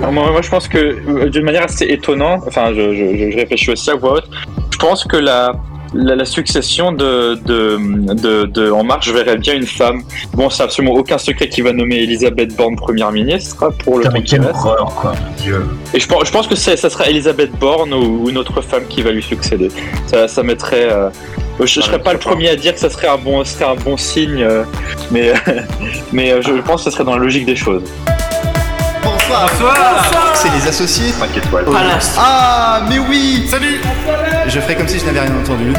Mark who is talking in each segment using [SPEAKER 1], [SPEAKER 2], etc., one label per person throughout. [SPEAKER 1] Non, moi, moi, je pense que euh, d'une manière assez étonnante, enfin, je, je- je réfléchis aussi à voix haute, je pense que la, la, la succession de, de, de, de En Marche verrait bien une femme. Bon, c'est absolument aucun secret qui va nommer Elisabeth Borne première ministre hein, pour le
[SPEAKER 2] Putain,
[SPEAKER 1] temps
[SPEAKER 2] mais
[SPEAKER 1] qui
[SPEAKER 2] quelle
[SPEAKER 1] reste.
[SPEAKER 2] horreur, quoi. mon Dieu.
[SPEAKER 1] Et je pense, je pense que c'est- ça sera Elisabeth Borne ou, ou une autre femme qui va lui succéder. Ça, ça mettrait. euh, je, je serais pas le premier à dire que ça serait un bon, ce serait un bon signe, euh, mais, mais euh, je pense que ça serait dans la logique des choses.
[SPEAKER 3] Bonsoir. C'est les associés.
[SPEAKER 2] Cinq étoiles.
[SPEAKER 4] Palace.
[SPEAKER 3] Ah, mais oui
[SPEAKER 4] Salut
[SPEAKER 3] Je ferai comme si je n'avais rien entendu.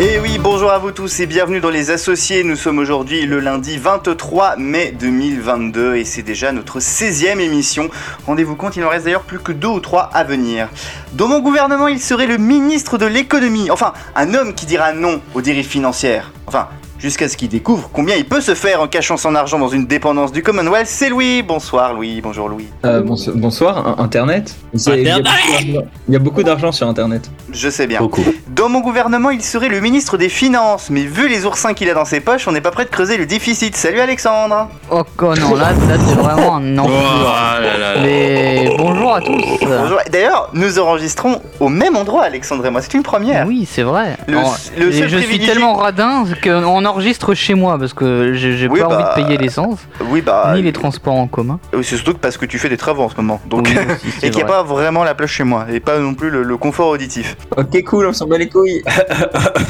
[SPEAKER 5] Et Eh oui, bonjour à vous tous et bienvenue dans Les Associés. Nous sommes aujourd'hui le lundi 23 mai 2022 et c'est déjà notre 16e émission. Rendez-vous compte, il n'en reste d'ailleurs plus que deux ou trois à venir. Dans mon gouvernement, il serait le ministre de l'économie. Enfin, un homme qui dira non aux dérives financières. Enfin, jusqu'à ce qu'il découvre combien il peut se faire en cachant son argent dans une dépendance du Commonwealth. C'est Louis. Bonsoir Louis, bonjour Louis.
[SPEAKER 6] Euh, bonso- bonsoir, un- Internet C'est- il y a beaucoup- Il y a beaucoup d'argent sur Internet.
[SPEAKER 5] Je sais
[SPEAKER 7] Oh.
[SPEAKER 5] bien.
[SPEAKER 6] Beaucoup.
[SPEAKER 5] Dans mon gouvernement, il serait le ministre des Finances, mais vu les oursins qu'il a dans ses poches, on n'est pas prêt de creuser le déficit. Salut Alexandre
[SPEAKER 7] Oh con, non, là, là c'est vraiment un
[SPEAKER 4] Oh
[SPEAKER 7] enfer.
[SPEAKER 4] là là là.
[SPEAKER 7] Mais bonjour à tous.
[SPEAKER 5] Bonjour. D'ailleurs, nous enregistrons au même endroit, Alexandre et moi, c'est une première.
[SPEAKER 7] Oui, c'est vrai.
[SPEAKER 5] Le-
[SPEAKER 7] Alors,
[SPEAKER 5] le seul
[SPEAKER 7] et je suis
[SPEAKER 5] privilégié-
[SPEAKER 7] tellement radin qu'on enregistre chez moi parce que j'ai j'ai
[SPEAKER 5] Oui,
[SPEAKER 7] pas
[SPEAKER 5] bah,
[SPEAKER 7] envie de payer l'essence
[SPEAKER 5] Oui, bah.
[SPEAKER 7] ni les transports en commun.
[SPEAKER 5] euh, C'est surtout que parce que tu fais des travaux en ce moment. Donc...
[SPEAKER 7] Oui, aussi, c'est
[SPEAKER 5] Et qu'il n'y a
[SPEAKER 7] vrai.
[SPEAKER 5] pas vraiment la place chez moi, et pas non plus le, le confort auditif.
[SPEAKER 6] Ok, cool, on s'en bat les couilles.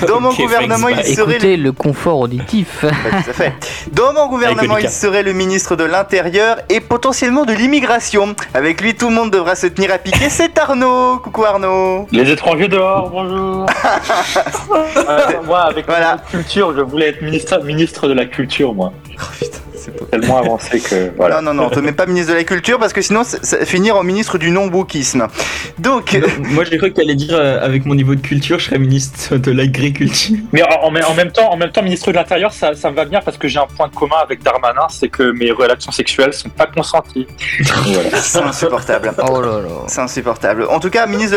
[SPEAKER 5] Dans mon
[SPEAKER 4] Ok,
[SPEAKER 5] gouvernement,
[SPEAKER 7] bah,
[SPEAKER 4] thanks,
[SPEAKER 5] il
[SPEAKER 4] bye.
[SPEAKER 5] serait
[SPEAKER 7] Écoutez le confort auditif.
[SPEAKER 5] le... Ouais, tout à fait. Dans mon gouvernement,
[SPEAKER 4] Avec
[SPEAKER 5] il
[SPEAKER 4] Lucas.
[SPEAKER 5] serait le ministre de l'Intérieur et potentiellement de l'immigration. Avec lui, tout le monde devra se tenir à piquer. C'est Arnaud. Coucou Arnaud.
[SPEAKER 1] Les étrangers dehors, bonjour. Euh, moi, avec
[SPEAKER 5] Voilà.
[SPEAKER 1] la culture, je voulais être ministre, ministre de la culture, moi. Tellement avancé que voilà.
[SPEAKER 5] Non, non, non, te mets pas ministre de la Culture parce que sinon, ça ça va finir en ministre du non-bouquisme. Donc,
[SPEAKER 6] Moi, j'ai cru que t'allais dire euh, avec mon niveau de culture, je serais ministre de l'agriculture.
[SPEAKER 1] Mais en, en- en même temps, en même temps, ministre de l'Intérieur, ça, ça me va bien parce que j'ai un point commun avec Darmanin, c'est que mes relations sexuelles sont pas consenties. Voilà.
[SPEAKER 5] c'est insupportable.
[SPEAKER 7] Oh là là.
[SPEAKER 5] C'est insupportable. En tout cas, ministre de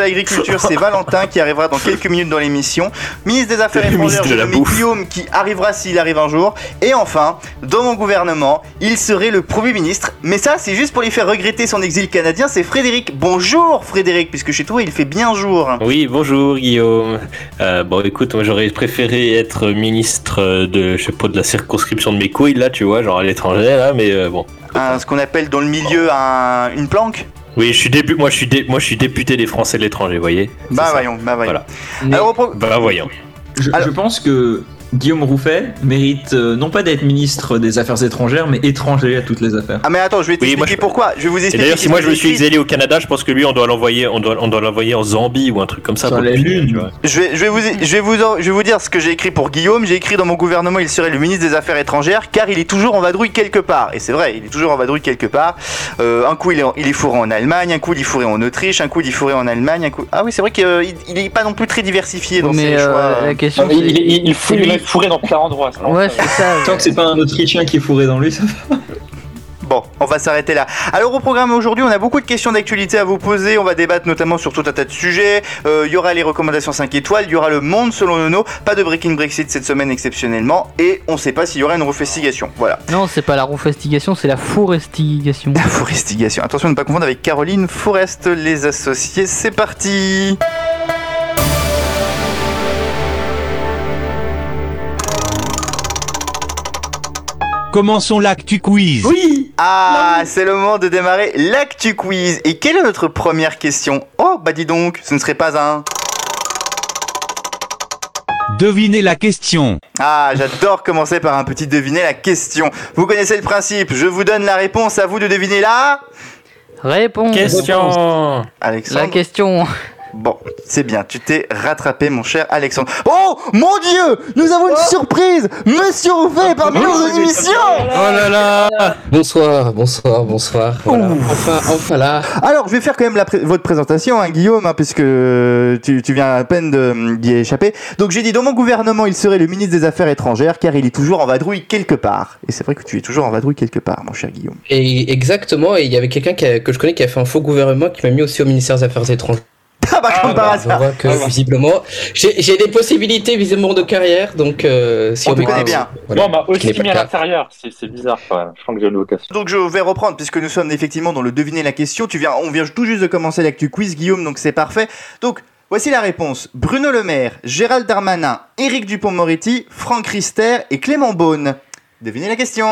[SPEAKER 5] l'Agriculture, c'est Valentin qui arrivera dans quelques minutes dans l'émission. Ministre des Affaires
[SPEAKER 4] Le
[SPEAKER 5] étrangères,
[SPEAKER 4] ministre de la
[SPEAKER 5] j'ai nommé
[SPEAKER 4] bouffe.
[SPEAKER 5] Guillaume qui arrivera s'il arrive un jour. Et enfin, dans mon gouvernement, il serait le Premier ministre. Mais ça, c'est juste pour lui faire regretter son exil canadien. C'est Frédéric. Bonjour Frédéric, puisque chez toi, il fait bien jour.
[SPEAKER 8] Oui, bonjour Guillaume. Euh, bon, écoute, moi j'aurais préféré être ministre euh, de, je sais pas, de la circonscription de mes couilles, là, tu vois, genre à l'étranger, là, mais euh, bon.
[SPEAKER 5] Un- ce qu'on appelle dans le milieu un- une planque.
[SPEAKER 8] Oui, je suis dépu- moi je suis, dé- moi je suis député des Français de l'étranger, vous voyez. C'est
[SPEAKER 5] Bah
[SPEAKER 8] ça.
[SPEAKER 5] voyons, bah voyons.
[SPEAKER 8] Voilà.
[SPEAKER 6] Mais
[SPEAKER 5] Alors, au pro-
[SPEAKER 8] Bah voyons.
[SPEAKER 6] je, je
[SPEAKER 5] alors-
[SPEAKER 6] pense que Guillaume Rouffet mérite euh, non pas d'être ministre des Affaires étrangères, mais étranger à toutes les affaires.
[SPEAKER 5] Ah mais attends, je vais t'expliquer
[SPEAKER 8] moi, je-
[SPEAKER 5] pourquoi. Je vais vous
[SPEAKER 8] Et
[SPEAKER 5] expliquer.
[SPEAKER 8] d'ailleurs, si
[SPEAKER 5] ce
[SPEAKER 8] moi
[SPEAKER 5] que
[SPEAKER 8] je me suis
[SPEAKER 5] j'ai écrit.
[SPEAKER 8] exilé au Canada, je pense que lui, on doit l'envoyer, on doit, on doit l'envoyer en Zambie ou un truc comme ça.
[SPEAKER 6] Sur
[SPEAKER 8] pour
[SPEAKER 6] la
[SPEAKER 8] le punir,
[SPEAKER 6] Lune.
[SPEAKER 8] tu vois.
[SPEAKER 5] Je vais, je, vais vous, je, vais vous, en- je vais vous dire ce que j'ai écrit pour Guillaume. J'ai écrit dans mon gouvernement, il serait le ministre des Affaires étrangères car il est toujours en vadrouille quelque part. Et c'est vrai, il est toujours en vadrouille quelque part. Euh, un coup il est, en- il est fourré en Allemagne, un coup il est fourré en Autriche, un coup il est fourré en Allemagne, un coup. Ah oui, c'est vrai qu'il il est pas non plus très diversifié dans ses
[SPEAKER 7] Mais euh,
[SPEAKER 5] choix. hein.
[SPEAKER 7] la
[SPEAKER 1] Non,
[SPEAKER 7] question
[SPEAKER 1] Ah, mais il, il, il
[SPEAKER 7] c'est
[SPEAKER 1] fouille, il
[SPEAKER 7] lui.
[SPEAKER 1] est fourré dans plein endroit. ça.
[SPEAKER 7] Ouais, c'est ça.
[SPEAKER 6] Tant que c'est pas un Autrichien qui est fourré dans lui, ça va.
[SPEAKER 5] Bon, on va s'arrêter là. Alors au programme aujourd'hui, on a beaucoup de questions d'actualité à vous poser. On va débattre notamment sur tout un tas de sujets. Euh, Il y aura les recommandations 5 étoiles, il y aura le monde selon Nono, pas de Breaking Brexit cette semaine exceptionnellement, et on sait pas s'il y aura une refestigation. Voilà.
[SPEAKER 7] Non, c'est pas la ronfestigation, c'est la fourrestigation.
[SPEAKER 5] La forestigation. Attention de ne pas confondre avec Caroline Forest, les associés. C'est parti
[SPEAKER 9] Commençons l'actu quiz.
[SPEAKER 6] Oui
[SPEAKER 5] Ah, c'est le moment de démarrer l'actu quiz. Et quelle est notre première question Oh, bah dis donc, ce ne serait pas un...
[SPEAKER 9] Devinez la question.
[SPEAKER 5] Ah, j'adore commencer par un petit deviner la question. Vous connaissez le principe, je vous donne la réponse, à vous de deviner la...
[SPEAKER 7] Réponse.
[SPEAKER 8] Question.
[SPEAKER 5] Alexandre
[SPEAKER 7] La question.
[SPEAKER 5] Bon, c'est bien, tu t'es rattrapé mon cher Alexandre. Oh mon dieu Nous avons une surprise Monsieur Rouffet est parmi nos émissions
[SPEAKER 8] Oh là là.
[SPEAKER 10] Bonsoir, bonsoir, bonsoir. Voilà. Enfin, enfin là.
[SPEAKER 5] Alors, je vais faire quand même la pré- votre présentation, hein, Guillaume, hein, puisque euh, tu, tu viens à peine de- euh, d'y échapper. Donc, j'ai dit, dans mon gouvernement, il serait le ministre des Affaires étrangères, car il est toujours en vadrouille quelque part. Et c'est vrai que tu es toujours en vadrouille quelque part, mon cher Guillaume.
[SPEAKER 10] Et exactement, et il y avait quelqu'un qui a- que je connais qui a fait un faux gouvernement qui m'a mis aussi au ministère des Affaires étrangères.
[SPEAKER 5] Ah pas, par
[SPEAKER 1] Ah,
[SPEAKER 5] contre, par
[SPEAKER 10] Voilà,
[SPEAKER 5] hasard.
[SPEAKER 10] On voit que
[SPEAKER 5] Ah, bon.
[SPEAKER 10] visiblement, j'ai j'ai des possibilités visiblement de carrière, donc euh, si
[SPEAKER 5] On
[SPEAKER 10] on,
[SPEAKER 5] te
[SPEAKER 10] m'écoute-
[SPEAKER 5] connaît bien.
[SPEAKER 10] Voilà.
[SPEAKER 1] Non, on m'a
[SPEAKER 10] Je n'ai
[SPEAKER 1] aussi
[SPEAKER 10] pas
[SPEAKER 1] mis
[SPEAKER 10] le
[SPEAKER 1] à
[SPEAKER 10] cas.
[SPEAKER 1] l'intérieur. C'est c'est bizarre quand même. Je sens que j'ai une vocation.
[SPEAKER 5] Donc je vais reprendre puisque nous sommes effectivement dans le deviner la question. Tu viens, on vient tout juste de commencer l'actu quiz, Guillaume, donc c'est parfait. Donc voici la réponse Bruno Le Maire, Gérald Darmanin, Éric Dupont-Moretti, Franck Rister et Clément Beaune. Devinez la question.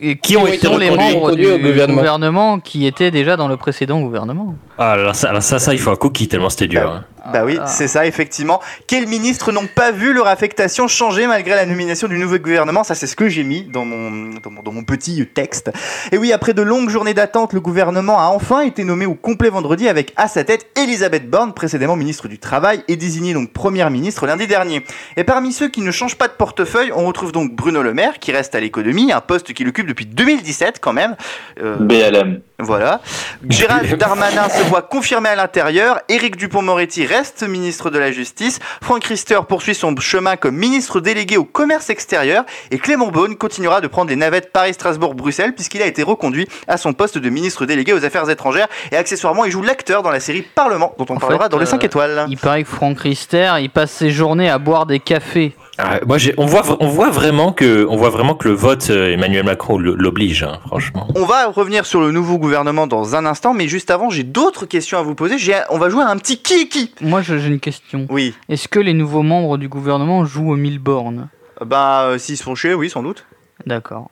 [SPEAKER 7] Et qui ont
[SPEAKER 10] Qui ont
[SPEAKER 7] été
[SPEAKER 10] été
[SPEAKER 7] les
[SPEAKER 10] reconduits-
[SPEAKER 7] membres du
[SPEAKER 10] reconduits au
[SPEAKER 7] gouvernement.
[SPEAKER 10] gouvernement.
[SPEAKER 7] qui étaient déjà dans le précédent gouvernement.
[SPEAKER 8] Ah là, ça, là, ça, ça, il faut un cookie tellement c'était dur. hein.
[SPEAKER 5] Bah oui,
[SPEAKER 7] Ah.
[SPEAKER 5] c'est ça effectivement. Quels ministres n'ont pas vu leur affectation changer malgré la nomination du nouveau gouvernement Ça c'est ce que j'ai mis dans mon, dans mon dans mon petit texte. Et oui, après de longues journées d'attente, le gouvernement a enfin été nommé au complet vendredi avec à sa tête Elisabeth Borne, précédemment ministre du Travail et désignée donc première ministre lundi dernier. Et parmi ceux qui ne changent pas de portefeuille, on retrouve donc Bruno Le Maire qui reste à l'économie, un poste qu'il occupe depuis 2017 quand même. Euh,
[SPEAKER 1] BLM.
[SPEAKER 5] voilà. Gérald Darmanin se voit confirmé à l'intérieur. Éric Dupont-Moretti reste ministre de la Justice. Franck Riester poursuit son chemin comme ministre délégué au commerce extérieur. Et Clément Beaune continuera de prendre les navettes Paris-Strasbourg-Bruxelles puisqu'il a été reconduit à son poste de ministre délégué aux Affaires étrangères. Et accessoirement, il joue l'acteur dans la série Parlement, dont on
[SPEAKER 7] En
[SPEAKER 5] parlera
[SPEAKER 7] fait,
[SPEAKER 5] dans le
[SPEAKER 7] euh,
[SPEAKER 5] 5 étoiles.
[SPEAKER 7] Il paraît que Franck Rister, il passe ses journées à boire des cafés.
[SPEAKER 8] Ah, moi, j'ai- on voit, on voit vraiment que, on voit vraiment que le vote euh, Emmanuel Macron le- l'oblige, hein, franchement.
[SPEAKER 5] On va revenir sur le nouveau gouvernement dans un instant, mais juste avant, j'ai d'autres questions à vous poser. J'ai- On va jouer à un petit qui est qui.
[SPEAKER 7] Moi, je- j'ai une question.
[SPEAKER 5] Oui,
[SPEAKER 7] Est-ce que les nouveaux membres du gouvernement jouent aux mille bornes
[SPEAKER 5] bah euh, s'ils se font chier, oui, sans doute.
[SPEAKER 7] D'accord.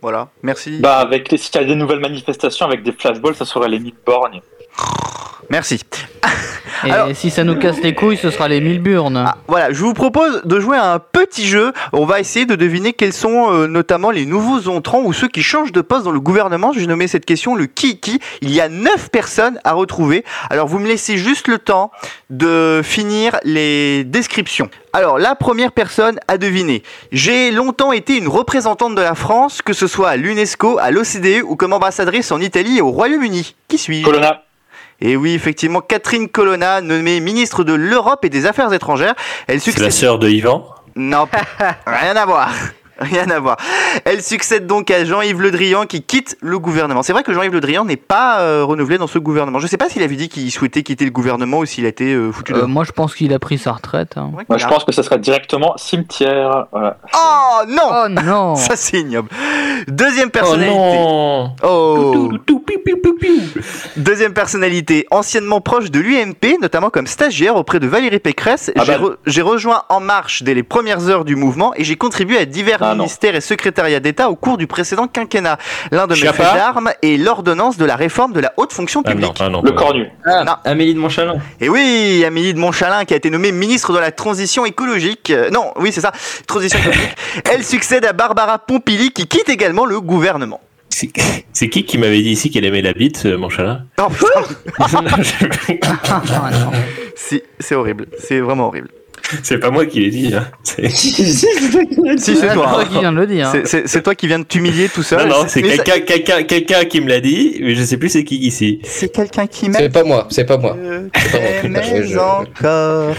[SPEAKER 5] Voilà, merci.
[SPEAKER 1] Bah, avec les, s'il y a des nouvelles manifestations avec des flashballs, ça serait les mille borgnes.
[SPEAKER 5] Merci.
[SPEAKER 7] Et
[SPEAKER 5] Alors-
[SPEAKER 7] si ça nous casse les couilles, ce sera les mille burnes.
[SPEAKER 5] Ah, voilà, je vous propose de jouer à un petit jeu. On va essayer de deviner quels sont euh, notamment les nouveaux entrants ou ceux qui changent de poste dans le gouvernement. J'ai nommé cette question le qui qui. Il y a 9 personnes à retrouver. Alors vous me laissez juste le temps de finir les descriptions. Alors la première personne à deviner. J'ai longtemps été une représentante de la France, que ce soit à l'UNESCO, à l'OCDE ou comme ambassadrice en Italie et au Royaume-Uni. Qui suis-je
[SPEAKER 1] Colonna.
[SPEAKER 5] Et oui, effectivement, Catherine Colonna, nommée ministre de l'Europe et des Affaires étrangères, elle
[SPEAKER 8] C'est la
[SPEAKER 5] succède.
[SPEAKER 8] sœur de Yvan.
[SPEAKER 5] Non, p- rien à voir. Rien à voir. Elle succède donc à Jean-Yves Le Drian qui quitte le gouvernement. C'est vrai que Jean-Yves Le Drian n'est pas euh, renouvelé dans ce gouvernement. Je ne sais pas s'il avait dit qu'il souhaitait quitter le gouvernement ou s'il a été euh, foutu
[SPEAKER 7] Euh,
[SPEAKER 5] dehors.
[SPEAKER 7] moi, je pense qu'il a pris sa retraite. hein.
[SPEAKER 5] Ouais,
[SPEAKER 1] Moi, je
[SPEAKER 5] voilà.
[SPEAKER 1] pense que ça serait directement cimetière. Voilà.
[SPEAKER 5] Oh non
[SPEAKER 7] Oh non
[SPEAKER 5] Ça c'est ignoble. Deuxième
[SPEAKER 8] Oh
[SPEAKER 5] personnalité.
[SPEAKER 8] non
[SPEAKER 5] Oh.
[SPEAKER 8] Tout, tout, piou, piou, piou, piou.
[SPEAKER 5] Deuxième personnalité, anciennement proche de l'UMP, notamment comme stagiaire auprès de Valérie Pécresse,
[SPEAKER 1] Ah
[SPEAKER 5] j'ai,
[SPEAKER 1] bah.
[SPEAKER 5] re- j'ai rejoint En Marche dès les premières heures du mouvement et j'ai contribué à divers
[SPEAKER 1] Ah non.
[SPEAKER 5] ministères et secrétariats d'État au cours du précédent quinquennat. L'un de mes
[SPEAKER 8] Chiappa.
[SPEAKER 5] faits d'armes est l'ordonnance de la réforme de la haute fonction
[SPEAKER 8] Ah non,
[SPEAKER 5] publique.
[SPEAKER 8] ah non.
[SPEAKER 1] Le cornu.
[SPEAKER 6] Ah,
[SPEAKER 5] Non.
[SPEAKER 6] Amélie de Montchalin.
[SPEAKER 5] Et oui, Amélie de Montchalin qui a été nommée ministre de la transition écologique. Euh, non, oui, c'est ça, transition écologique. Elle succède à Barbara Pompili qui quitte également le gouvernement.
[SPEAKER 8] C'est c'est qui qui m'avait dit ici qu'elle aimait la bite, euh, mon chalin
[SPEAKER 5] Oh, putain,
[SPEAKER 7] Ah, non.
[SPEAKER 5] si, c'est horrible, c'est vraiment horrible.
[SPEAKER 8] C'est pas moi qui l'ai dit. hein. C'est-
[SPEAKER 5] Si, c'est
[SPEAKER 7] Ah,
[SPEAKER 5] toi. hein.
[SPEAKER 7] qui viens de le dire.
[SPEAKER 5] C'est- C'est c'est toi qui viens de t'humilier tout
[SPEAKER 8] Non,
[SPEAKER 5] seul.
[SPEAKER 8] non, c'est
[SPEAKER 5] Mais ça-
[SPEAKER 8] quelqu'un quelqu'un- quelqu'un qui me l'a dit, mais je sais plus c'est qui ici.
[SPEAKER 5] C'est quelqu'un qui
[SPEAKER 10] C'est
[SPEAKER 5] m'aime.
[SPEAKER 10] pas moi, c'est pas moi.
[SPEAKER 5] Je
[SPEAKER 10] pas moi, putain,
[SPEAKER 5] t'aimais
[SPEAKER 10] je- je-
[SPEAKER 5] encore.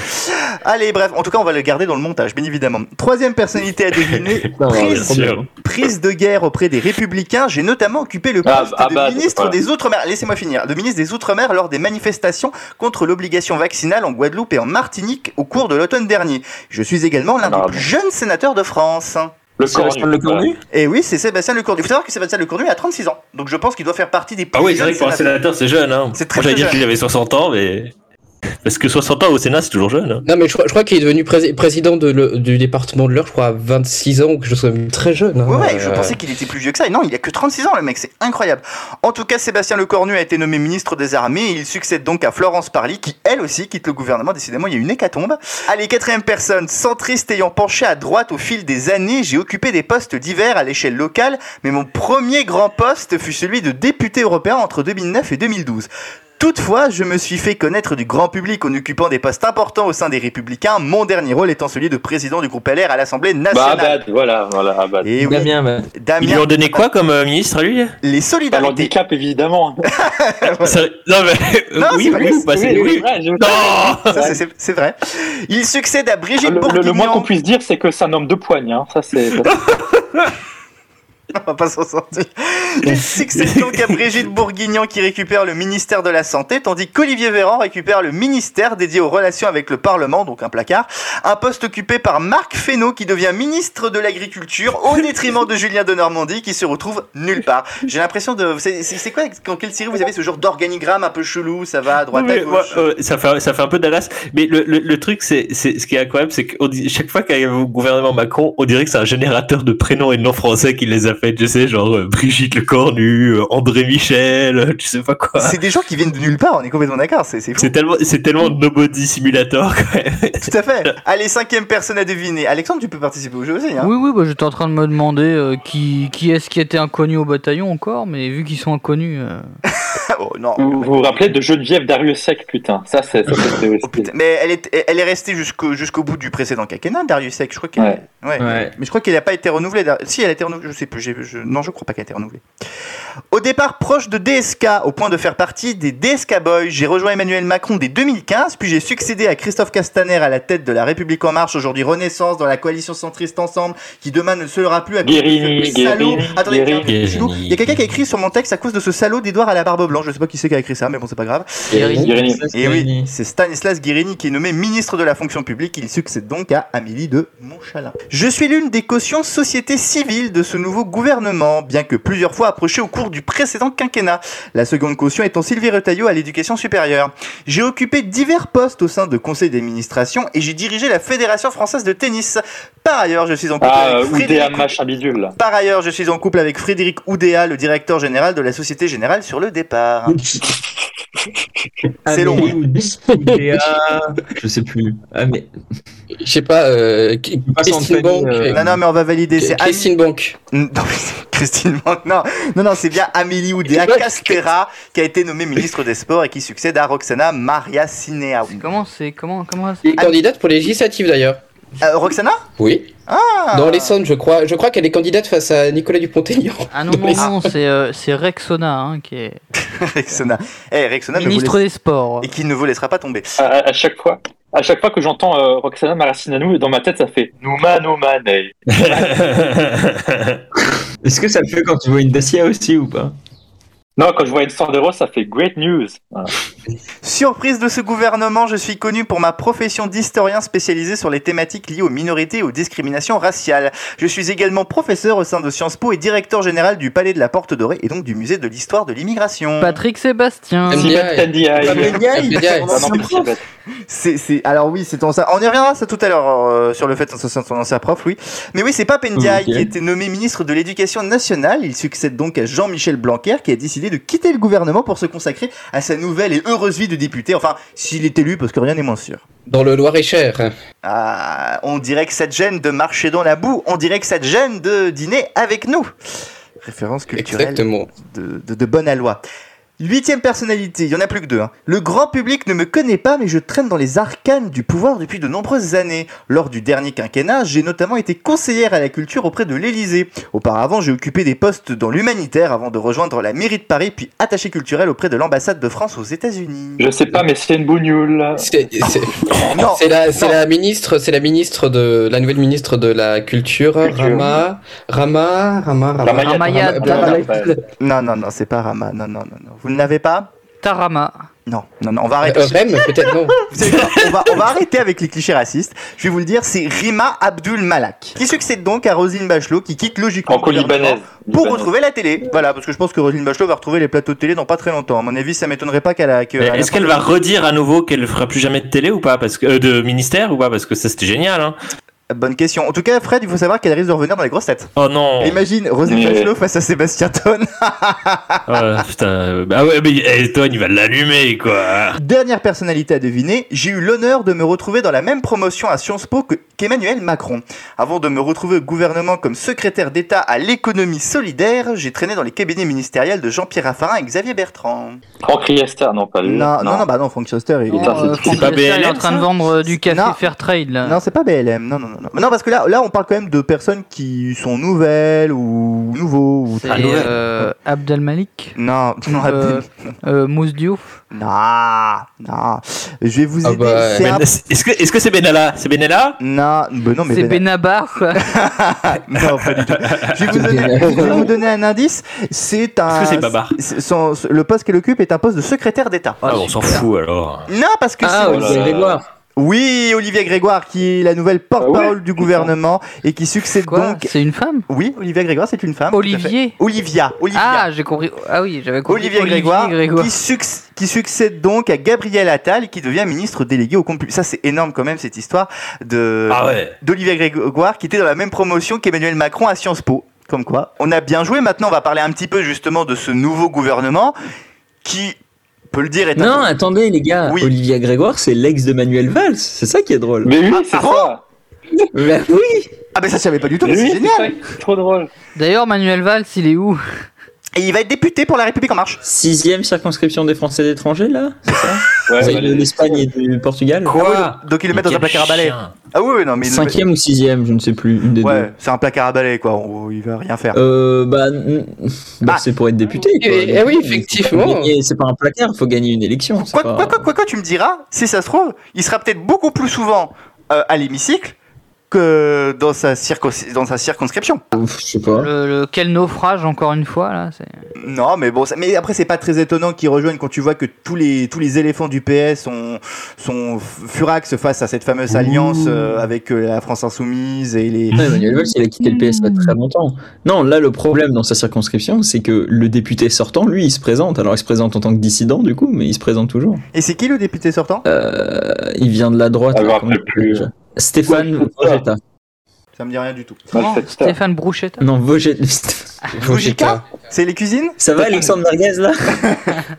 [SPEAKER 5] Allez, bref, en tout cas, on va le garder dans le montage, bien évidemment. Troisième personnalité à deviner,
[SPEAKER 10] Non,
[SPEAKER 5] Prise.
[SPEAKER 10] c'est trop bien.
[SPEAKER 5] prise de guerre auprès des Républicains. J'ai notamment occupé le
[SPEAKER 1] Ah,
[SPEAKER 5] poste
[SPEAKER 1] ah
[SPEAKER 5] de
[SPEAKER 1] bah,
[SPEAKER 5] ministre
[SPEAKER 1] voilà.
[SPEAKER 5] des Outre-mer. Laissez-moi finir. De ministre des Outre-mer lors des manifestations contre l'obligation vaccinale en Guadeloupe et en Martinique au cours de l'automne dernier. Je suis également l'un
[SPEAKER 1] Ah,
[SPEAKER 5] des plus jeunes sénateurs de France.
[SPEAKER 1] Le cornu.
[SPEAKER 6] Sébastien Lecornu
[SPEAKER 5] Et oui, c'est Sébastien Lecornu. Il faut savoir que Sébastien Lecornu a 36 ans. Donc je pense qu'il doit faire partie des plus
[SPEAKER 8] Ah oui, c'est
[SPEAKER 5] jeunes
[SPEAKER 8] vrai que pour un
[SPEAKER 5] sénateurs.
[SPEAKER 8] sénateur, c'est jeune. Hein.
[SPEAKER 5] C'est très,
[SPEAKER 8] Moi, J'allais
[SPEAKER 5] très
[SPEAKER 8] dire
[SPEAKER 5] jeune.
[SPEAKER 8] qu'il avait 60 ans, mais. Parce que 60 ans au Sénat, c'est toujours jeune. hein.
[SPEAKER 10] Non, mais je crois, je crois qu'il est devenu pré- président de le- du département de l'Eure, je crois, à 26 ans ou quelque chose comme très jeune. hein.
[SPEAKER 5] Ouais, ouais, je
[SPEAKER 10] Euh,
[SPEAKER 5] pensais qu'il était plus vieux que ça. Et non, il a que 36 ans, le mec, c'est incroyable. En tout cas, Sébastien Lecornu a été nommé ministre des Armées et il succède donc à Florence Parly, qui elle aussi quitte le gouvernement. Décidément, il y a une hécatombe. Allez, quatrième personne, centriste ayant penché à droite au fil des années, j'ai occupé des postes divers à l'échelle locale, mais mon premier grand poste fut celui de député européen entre 2009 et 2012. Toutefois, je me suis fait connaître du grand public en occupant des postes importants au sein des Républicains, mon dernier rôle étant celui de président du groupe LR à l'Assemblée
[SPEAKER 1] Bah,
[SPEAKER 5] nationale.
[SPEAKER 1] Abad, voilà, voilà, Abad.
[SPEAKER 5] Et oui,
[SPEAKER 6] Damien, bah,
[SPEAKER 5] Damien
[SPEAKER 8] Ils lui ont donné quoi comme euh, ministre à lui
[SPEAKER 5] les
[SPEAKER 1] Bah,
[SPEAKER 5] solidarités.
[SPEAKER 1] L'handicap, évidemment.
[SPEAKER 8] Ça- Non, mais.
[SPEAKER 5] Non,
[SPEAKER 8] oui,
[SPEAKER 5] Bah, c'est pas
[SPEAKER 8] oui,
[SPEAKER 5] lui,
[SPEAKER 8] bah, c'est- oui.
[SPEAKER 1] ouais, je-
[SPEAKER 8] Non
[SPEAKER 5] Ça, c'est- c'est- c'est vrai. Il succède à Brigitte
[SPEAKER 1] Le, le- le Ah, moins qu'on
[SPEAKER 5] Bourguignon.
[SPEAKER 1] puisse dire, c'est que c'est un homme de poigne. Hein. Ça, c'est.
[SPEAKER 5] On va pas s'en sortir. Il succède donc à Brigitte Bourguignon qui récupère le ministère de la Santé, tandis qu'Olivier Véran récupère le ministère dédié aux relations avec le Parlement, donc un placard. Un poste occupé par Marc Fesneau qui devient ministre de l'Agriculture au détriment de Julien de Normandie qui se retrouve nulle part. J'ai l'impression de. C'est c'est- c'est quoi Dans quelle série vous avez ce genre d'organigramme un peu chelou Ça va à droite à
[SPEAKER 8] Ouais,
[SPEAKER 5] gauche
[SPEAKER 8] ouais, ouais, ça, fait, ça fait un peu Dallas. Mais le, le, le truc, c'est, c'est, ce qui est incroyable, c'est que chaque fois qu'il y a le gouvernement Macron, on dirait que c'est un générateur de prénoms et de noms français qui les a fait. Tu sais, genre euh, Brigitte Lecornu, euh, André Michel, euh, tu sais pas quoi.
[SPEAKER 5] C'est des gens qui viennent de nulle part, on est complètement d'accord, c'est c'est fou.
[SPEAKER 8] C'est tellement, c'est tellement Nobody Simulator quand même.
[SPEAKER 5] Tout à fait. Allez, cinquième personne à deviner. Alexandre, tu peux participer au jeu aussi. Hein.
[SPEAKER 7] Oui, oui, bah, j'étais en train de me demander euh, qui, qui est-ce qui était inconnu au bataillon encore, mais vu qu'ils sont inconnus. euh,
[SPEAKER 5] Oh, non.
[SPEAKER 1] Vous vous vous rappelez de Geneviève Dariussec, putain. Ça, c'est. ça, c'était aussi-
[SPEAKER 5] Oh, putain. Mais elle est, elle est restée jusqu'au jusqu'au bout du précédent quinquennat, Darius Sec. Je crois qu'elle.
[SPEAKER 1] Ouais.
[SPEAKER 5] ouais.
[SPEAKER 6] Ouais.
[SPEAKER 5] Mais je crois qu'elle n'a pas été renouvelée. Dar- Si, elle a été renouvelée. Je sais plus. j'ai- je- Non, je crois pas qu'elle a été renouvelée. Au départ proche de DSK, au point de faire partie des DSK Boys, j'ai rejoint Emmanuel Macron dès 2015, puis j'ai succédé à Christophe Castaner à la tête de la République En Marche, aujourd'hui Renaissance, dans la coalition centriste ensemble, qui demain ne se l'aura plus à cause de
[SPEAKER 1] Guérini,
[SPEAKER 5] ce salaud.
[SPEAKER 1] Guérini,
[SPEAKER 5] Attendez,
[SPEAKER 1] Guérini.
[SPEAKER 5] il y a un petit bout. il y a quelqu'un qui a écrit sur mon texte à cause de ce salaud d'Edouard à la barbe blanche. Je sais pas qui c'est qui a écrit ça, mais bon, c'est pas grave.
[SPEAKER 1] Guérini.
[SPEAKER 6] Eh
[SPEAKER 5] Et oui, c'est Stanislas Guérini qui est nommé ministre de la fonction publique. Il succède donc à Amélie de Montchalin. Je suis l'une des cautions société civile de ce nouveau gouvernement, bien que plusieurs fois approchée au cours du précédent quinquennat. La seconde caution étant Sylvie Retailleau à l'éducation supérieure. J'ai occupé divers postes au sein de conseils d'administration et j'ai dirigé la Fédération française de tennis. Par ailleurs, je suis en couple
[SPEAKER 1] Ah,
[SPEAKER 5] avec
[SPEAKER 1] ou des
[SPEAKER 5] Oh, Frédéric
[SPEAKER 1] machin bidule, là.
[SPEAKER 5] par ailleurs, je suis en couple avec Frédéric Oudéa, le directeur général de la Société Générale sur le départ. C'est long. hein.
[SPEAKER 6] Amélie ou Déa, Je sais plus. Ah, mais
[SPEAKER 10] Je sais pas, euh, K-
[SPEAKER 6] pas sans
[SPEAKER 10] Christine
[SPEAKER 6] famille,
[SPEAKER 10] Bank.
[SPEAKER 6] euh,
[SPEAKER 10] euh,
[SPEAKER 5] Non, non, mais on va valider. C'est Amélie-
[SPEAKER 10] Christine Bank.
[SPEAKER 5] Non, mais c'est Christine Bank, non. Non, non, c'est bien Amélie Oudéa
[SPEAKER 10] Ouais.
[SPEAKER 5] Castera qui a été nommée ministre des Sports et qui succède à Roxana Maria Sineao.
[SPEAKER 7] Comment c'est Comment comment
[SPEAKER 10] Elle est candidate pour les législatives d'ailleurs.
[SPEAKER 5] Euh, Roxana
[SPEAKER 10] Oui.
[SPEAKER 5] Ah
[SPEAKER 10] Dans l'Essonne, je crois. Je crois qu'elle est candidate face à Nicolas Dupont-Aignan.
[SPEAKER 7] Ah non, non, non, c'est euh, c'est Rexona hein, qui est
[SPEAKER 5] Rexona. Eh, Rexona ne vous
[SPEAKER 7] ministre
[SPEAKER 5] laisse-
[SPEAKER 7] des Sports.
[SPEAKER 5] Et qui ne vous laissera pas tomber.
[SPEAKER 1] À, à- à chaque fois. À chaque fois que j'entends euh, Roxana Maracineanu, dans ma tête, ça fait eh. Nouma Nouma Ney.
[SPEAKER 6] est-ce que ça le fait quand tu vois une Dacia aussi ou pas
[SPEAKER 1] Non, quand je vois une Sandero, ça fait great news. Voilà.
[SPEAKER 5] Surprise de ce gouvernement, je suis connu pour ma profession d'historien spécialisé sur les thématiques liées aux minorités et aux discriminations raciales. Je suis également professeur au sein de Sciences Po et directeur général du Palais de la Porte Dorée et donc du Musée de l'Histoire de l'Immigration.
[SPEAKER 7] Euh, Patrick Sébastien.
[SPEAKER 10] Amélie-
[SPEAKER 1] Sibeth Tendiaï.
[SPEAKER 10] Amélie-
[SPEAKER 1] Ah non, mais Sibeth.
[SPEAKER 5] C'est, c'est- alors oui, c'est ton ça. On y reviendra ça tout à l'heure euh, sur le fait que ce soit son ancien prof, oui. Mais oui, c'est pas Ndiaye
[SPEAKER 6] Ok.
[SPEAKER 5] qui a été nommé ministre de l'Éducation nationale. Il succède donc à Jean-Michel Blanquer qui a décidé de quitter le gouvernement pour se consacrer à sa nouvelle et heureuse vie de député. Enfin, s'il est élu, parce que rien n'est moins sûr.
[SPEAKER 10] Dans le Loir-et-Cher.
[SPEAKER 5] Ah, on dirait que ça te gêne de marcher dans la boue. On dirait que ça te gêne de dîner avec nous. Référence culturelle
[SPEAKER 10] Exactement.
[SPEAKER 5] de, de, de bonne aloi. Huitième personnalité, il y en a plus que deux. hein. Le grand public ne me connaît pas, mais je traîne dans les arcanes du pouvoir depuis de nombreuses années. Lors du dernier quinquennat, j'ai notamment été conseillère à la culture auprès de l'Élysée. Auparavant, j'ai occupé des postes dans l'humanitaire avant de rejoindre la mairie de Paris, puis attaché culturel auprès de l'ambassade de France aux États-Unis.
[SPEAKER 1] Je sais pas, mais c'est une bougnoule.
[SPEAKER 10] C'est c'est-
[SPEAKER 5] Ah, Non,
[SPEAKER 10] c'est la, c'est
[SPEAKER 5] non.
[SPEAKER 10] la ministre, c'est la ministre de la nouvelle ministre de la culture,
[SPEAKER 1] Culture.
[SPEAKER 10] Rama,
[SPEAKER 5] Ah
[SPEAKER 10] Rama, Rama, Rama, Euh,
[SPEAKER 1] Ramayad.
[SPEAKER 7] Ramayad.
[SPEAKER 1] Ramayad.
[SPEAKER 5] non, non, non, c'est pas Rama, non, non, non, non. Vous ne l'avez pas
[SPEAKER 7] Tarama.
[SPEAKER 5] Non, non, non, on va arrêter.
[SPEAKER 10] Euh, Rem, peut-être non.
[SPEAKER 5] Vous savez quoi on, va, on va arrêter avec les clichés racistes. Je vais vous le dire, c'est Rima Abdul Malak. Qui succède donc à Roselyne Bachelot, qui quitte logiquement.
[SPEAKER 1] En colibanaise.
[SPEAKER 5] Pour retrouver la télé. Voilà, parce que je pense que Roselyne Bachelot va retrouver les plateaux de télé dans pas très longtemps. À mon avis, ça m'étonnerait pas qu'elle a. que- elle a-
[SPEAKER 8] Est-ce qu'elle va redire à nouveau qu'elle ne fera plus jamais de télé ou pas parce que, euh, De ministère ou pas Parce que ça c'était génial. Hein.
[SPEAKER 5] Bonne question. En tout cas, Fred, il faut savoir qu'elle risque de revenir dans les grosses têtes.
[SPEAKER 8] Oh non
[SPEAKER 5] Imagine Roselyne
[SPEAKER 1] Mais-
[SPEAKER 5] Bachelot face à Sébastien Tonne.
[SPEAKER 8] Ah, putain, euh, bah ouais, mais eh, Antoine, il va l'allumer, quoi.
[SPEAKER 5] Dernière personnalité à deviner, j'ai eu l'honneur de me retrouver dans la même promotion à Sciences Po que- qu'Emmanuel Macron. Avant de me retrouver au gouvernement comme secrétaire d'État à l'économie solidaire, j'ai traîné dans les cabinets ministériels de Jean-Pierre Raffarin et Xavier Bertrand.
[SPEAKER 1] Franck Riester, Euh, non, pas lui.
[SPEAKER 5] Non, non, non, bah non, Frank Schuster, il est...
[SPEAKER 1] Putain,
[SPEAKER 7] Non, euh,
[SPEAKER 1] c'est-
[SPEAKER 7] Franck
[SPEAKER 8] c'est pas
[SPEAKER 7] Riester, Il est en
[SPEAKER 8] BLM,
[SPEAKER 7] train de
[SPEAKER 8] ça
[SPEAKER 7] vendre euh, du café
[SPEAKER 5] Non.
[SPEAKER 7] Fairtrade là.
[SPEAKER 5] Non, c'est pas BLM, non, non, non. non. Non, parce que là, là, on parle quand même de personnes qui sont nouvelles ou nouveaux. Ou
[SPEAKER 7] C'est
[SPEAKER 5] très nouvelles.
[SPEAKER 7] euh, Abdel Malik,
[SPEAKER 5] Non, non,
[SPEAKER 7] euh, euh, Mousse Diouf.
[SPEAKER 5] non, non. Je vais vous
[SPEAKER 10] Ah
[SPEAKER 5] aider.
[SPEAKER 10] bah,
[SPEAKER 5] c'est
[SPEAKER 8] Ben-
[SPEAKER 5] un-
[SPEAKER 8] Est-ce que est-ce que c'est Benalla C'est Benalla
[SPEAKER 5] Non, bah non, mais
[SPEAKER 7] C'est
[SPEAKER 5] ben-
[SPEAKER 7] Benabar. quoi.
[SPEAKER 5] non, pas du tout. Je vais vous donner, je vais vous donner un indice. C'est
[SPEAKER 8] Est-ce
[SPEAKER 5] un.
[SPEAKER 8] que c'est Babar
[SPEAKER 5] c'est- son- le poste qu'elle occupe est un poste de secrétaire d'État.
[SPEAKER 8] Ah, on s'en fout alors.
[SPEAKER 5] Non, parce que
[SPEAKER 10] Ah,
[SPEAKER 1] Oh
[SPEAKER 5] c'est-
[SPEAKER 10] Olivier
[SPEAKER 6] Euh,
[SPEAKER 10] Grégoire.
[SPEAKER 5] Oui, Olivia Grégoire, qui est la nouvelle porte-parole du gouvernement et qui succède
[SPEAKER 7] Quoi
[SPEAKER 5] donc.
[SPEAKER 7] C'est une femme
[SPEAKER 5] Oui, Olivia Grégoire, c'est une femme. tout à fait.
[SPEAKER 7] Olivier.
[SPEAKER 5] Olivia. Olivia.
[SPEAKER 7] Ah, j'ai compris. Ah oui, j'avais compris.
[SPEAKER 5] Olivier Grégoire, Qui, succ- qui succède donc à Gabriel Attal, qui devient ministre délégué au compte public. Ça, c'est énorme quand même, cette histoire de
[SPEAKER 8] Ah ouais.
[SPEAKER 5] d'Olivier Grégoire, qui était dans la même promotion qu'Emmanuel Macron à Sciences Po. Comme quoi, on a bien joué. Maintenant, on va parler un petit peu justement de ce nouveau gouvernement qui, on peut le dire, est un-
[SPEAKER 6] euh,
[SPEAKER 2] Non, attendez les gars,
[SPEAKER 5] Ah, Oui.
[SPEAKER 2] Olivia Grégoire, c'est l'ex de Manuel Valls, c'est ça qui est drôle.
[SPEAKER 1] Mais oui, c'est ça.
[SPEAKER 2] Bah oui
[SPEAKER 5] Ah, mais ça, je savais pas du tout,
[SPEAKER 1] Mais
[SPEAKER 5] mais
[SPEAKER 1] oui,
[SPEAKER 5] c'est
[SPEAKER 1] c'est
[SPEAKER 5] génial.
[SPEAKER 1] ça, c'est trop drôle.
[SPEAKER 7] D'ailleurs, Manuel Valls, il est où
[SPEAKER 5] Et il va être député pour La République En Marche.
[SPEAKER 2] Sixième circonscription des Français d'étrangers là
[SPEAKER 1] Ouais,
[SPEAKER 2] Celle
[SPEAKER 1] bah,
[SPEAKER 2] de
[SPEAKER 1] les-
[SPEAKER 2] l'Espagne et du Portugal
[SPEAKER 8] Quoi
[SPEAKER 5] Ah Donc, il le met dans un
[SPEAKER 8] Quel
[SPEAKER 5] placard à balai.
[SPEAKER 8] chien.
[SPEAKER 5] Ah, oui, oui, non, mais. il le met-
[SPEAKER 2] Cinquième ou sixième, je ne sais plus, une des deux.
[SPEAKER 5] Ouais, c'est un placard à balai, quoi. On- Il va rien faire.
[SPEAKER 2] Euh, bah, n- bah,
[SPEAKER 5] Ah.
[SPEAKER 2] c'est pour être député.
[SPEAKER 10] Eh,
[SPEAKER 2] quoi.
[SPEAKER 10] eh oui,
[SPEAKER 2] Il faut
[SPEAKER 10] effectivement.
[SPEAKER 2] gagner- C'est pas un placard, il faut gagner une élection. c'est
[SPEAKER 5] Quoi,
[SPEAKER 2] pas-
[SPEAKER 5] quoi, quoi, quoi, quoi, tu me diras, si ça se trouve, il sera peut-être beaucoup plus souvent euh, à l'hémicycle que dans sa, circo- dans sa circonscription.
[SPEAKER 2] Ouf, je sais
[SPEAKER 6] Hein
[SPEAKER 2] pas.
[SPEAKER 7] le, le- Quel naufrage, encore une fois là. c'est-
[SPEAKER 5] Non, mais bon, ça- mais après, c'est pas très étonnant qu'ils rejoignent quand tu vois que tous les, tous les éléphants du PS sont, sont f- furax face à cette fameuse alliance euh, avec euh, la France Insoumise et les.
[SPEAKER 2] Ouais, Emmanuel Valls, il a quitté le PS
[SPEAKER 10] Hmm.
[SPEAKER 2] il y a très longtemps. Non, là, le problème dans sa circonscription, c'est que le député sortant, lui, il se présente. Alors, il se présente en tant que dissident, du coup, mais il se présente toujours.
[SPEAKER 5] Et c'est qui le député sortant
[SPEAKER 2] Euh, il vient de la droite.
[SPEAKER 1] Ah, je me
[SPEAKER 2] Comment
[SPEAKER 1] rappelle
[SPEAKER 2] il
[SPEAKER 1] plus.
[SPEAKER 2] s'appelle Stéphane
[SPEAKER 1] Ouais, je sais
[SPEAKER 2] Vogetta.
[SPEAKER 5] Ça me dit rien du tout.
[SPEAKER 1] Non, c'est ça.
[SPEAKER 7] Stéphane Brouchetta.
[SPEAKER 2] Non, Vogetta.
[SPEAKER 5] Vogetta C'est les cuisines
[SPEAKER 2] Ça va, Alexandre Vargas, là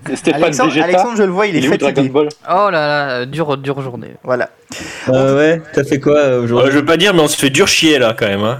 [SPEAKER 1] C'est Stéphane
[SPEAKER 5] Alexandre,
[SPEAKER 1] Vegeta.
[SPEAKER 5] Alexandre, je le vois, il est
[SPEAKER 1] Il est où Dragon
[SPEAKER 5] fatigué.
[SPEAKER 1] Ball
[SPEAKER 7] Oh là là, euh, dure, dure journée.
[SPEAKER 5] Voilà.
[SPEAKER 2] Euh, Ouais, t'as fait quoi euh,
[SPEAKER 8] Euh, je
[SPEAKER 2] aujourd'hui
[SPEAKER 8] veux pas dire, mais on se fait dur chier là quand même. Hein.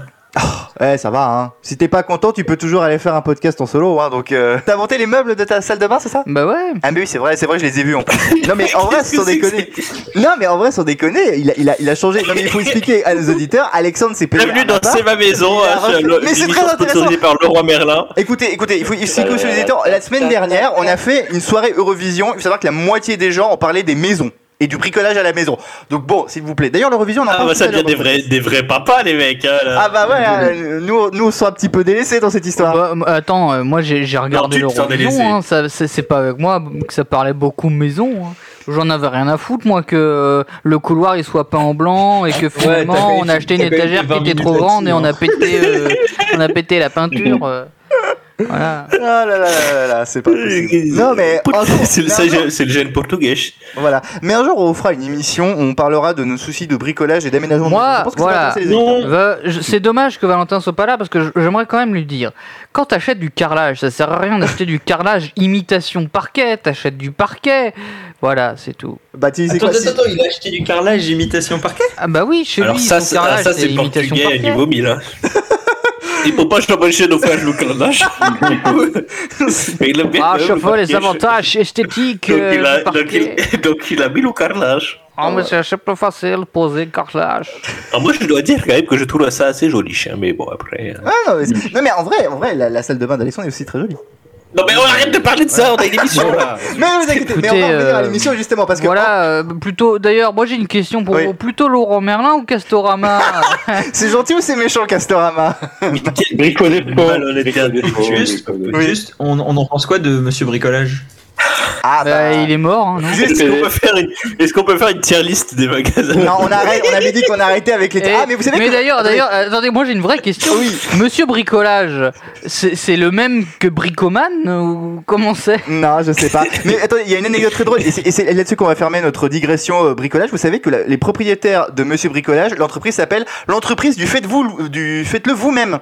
[SPEAKER 5] Ouais, ça va, hein. Si t'es pas content, tu peux toujours aller faire un podcast en solo, hein. Donc, euh, t'as monté les meubles de ta salle de bain, c'est ça
[SPEAKER 7] Bah ouais.
[SPEAKER 5] Ah, mais oui, c'est vrai, c'est vrai, je les ai vus. en- Non, mais en vrai,
[SPEAKER 8] Qu'est-ce que
[SPEAKER 5] sans
[SPEAKER 8] c'est que
[SPEAKER 5] déconner. Non, mais en vrai, sans déconner, il a, il a, il a changé. Non, mais il faut expliquer à nos auditeurs, Alexandre s'est payé.
[SPEAKER 8] Bienvenue
[SPEAKER 5] un
[SPEAKER 8] dans
[SPEAKER 5] appart.
[SPEAKER 8] C'est ma maison.
[SPEAKER 5] Il a
[SPEAKER 8] hein,
[SPEAKER 5] refait-
[SPEAKER 8] c'est le-
[SPEAKER 5] Ah bah. Mais c'est
[SPEAKER 8] l'émission
[SPEAKER 5] très intéressant.
[SPEAKER 8] sponsorisée par Leroy Merlin.
[SPEAKER 5] Écoutez, écoutez, il faut expliquer aux auditeurs. La semaine dernière, on a fait une soirée Eurovision. Il faut savoir que la moitié des gens ont parlé des maisons et du bricolage à la maison. Donc, bon, s'il vous plaît. D'ailleurs, l'Eurovision, on en
[SPEAKER 8] Ah
[SPEAKER 5] parle
[SPEAKER 8] bah
[SPEAKER 5] tout
[SPEAKER 8] ça
[SPEAKER 5] à l'heure
[SPEAKER 8] devient des
[SPEAKER 5] dans le
[SPEAKER 8] vrais,
[SPEAKER 5] podcast.
[SPEAKER 8] des vrais papas les mecs. hein, là.
[SPEAKER 5] Ah, bah ouais, hein, nous, nous, on sera un petit peu délaissés dans cette histoire.
[SPEAKER 7] Bah, m- attends, euh, moi j'ai j'ai regardé
[SPEAKER 8] tu te sens délaissé.
[SPEAKER 7] l'Eurovision, hein, ça- c'est c'est pas avec moi que ça parlait beaucoup maison. hein. J'en avais rien à foutre, moi, que euh, le couloir il soit peint en blanc et que finalement
[SPEAKER 2] t'as
[SPEAKER 7] on a acheté une
[SPEAKER 2] t'as quand même fait
[SPEAKER 7] étagère qui
[SPEAKER 2] 20
[SPEAKER 7] était trop
[SPEAKER 2] minutes
[SPEAKER 7] grande et on a
[SPEAKER 2] là-dessus, hein.
[SPEAKER 7] pété, euh, on a pété la peinture. euh, voilà.
[SPEAKER 5] Ah là là là là là, c'est pas possible. bah, Non, mais. un jour-
[SPEAKER 8] C'est le,
[SPEAKER 5] mais un
[SPEAKER 8] c'est
[SPEAKER 5] jour-
[SPEAKER 8] le- c'est le gène portugais.
[SPEAKER 5] Voilà. Mais un jour, on fera une émission où on parlera de nos soucis de bricolage et d'aménagement. de
[SPEAKER 7] Moi,
[SPEAKER 5] maison. Je pense que ça va
[SPEAKER 7] voilà.
[SPEAKER 5] intéresser les
[SPEAKER 8] Non.
[SPEAKER 7] Va- je- C'est dommage que Valentin soit pas là parce que j- j'aimerais quand même lui dire quand t'achètes du carrelage, ça sert à rien d'acheter du carrelage imitation parquet, t'achètes du parquet. Voilà, c'est tout.
[SPEAKER 5] Bah, tu sais
[SPEAKER 2] Attends,
[SPEAKER 5] quoi
[SPEAKER 2] attends,
[SPEAKER 5] si-
[SPEAKER 2] attends, il a acheté du carrelage imitation parquet
[SPEAKER 7] Ah bah oui, chez
[SPEAKER 8] Alors
[SPEAKER 7] lui,
[SPEAKER 8] ça,
[SPEAKER 7] son
[SPEAKER 8] c'est-
[SPEAKER 7] carrelage,
[SPEAKER 8] ça c'est
[SPEAKER 7] imitation
[SPEAKER 8] portugais à
[SPEAKER 7] parquet.
[SPEAKER 8] niveau 1000. Hein. Il faut pas s'empêcher de faire le carnage. Il a bien
[SPEAKER 7] Ah,
[SPEAKER 8] fait le
[SPEAKER 7] je vois les
[SPEAKER 8] parquet.
[SPEAKER 7] avantages esthétiques.
[SPEAKER 8] euh, Donc,
[SPEAKER 7] euh,
[SPEAKER 8] il a,
[SPEAKER 7] du
[SPEAKER 8] donc,
[SPEAKER 7] parquet.
[SPEAKER 8] il, donc il a mis le carrelage.
[SPEAKER 7] Ah, mais c'est c'est plus facile, poser carrelage.
[SPEAKER 8] Ah, moi je dois dire quand même que je trouve ça assez joli, hein, mais bon après. euh.
[SPEAKER 5] Ah, non, mais c'est- non, mais en vrai, en vrai la, la salle de bain d'Alexandre est aussi très jolie.
[SPEAKER 8] Non mais on arrête de parler de ça, on a une émission là.
[SPEAKER 5] Mais ne vous inquiétez, mais on va
[SPEAKER 7] Écoutez,
[SPEAKER 5] revenir à
[SPEAKER 7] euh,
[SPEAKER 5] l'émission justement parce que
[SPEAKER 7] Voilà, euh, plutôt. D'ailleurs, moi j'ai une question pour
[SPEAKER 5] Oui.
[SPEAKER 7] vous. Plutôt Laurent Merlin ou Castorama Euh,
[SPEAKER 5] oh, c'est gentil ou c'est méchant le Castorama
[SPEAKER 1] Bricolé Paul.
[SPEAKER 8] Malhonnêteté
[SPEAKER 1] Bricolé
[SPEAKER 8] affectueuse.
[SPEAKER 1] Paul, bricolé.
[SPEAKER 5] Oui.
[SPEAKER 2] Juste, on, on en pense quoi de Monsieur Bricolage
[SPEAKER 5] Ah
[SPEAKER 7] Bah,
[SPEAKER 5] bah.
[SPEAKER 7] Il est mort, hein, non
[SPEAKER 8] Est-ce qu'on peut faire une, est-ce qu'on peut faire une tier list des magasins
[SPEAKER 5] Non, on arrête, on avait dit qu'on arrêtait avec les.
[SPEAKER 7] Et-
[SPEAKER 5] Ah, mais vous savez que.
[SPEAKER 7] d'ailleurs,
[SPEAKER 5] Attendez.
[SPEAKER 7] d'ailleurs, attendez, moi j'ai une vraie question.
[SPEAKER 5] Oui.
[SPEAKER 7] Monsieur Bricolage, c'est c'est le même que Bricoman ou comment c'est
[SPEAKER 5] Non, je sais pas. Mais attendez, il y a une anecdote très drôle et c'est- et c'est là-dessus qu'on va fermer notre digression euh, bricolage. Vous savez que la- les propriétaires de Monsieur Bricolage, l'entreprise s'appelle l'entreprise du faites-vous, du faites-le vous-même.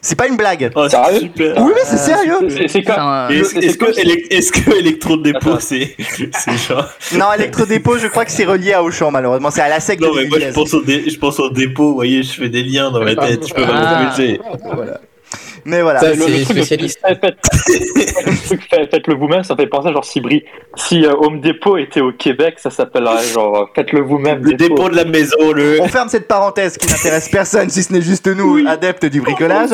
[SPEAKER 5] C'est pas une blague.
[SPEAKER 8] Oh, c'est
[SPEAKER 1] Sérieux
[SPEAKER 8] super.
[SPEAKER 5] Oui, mais c'est sérieux.
[SPEAKER 1] C'est- C'est
[SPEAKER 7] C'est
[SPEAKER 1] quoi
[SPEAKER 7] un-
[SPEAKER 8] Est-ce
[SPEAKER 1] c'est-
[SPEAKER 8] est-ce que,
[SPEAKER 1] c'est-
[SPEAKER 8] élec- est-ce que Electro Dépôt,
[SPEAKER 1] Attends.
[SPEAKER 8] c'est c'est genre.
[SPEAKER 5] Non, électrodépôt, je crois que c'est relié à Auchan, malheureusement. C'est à la sec de
[SPEAKER 8] Non, mais moi je
[SPEAKER 5] Véliez.
[SPEAKER 8] pense, au dé- je pense au dépôt, vous voyez, je fais des liens dans ma tête, je peux pas
[SPEAKER 7] Ah.
[SPEAKER 8] m'obliger.
[SPEAKER 5] Mais voilà.
[SPEAKER 10] Ça,
[SPEAKER 1] Le-
[SPEAKER 10] c'est
[SPEAKER 1] le truc de-
[SPEAKER 10] spécialiste.
[SPEAKER 1] Eh, faites- le truc, faites- Faites-le vous-même, ça fait penser à genre si, Bri- si euh, Home Depot était au Québec, ça s'appellerait genre euh, faites-le vous-même.
[SPEAKER 8] Le dépôt de la maison, le.
[SPEAKER 5] On ferme cette parenthèse qui n'intéresse personne si ce n'est juste nous, adeptes du bricolage.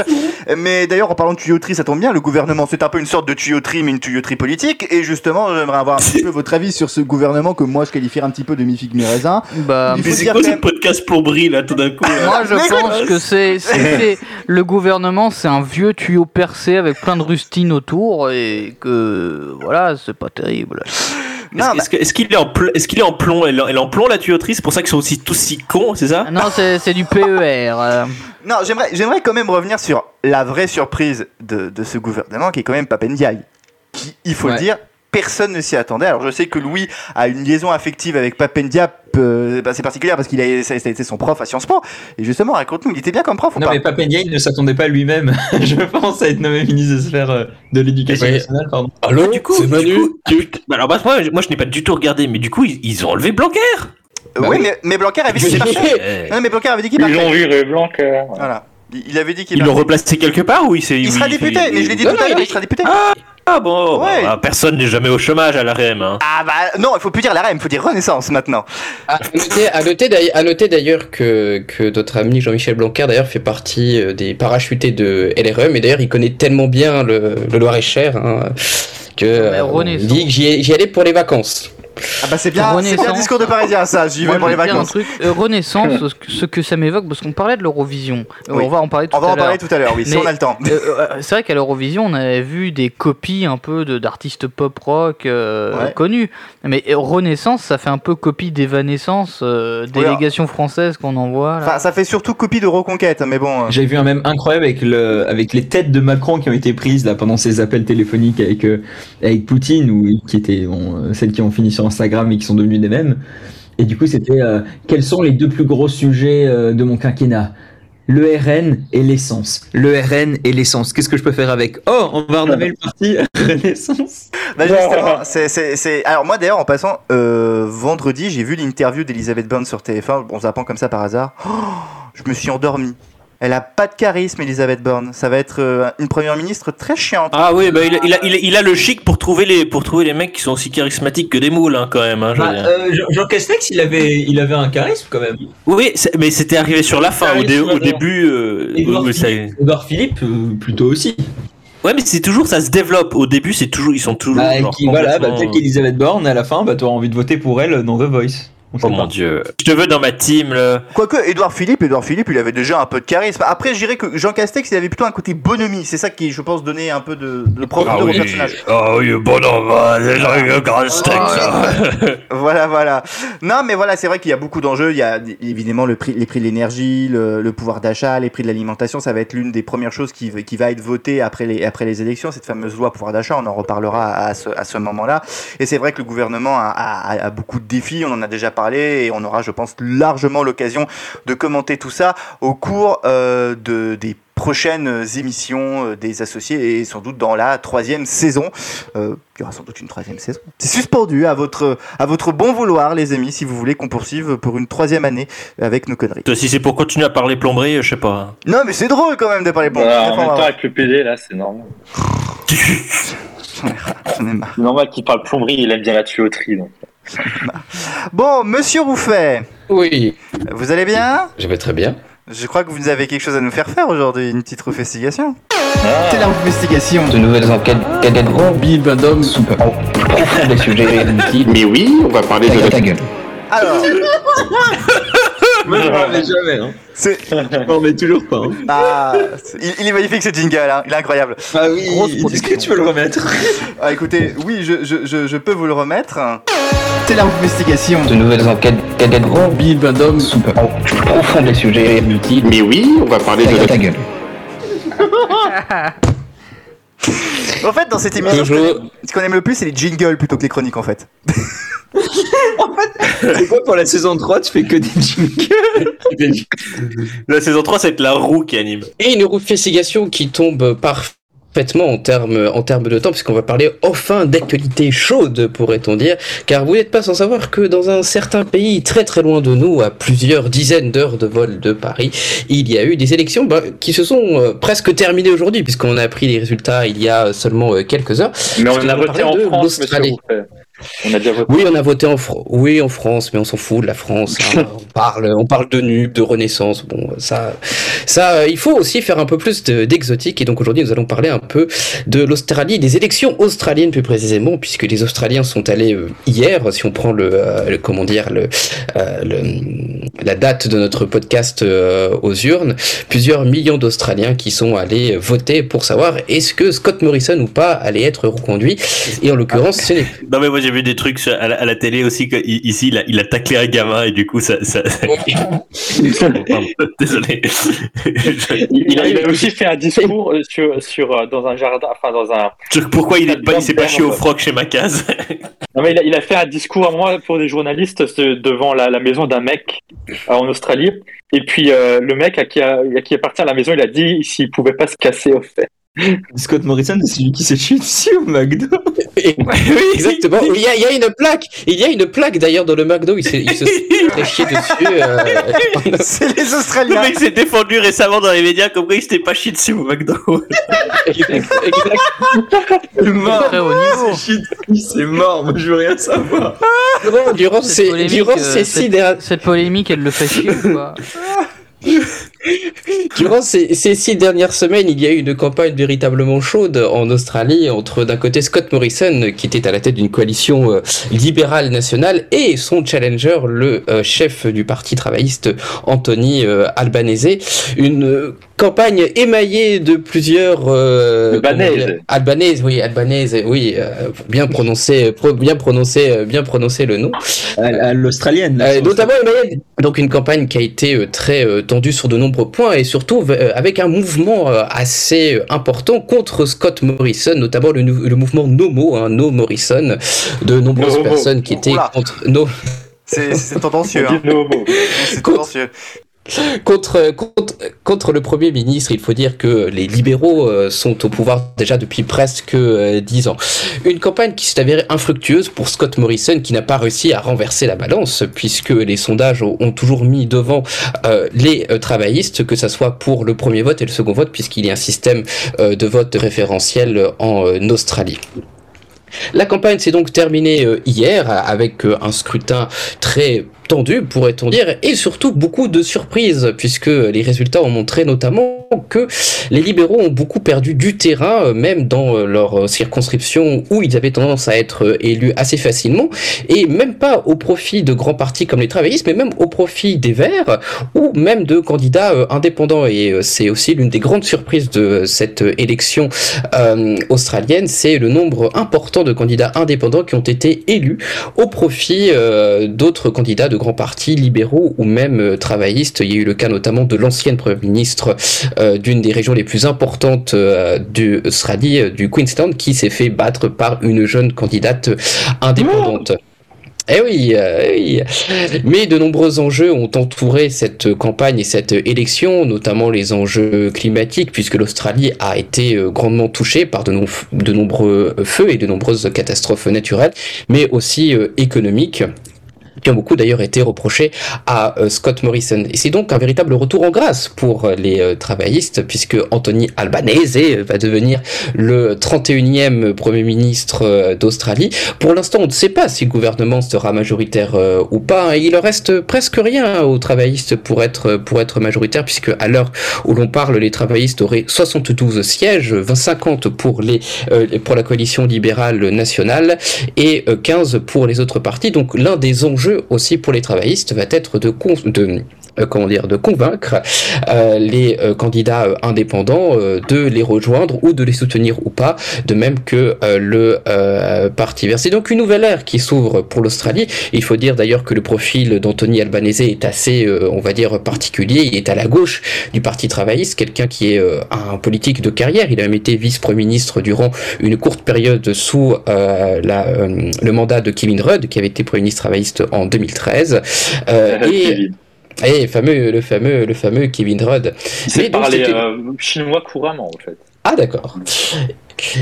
[SPEAKER 8] Ah,
[SPEAKER 5] Mais d'ailleurs, en parlant de tuyauterie, ça tombe bien, le gouvernement, c'est un peu une sorte de tuyauterie, mais une tuyauterie politique. Et justement, j'aimerais avoir un petit peu votre avis sur ce gouvernement que moi je qualifierais un petit peu de mi-figue mi-raisin.
[SPEAKER 7] Bah,
[SPEAKER 5] Il
[SPEAKER 8] Mais
[SPEAKER 5] faut
[SPEAKER 8] c'est
[SPEAKER 5] dire
[SPEAKER 8] quoi
[SPEAKER 5] quand
[SPEAKER 8] ce
[SPEAKER 5] même- Ah,
[SPEAKER 8] podcast plomberie là tout d'un coup là
[SPEAKER 7] moi je
[SPEAKER 5] Mais
[SPEAKER 7] pense que c'est c'est- c'est- le gouvernement, c'est un vieux tuyau percé avec plein de rustines autour et que voilà, c'est pas terrible.
[SPEAKER 5] Non,
[SPEAKER 8] Est-ce- Est-ce que- est-ce qu'il est, en pl- est-ce qu'il est en plomb Elle elle est en plomb la tuyauterie C'est pour ça qu'ils sont aussi tous si cons, c'est ça
[SPEAKER 7] Ah Non, c'est c'est du PER. euh.
[SPEAKER 5] Non, j'aimerais, j'aimerais quand même revenir sur la vraie surprise de, de ce gouvernement, qui est quand même Papendiaï, qui, il faut le
[SPEAKER 10] Ouais.
[SPEAKER 5] dire, personne ne s'y attendait. Alors je sais que Louis a une liaison affective avec Papendia, euh, bah, c'est particulière parce qu'il a, ça a été son prof à Sciences Po. Et justement, raconte-nous, il était bien comme prof ou
[SPEAKER 6] Non,
[SPEAKER 5] pas
[SPEAKER 6] mais Papendia, il ne s'attendait pas lui-même, je pense, à être nommé ministre des Sphères euh, de l'Éducation
[SPEAKER 10] Oui.
[SPEAKER 6] nationale, pardon.
[SPEAKER 10] Allô,
[SPEAKER 8] Ah, Du coup,
[SPEAKER 10] c'est Manu.
[SPEAKER 8] du coup, tu- bah alors bah, moi, je- moi, je n'ai pas du tout regardé, mais du coup ils, ils ont enlevé Blanquer.
[SPEAKER 5] Euh,
[SPEAKER 6] bah
[SPEAKER 5] oui,
[SPEAKER 6] oui.
[SPEAKER 5] mais, mais Ah, Blanquer avait dit qu'il partait.
[SPEAKER 8] Eh.
[SPEAKER 5] Non, mais Blanquer avait dit qu'il
[SPEAKER 1] Ils
[SPEAKER 5] partait.
[SPEAKER 1] ont viré Blanc. euh, ouais.
[SPEAKER 5] Voilà. Il il avait dit qu'il
[SPEAKER 8] Ils l'ont
[SPEAKER 5] partait.
[SPEAKER 8] replacé quelque part ou il s'est
[SPEAKER 5] Il sera député, mais je l'ai dit
[SPEAKER 10] Non,
[SPEAKER 5] tout
[SPEAKER 10] non,
[SPEAKER 5] à l'heure,
[SPEAKER 10] il-
[SPEAKER 5] il sera député.
[SPEAKER 8] Ah bon, bah,
[SPEAKER 5] Ouais.
[SPEAKER 8] bah, personne n'est jamais au chômage à la REM. Hein.
[SPEAKER 5] Ah bah non, il faut plus dire la REM, il faut dire Renaissance maintenant.
[SPEAKER 10] Ah, À noter, à noter d'ailleurs- à noter d'ailleurs que, que notre ami Jean-Michel Blanquer d'ailleurs fait partie euh, des parachutés de LREM et d'ailleurs il connaît tellement bien le, le Loir-et-Cher hein, que
[SPEAKER 7] Mais
[SPEAKER 10] euh, on
[SPEAKER 7] Renaissance.
[SPEAKER 10] dit que j'y ai- j'y allais pour les vacances.
[SPEAKER 5] Ah bah c'est bien, c'est bien
[SPEAKER 7] Renaissance.
[SPEAKER 5] discours de Parisien ça, j'y
[SPEAKER 7] Moi,
[SPEAKER 5] vais
[SPEAKER 7] je
[SPEAKER 5] pour les
[SPEAKER 7] veux dire
[SPEAKER 5] vacances.
[SPEAKER 7] Un truc, euh, Renaissance, ce que- ce que ça m'évoque, parce qu'on parlait de l'Eurovision. Euh,
[SPEAKER 5] Oui.
[SPEAKER 7] On va en parler tout
[SPEAKER 5] On va
[SPEAKER 7] à
[SPEAKER 5] en
[SPEAKER 7] l'heure.
[SPEAKER 5] parler tout à l'heure, oui, si
[SPEAKER 7] Mais-
[SPEAKER 5] on a le temps.
[SPEAKER 7] Euh, euh, c'est vrai qu'à l'Eurovision, on avait vu des copies un peu de- d'artistes pop rock euh,
[SPEAKER 5] Ouais.
[SPEAKER 7] connus. Mais euh, Renaissance, ça fait un peu copie d'Evanescence, euh, délégation française qu'on envoie. là.
[SPEAKER 5] Enfin, ça fait surtout copie de Reconquête, mais bon. euh,
[SPEAKER 2] J'ai vu un même incroyable avec, le, avec les têtes de Macron qui ont été prises là, pendant ses appels téléphoniques avec, euh, avec Poutine, ou qui étaient bon, euh, celles qui ont fini sur Instagram et qui sont devenues des mêmes. Et du coup, c'était euh, quels sont les deux plus gros sujets euh, de mon quinquennat le RN et l'essence. Le RN et l'essence. Qu'est-ce que je peux faire avec Oh, on va renommer le parti Renaissance.
[SPEAKER 5] Bah justement, c'est, c'est, c'est... Alors moi d'ailleurs en passant, euh, vendredi j'ai vu l'interview d'Elisabeth Borne sur TF1, bon zappant comme ça par hasard, Oh, je me suis endormi. Elle a pas de charisme Elisabeth Borne, ça va être euh, une première ministre très chiante.
[SPEAKER 8] Ah oui, bah, il, a, il, a, il a- il a le chic pour trouver les pour trouver les mecs qui sont aussi charismatiques que des moules hein, quand même. Hein, je veux
[SPEAKER 6] Bah,
[SPEAKER 8] dire.
[SPEAKER 6] euh, Jean- Jean Castex, il avait, il avait un charisme quand même.
[SPEAKER 8] Oui, c'est- mais c'était arrivé sur la fin. Au, dé- au début, euh,
[SPEAKER 6] Édouard
[SPEAKER 8] oui, ça-
[SPEAKER 6] Philippe, Édouard Philippe, euh, plutôt aussi.
[SPEAKER 8] ouais, mais c'est toujours ça se développe. Au début, c'est toujours ils sont toujours.
[SPEAKER 2] Bah,
[SPEAKER 8] genre,
[SPEAKER 2] qui, voilà, bah,
[SPEAKER 8] complètement-
[SPEAKER 10] euh,
[SPEAKER 2] peut-être qu'Elisabeth Borne, à la fin, bah, t'auras envie de voter pour
[SPEAKER 6] euh,
[SPEAKER 2] elle dans The Voice. On sait
[SPEAKER 8] Oh
[SPEAKER 2] pas.
[SPEAKER 8] mon dieu, je te veux dans ma team. Là.
[SPEAKER 5] Quoique Edouard Philippe, Edouard Philippe il avait déjà un peu de charisme. Après je dirais que Jean Castex il avait plutôt un côté bonhomie, c'est ça qui je pense donnait un peu de, de profondeur au personnage.
[SPEAKER 8] ah oui, bon, on va déjà eu un
[SPEAKER 2] Ah,
[SPEAKER 8] grand steak.
[SPEAKER 5] Voilà, voilà. Non, mais voilà, c'est vrai qu'il y a beaucoup d'enjeux. Il y a évidemment le prix, les prix de l'énergie, le, le pouvoir d'achat, les prix de l'alimentation. Ça va être l'une des premières choses qui, qui va être votée après les, après les élections, cette fameuse loi pouvoir d'achat. On en reparlera à ce, à ce moment-là. Et c'est vrai que le gouvernement a, a- a beaucoup de défis. On en a déjà parlé et on aura, je pense, largement l'occasion de commenter tout ça au cours euh, de, des prochaines émissions euh, des associés et sans doute dans la troisième saison. Euh, il y aura sans doute une troisième saison. C'est suspendu à votre, à votre bon vouloir, les amis, si vous voulez qu'on poursuive pour une troisième année avec nos conneries.
[SPEAKER 8] Euh, Si c'est pour continuer à parler plomberie, euh, je sais pas. hein.
[SPEAKER 5] Non, mais c'est drôle quand même de parler bon.
[SPEAKER 1] Voilà, en même temps, avec le PD, là, c'est normal. C'est normal qu'il parle plomberie, il aime bien la tuyauterie. Donc.
[SPEAKER 5] Bon, monsieur Rouffet,
[SPEAKER 10] Oui,
[SPEAKER 5] vous allez bien
[SPEAKER 10] je vais très bien.
[SPEAKER 5] Je crois que vous avez quelque chose à nous faire faire aujourd'hui, une petite roufestigation.
[SPEAKER 1] Ah.
[SPEAKER 5] C'est la roufestigation.
[SPEAKER 4] de nouvelles enquêtes cadettes bombardom en profond des sujets inutiles. Mais oui, on va parler de ta gueule.
[SPEAKER 5] Alors,
[SPEAKER 2] Moi, je m'en vais jamais. Hein.
[SPEAKER 5] c'est...
[SPEAKER 2] Non, mais toujours pas. hein.
[SPEAKER 5] Ah, c'est- il, il est magnifique ce jingle, hein, il est incroyable.
[SPEAKER 2] Ah oui,
[SPEAKER 7] Grosse
[SPEAKER 2] est-ce
[SPEAKER 7] production.
[SPEAKER 2] que tu veux le remettre
[SPEAKER 5] Ah, écoutez, oui, je, je, je, je peux vous le remettre. C'est la roufestigation.
[SPEAKER 4] De nouvelles enquêtes cadettes bombardom en profond des sujets inutiles. Mais oui, on va parler de ta gueule.
[SPEAKER 5] En fait, dans cette émission,
[SPEAKER 10] Toujours.
[SPEAKER 5] ce qu'on aime le plus, c'est les jingles plutôt que les chroniques, en fait.
[SPEAKER 2] C'est quoi pour la saison 3 Tu fais que des jingles
[SPEAKER 8] La saison 3, ça va être la roue qui anime.
[SPEAKER 10] Et une roufestigation qui tombe parfaitement en termes en termes de temps, puisqu'on va parler enfin d'actualité chaude, pourrait-on dire, car vous n'êtes pas sans savoir que dans un certain pays très très loin de nous, à plusieurs dizaines d'heures de vol de Paris, il y a eu des élections bah, qui se sont euh, presque terminées aujourd'hui, puisqu'on a appris les résultats il y a seulement euh, quelques heures.
[SPEAKER 1] Mais on
[SPEAKER 10] Puisqu'on
[SPEAKER 1] a
[SPEAKER 10] va
[SPEAKER 1] voté
[SPEAKER 10] parler
[SPEAKER 1] en
[SPEAKER 10] de
[SPEAKER 1] France, monsieur
[SPEAKER 10] l'Australie.
[SPEAKER 1] Rouffet. On a déjà voté.
[SPEAKER 10] Euh, Oui, on a voté en France. Oui, en France, mais on s'en fout de la France. hein. on parle, on parle de NUP, de Renaissance. Bon, ça, ça, euh, il faut aussi faire un peu plus de- d'exotique. Et donc aujourd'hui, nous allons parler un peu de l'Australie, des élections australiennes plus précisément, puisque les Australiens sont allés euh, hier. Si on prend le, euh, le- comment dire, le, euh, le- la date de notre podcast euh, aux urnes, plusieurs millions d'Australiens qui sont allés voter pour savoir est-ce que Scott Morrison ou pas allait être reconduit. Et en l'occurrence, ce n'est
[SPEAKER 8] Non mais moi j'ai vu des trucs sur- à la, à la télé aussi que i- ici il a, il a taclé un gamin et du coup ça. ça- Oh, Pardon, Désolé. Je-
[SPEAKER 1] Il a, il
[SPEAKER 10] Ah
[SPEAKER 1] a aussi fait un discours euh, sur, sur, euh, dans un jardin, enfin dans un.
[SPEAKER 8] je- Pourquoi il est pas, il s'est pas chié au froc chez ma case
[SPEAKER 1] Non mais il a, il a fait un discours à moi pour des journalistes euh, ce- devant la, la maison d'un mec euh, en Australie. Et puis euh, le mec à qui, a- à qui appartient à la maison, il a dit s'il pouvait pas se casser au fait.
[SPEAKER 2] Scott Morrison, c'est celui qui s'est chié dessus au McDo.
[SPEAKER 10] Exactement. Il y, a, il y a une plaque. Il y a une plaque d'ailleurs dans le McDo. Il se, il se fait chier dessus. euh,
[SPEAKER 5] C'est les
[SPEAKER 8] Le
[SPEAKER 5] Australiens.
[SPEAKER 8] mec s'est défendu récemment dans les médias comme quoi il s'était pas chié dessus au McDo.
[SPEAKER 7] Très haut niveau.
[SPEAKER 2] C'est mort, moi je veux rien savoir.
[SPEAKER 10] durant, durant
[SPEAKER 7] Cette
[SPEAKER 10] ces,
[SPEAKER 7] polémique,
[SPEAKER 10] durant
[SPEAKER 7] euh,
[SPEAKER 10] ces six
[SPEAKER 7] cette,
[SPEAKER 10] dernières,
[SPEAKER 7] cette polémique, elle le fait chier ou quoi
[SPEAKER 10] durant ces, ces six dernières semaines, il y a eu une campagne véritablement chaude en Australie entre d'un côté Scott Morrison qui était à la tête d'une coalition euh, libérale nationale et son challenger, le euh, chef du parti travailliste Anthony euh, Albanese. Une euh, campagne émaillée de plusieurs euh,
[SPEAKER 1] Albanese.
[SPEAKER 10] comment dire, Albanaise, oui, albanaise, oui, euh, bien prononcé, pro- bien prononcé, euh, bien prononcé le nom.
[SPEAKER 2] À, à l'australienne. là,
[SPEAKER 10] Euh,
[SPEAKER 2] sur-
[SPEAKER 10] notamment Emmanuel. Donc une campagne qui a été euh, très euh, tendue sur de nombreux points et surtout euh, avec un mouvement euh, assez euh, important contre Scott Morrison, notamment le, nou- le mouvement Nomo, hein, No Morrison, de nombreuses
[SPEAKER 1] No Homo.
[SPEAKER 10] personnes qui étaient
[SPEAKER 5] Oula.
[SPEAKER 10] contre No
[SPEAKER 5] C'est c'est tendancieux.
[SPEAKER 1] On
[SPEAKER 5] hein.
[SPEAKER 1] dit nos mots.
[SPEAKER 5] C'est
[SPEAKER 10] Contre-
[SPEAKER 5] tendancieux.
[SPEAKER 10] contre, contre, contre le Premier ministre, il faut dire que les libéraux euh, sont au pouvoir déjà depuis presque euh, 10 ans. Une campagne qui s'est avérée infructueuse pour Scott Morrison qui n'a pas réussi à renverser la balance puisque les sondages ont, ont toujours mis devant euh, les euh, travaillistes, que ça soit pour le premier vote et le second vote puisqu'il y a un système euh, de vote référentiel euh, en euh, Australie. La campagne s'est donc terminée euh, hier avec euh, un scrutin très tendu, pourrait-on dire, et surtout beaucoup de surprises, puisque les résultats ont montré notamment que les libéraux ont beaucoup perdu du terrain, euh, même dans euh, leur euh, circonscription où ils avaient tendance à être euh, élus assez facilement, et même pas au profit de grands partis comme les travaillistes, mais même au profit des Verts, ou même de candidats euh, indépendants. Et euh, c'est aussi l'une des grandes surprises de euh, cette euh, élection euh, australienne, c'est le nombre important de candidats indépendants qui ont été élus au profit euh, d'autres candidats de grands partis libéraux ou même euh, travaillistes. Il y a eu le cas notamment de l'ancienne Premier ministre euh, d'une des régions les plus importantes euh, du Australie, euh, du Queensland, qui s'est fait battre par une jeune candidate euh, indépendante. Eh oui, euh, eh oui. Mais de nombreux enjeux ont entouré cette campagne et cette élection, notamment les enjeux climatiques, puisque l'Australie a été euh, grandement touchée par de, nom- de nombreux feux et de nombreuses catastrophes naturelles, mais aussi euh, économiques qui ont beaucoup d'ailleurs été reprochés à euh, Scott Morrison. Et c'est donc un véritable retour en grâce pour euh, les euh, travaillistes, puisque Anthony Albanese euh, va devenir le 31e Premier ministre euh, d'Australie. Pour l'instant, on ne sait pas si le gouvernement sera majoritaire euh, ou pas. Et il ne reste presque rien aux travaillistes pour être, euh, pour être majoritaire, puisque à l'heure où l'on parle, les travaillistes auraient 72 sièges, 20 50 pour, les, euh, pour la coalition libérale nationale et euh, 15 pour les autres partis. Donc l'un des enjeux aussi pour les travaillistes va être de... con- de euh, comment dire, de convaincre euh, les euh, candidats euh, indépendants euh, de les rejoindre ou de les soutenir ou pas, de même que euh, le euh, Parti vert. C'est donc une nouvelle ère qui s'ouvre pour l'Australie. Il faut dire d'ailleurs que le profil d'Anthony Albanese est assez, euh, on va dire, particulier. Il est à la gauche du Parti travailliste, quelqu'un qui est euh, un politique de carrière. Il a même été vice-premier ministre durant une courte période sous euh, la, euh, le mandat de Kevin Rudd, qui avait été premier ministre travailliste en 2013. Euh, et,
[SPEAKER 1] Il
[SPEAKER 10] et Eh, fameux, le fameux, le fameux Kevin Rudd. Mais
[SPEAKER 1] sait
[SPEAKER 10] donc,
[SPEAKER 1] parler
[SPEAKER 5] euh,
[SPEAKER 10] c'était-
[SPEAKER 1] euh, chinois couramment en fait.
[SPEAKER 10] Ah d'accord.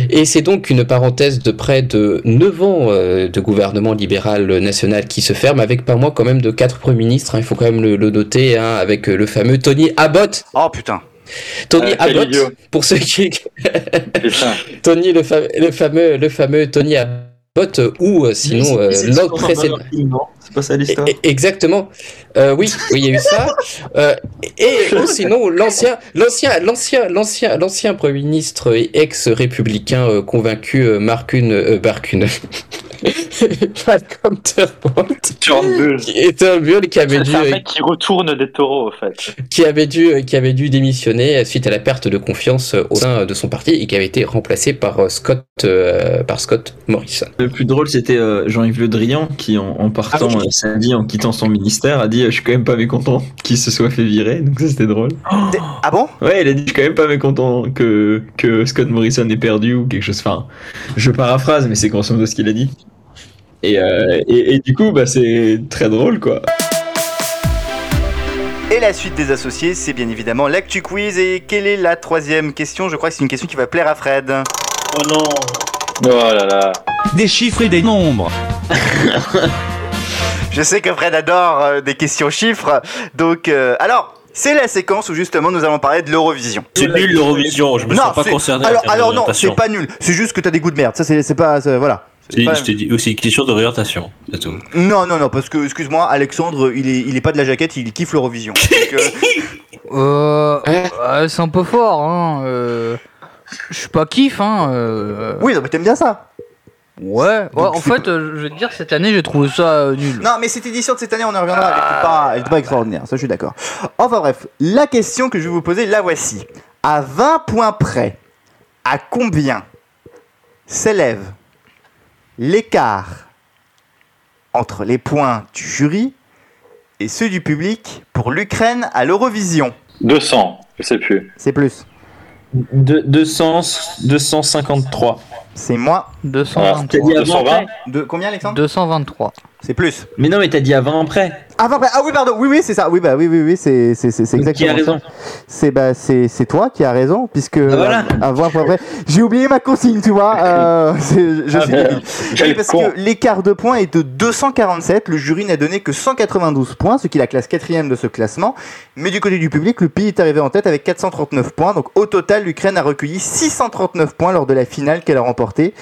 [SPEAKER 10] Et c'est donc une parenthèse de près de 9 ans euh, de gouvernement libéral national qui se ferme, avec par mois quand même de 4 premiers ministres, hein, il faut quand même le, le noter, hein, avec euh, le fameux Tony Abbott.
[SPEAKER 5] Oh putain
[SPEAKER 10] Tony
[SPEAKER 5] Euh, quel
[SPEAKER 10] Abbott,
[SPEAKER 5] idiot.
[SPEAKER 10] pour ceux qui...
[SPEAKER 1] Putain.
[SPEAKER 10] Tony, le, fa- le fameux, le fameux Tony Abbott, euh, ou euh, sinon euh, l'autre précédent...
[SPEAKER 6] C'est pas ça l'histoire
[SPEAKER 10] E- Exactement. Euh, oui, oui, il y a eu ça. Euh, et ou sinon, l'ancien, l'ancien, l'ancien, l'ancien, l'ancien premier ministre et ex-républicain euh, convaincu euh, Marcune, euh, Barcune. Malcolm Turnbull.
[SPEAKER 1] Turnbull.
[SPEAKER 10] Qui est Turnbull qui avait dû, euh,
[SPEAKER 1] C'est un mec qui retourne des taureaux, en fait.
[SPEAKER 10] qui avait dû, euh, qui avait dû démissionner suite à la perte de confiance euh, au sein de son parti et qui avait été remplacé par euh, Scott, euh, par Scott Morrison.
[SPEAKER 6] Le plus drôle, c'était euh, Jean-Yves Le Drian qui, en, en partant
[SPEAKER 10] Ah
[SPEAKER 6] euh, samedi, en quittant son ministère, a dit euh, Je suis quand même pas mécontent qu'il se soit fait virer. Donc, ça, c'était drôle.
[SPEAKER 5] Ah bon
[SPEAKER 6] Ouais, il a dit Je suis quand même pas mécontent que, que Scott Morrison ait perdu ou quelque chose. Enfin, je paraphrase, mais c'est grosso modo ce qu'il a dit. Et, euh, et, et du coup, bah, c'est très drôle, quoi.
[SPEAKER 5] Et la suite des associés, c'est bien évidemment l'actu quiz. Et quelle est la troisième question Je crois que c'est une question qui va plaire à Fred.
[SPEAKER 8] Oh non
[SPEAKER 1] Oh là là.
[SPEAKER 9] Des chiffres et des nombres.
[SPEAKER 5] Je sais que Fred adore euh, des questions chiffres. Donc, euh, alors, c'est la séquence où justement nous allons parler de l'Eurovision.
[SPEAKER 8] C'est nul l'Eurovision, je me sens pas
[SPEAKER 5] c'est-
[SPEAKER 8] concerné. à
[SPEAKER 5] Alors,
[SPEAKER 8] faire
[SPEAKER 5] alors non,
[SPEAKER 8] d'orientation.
[SPEAKER 5] c'est pas nul. C'est juste que t'as des goûts de merde. Ça, c'est c'est pas. c'est- Voilà. C'est
[SPEAKER 8] Si,
[SPEAKER 5] pas-
[SPEAKER 8] Je t'ai dit, aussi une question d'orientation, c'est tout.
[SPEAKER 5] Non, non, non, parce que, excuse-moi, Alexandre, il est, il est pas de la jaquette, il kiffe l'Eurovision. Donc, euh,
[SPEAKER 7] Euh, euh, c'est un peu fort, hein. euh, je suis pas kiff, hein. euh,
[SPEAKER 5] Oui, non, mais t'aimes bien ça.
[SPEAKER 7] Ouais, ouais,
[SPEAKER 5] Donc,
[SPEAKER 7] en
[SPEAKER 5] c'est
[SPEAKER 7] fait, euh, je vais te dire, cette année, j'ai trouvé ça euh, nul.
[SPEAKER 5] Non, mais cette édition de cette année, on en reviendra. Elle n'était pas, elle était pas extraordinaire, ça je suis d'accord. Enfin bref, la question que je vais vous poser, la voici. À 20 points près, à combien s'élève l'écart entre les points du jury et ceux du public pour l'Ukraine à l'Eurovision
[SPEAKER 1] 200, je sais plus.
[SPEAKER 5] C'est plus.
[SPEAKER 6] 200, 253.
[SPEAKER 5] C'est moins.
[SPEAKER 1] Alors,
[SPEAKER 7] 223.
[SPEAKER 1] t'as dit avant, 220.
[SPEAKER 5] De combien, Alexandre
[SPEAKER 7] 223.
[SPEAKER 5] C'est plus.
[SPEAKER 6] Mais non, mais t'as dit à 20 après.
[SPEAKER 5] Ah, bah, bah, ah oui, pardon, oui, oui, c'est ça. Oui, bah oui, oui, oui, c'est c'est- c'est- c'est exactement
[SPEAKER 6] Qui a raison
[SPEAKER 5] ça. C'est bah, c'est c'est toi qui as raison, puisque euh,
[SPEAKER 6] voilà.
[SPEAKER 5] à, à voir pour vrai. J'ai oublié ma consigne, tu vois. euh, c'est- je
[SPEAKER 1] Ah
[SPEAKER 5] suis
[SPEAKER 1] merde,
[SPEAKER 5] débile.
[SPEAKER 1] quel
[SPEAKER 5] Oui, parce
[SPEAKER 1] con.
[SPEAKER 5] que l'écart de points est de 247. Le jury n'a donné que 192 points, ce qui la classe quatrième de ce classement. Mais du côté du public, le pays est arrivé en tête avec 439 points. Donc au total, l'Ukraine a recueilli 639 points lors de la finale qu'elle a remportée.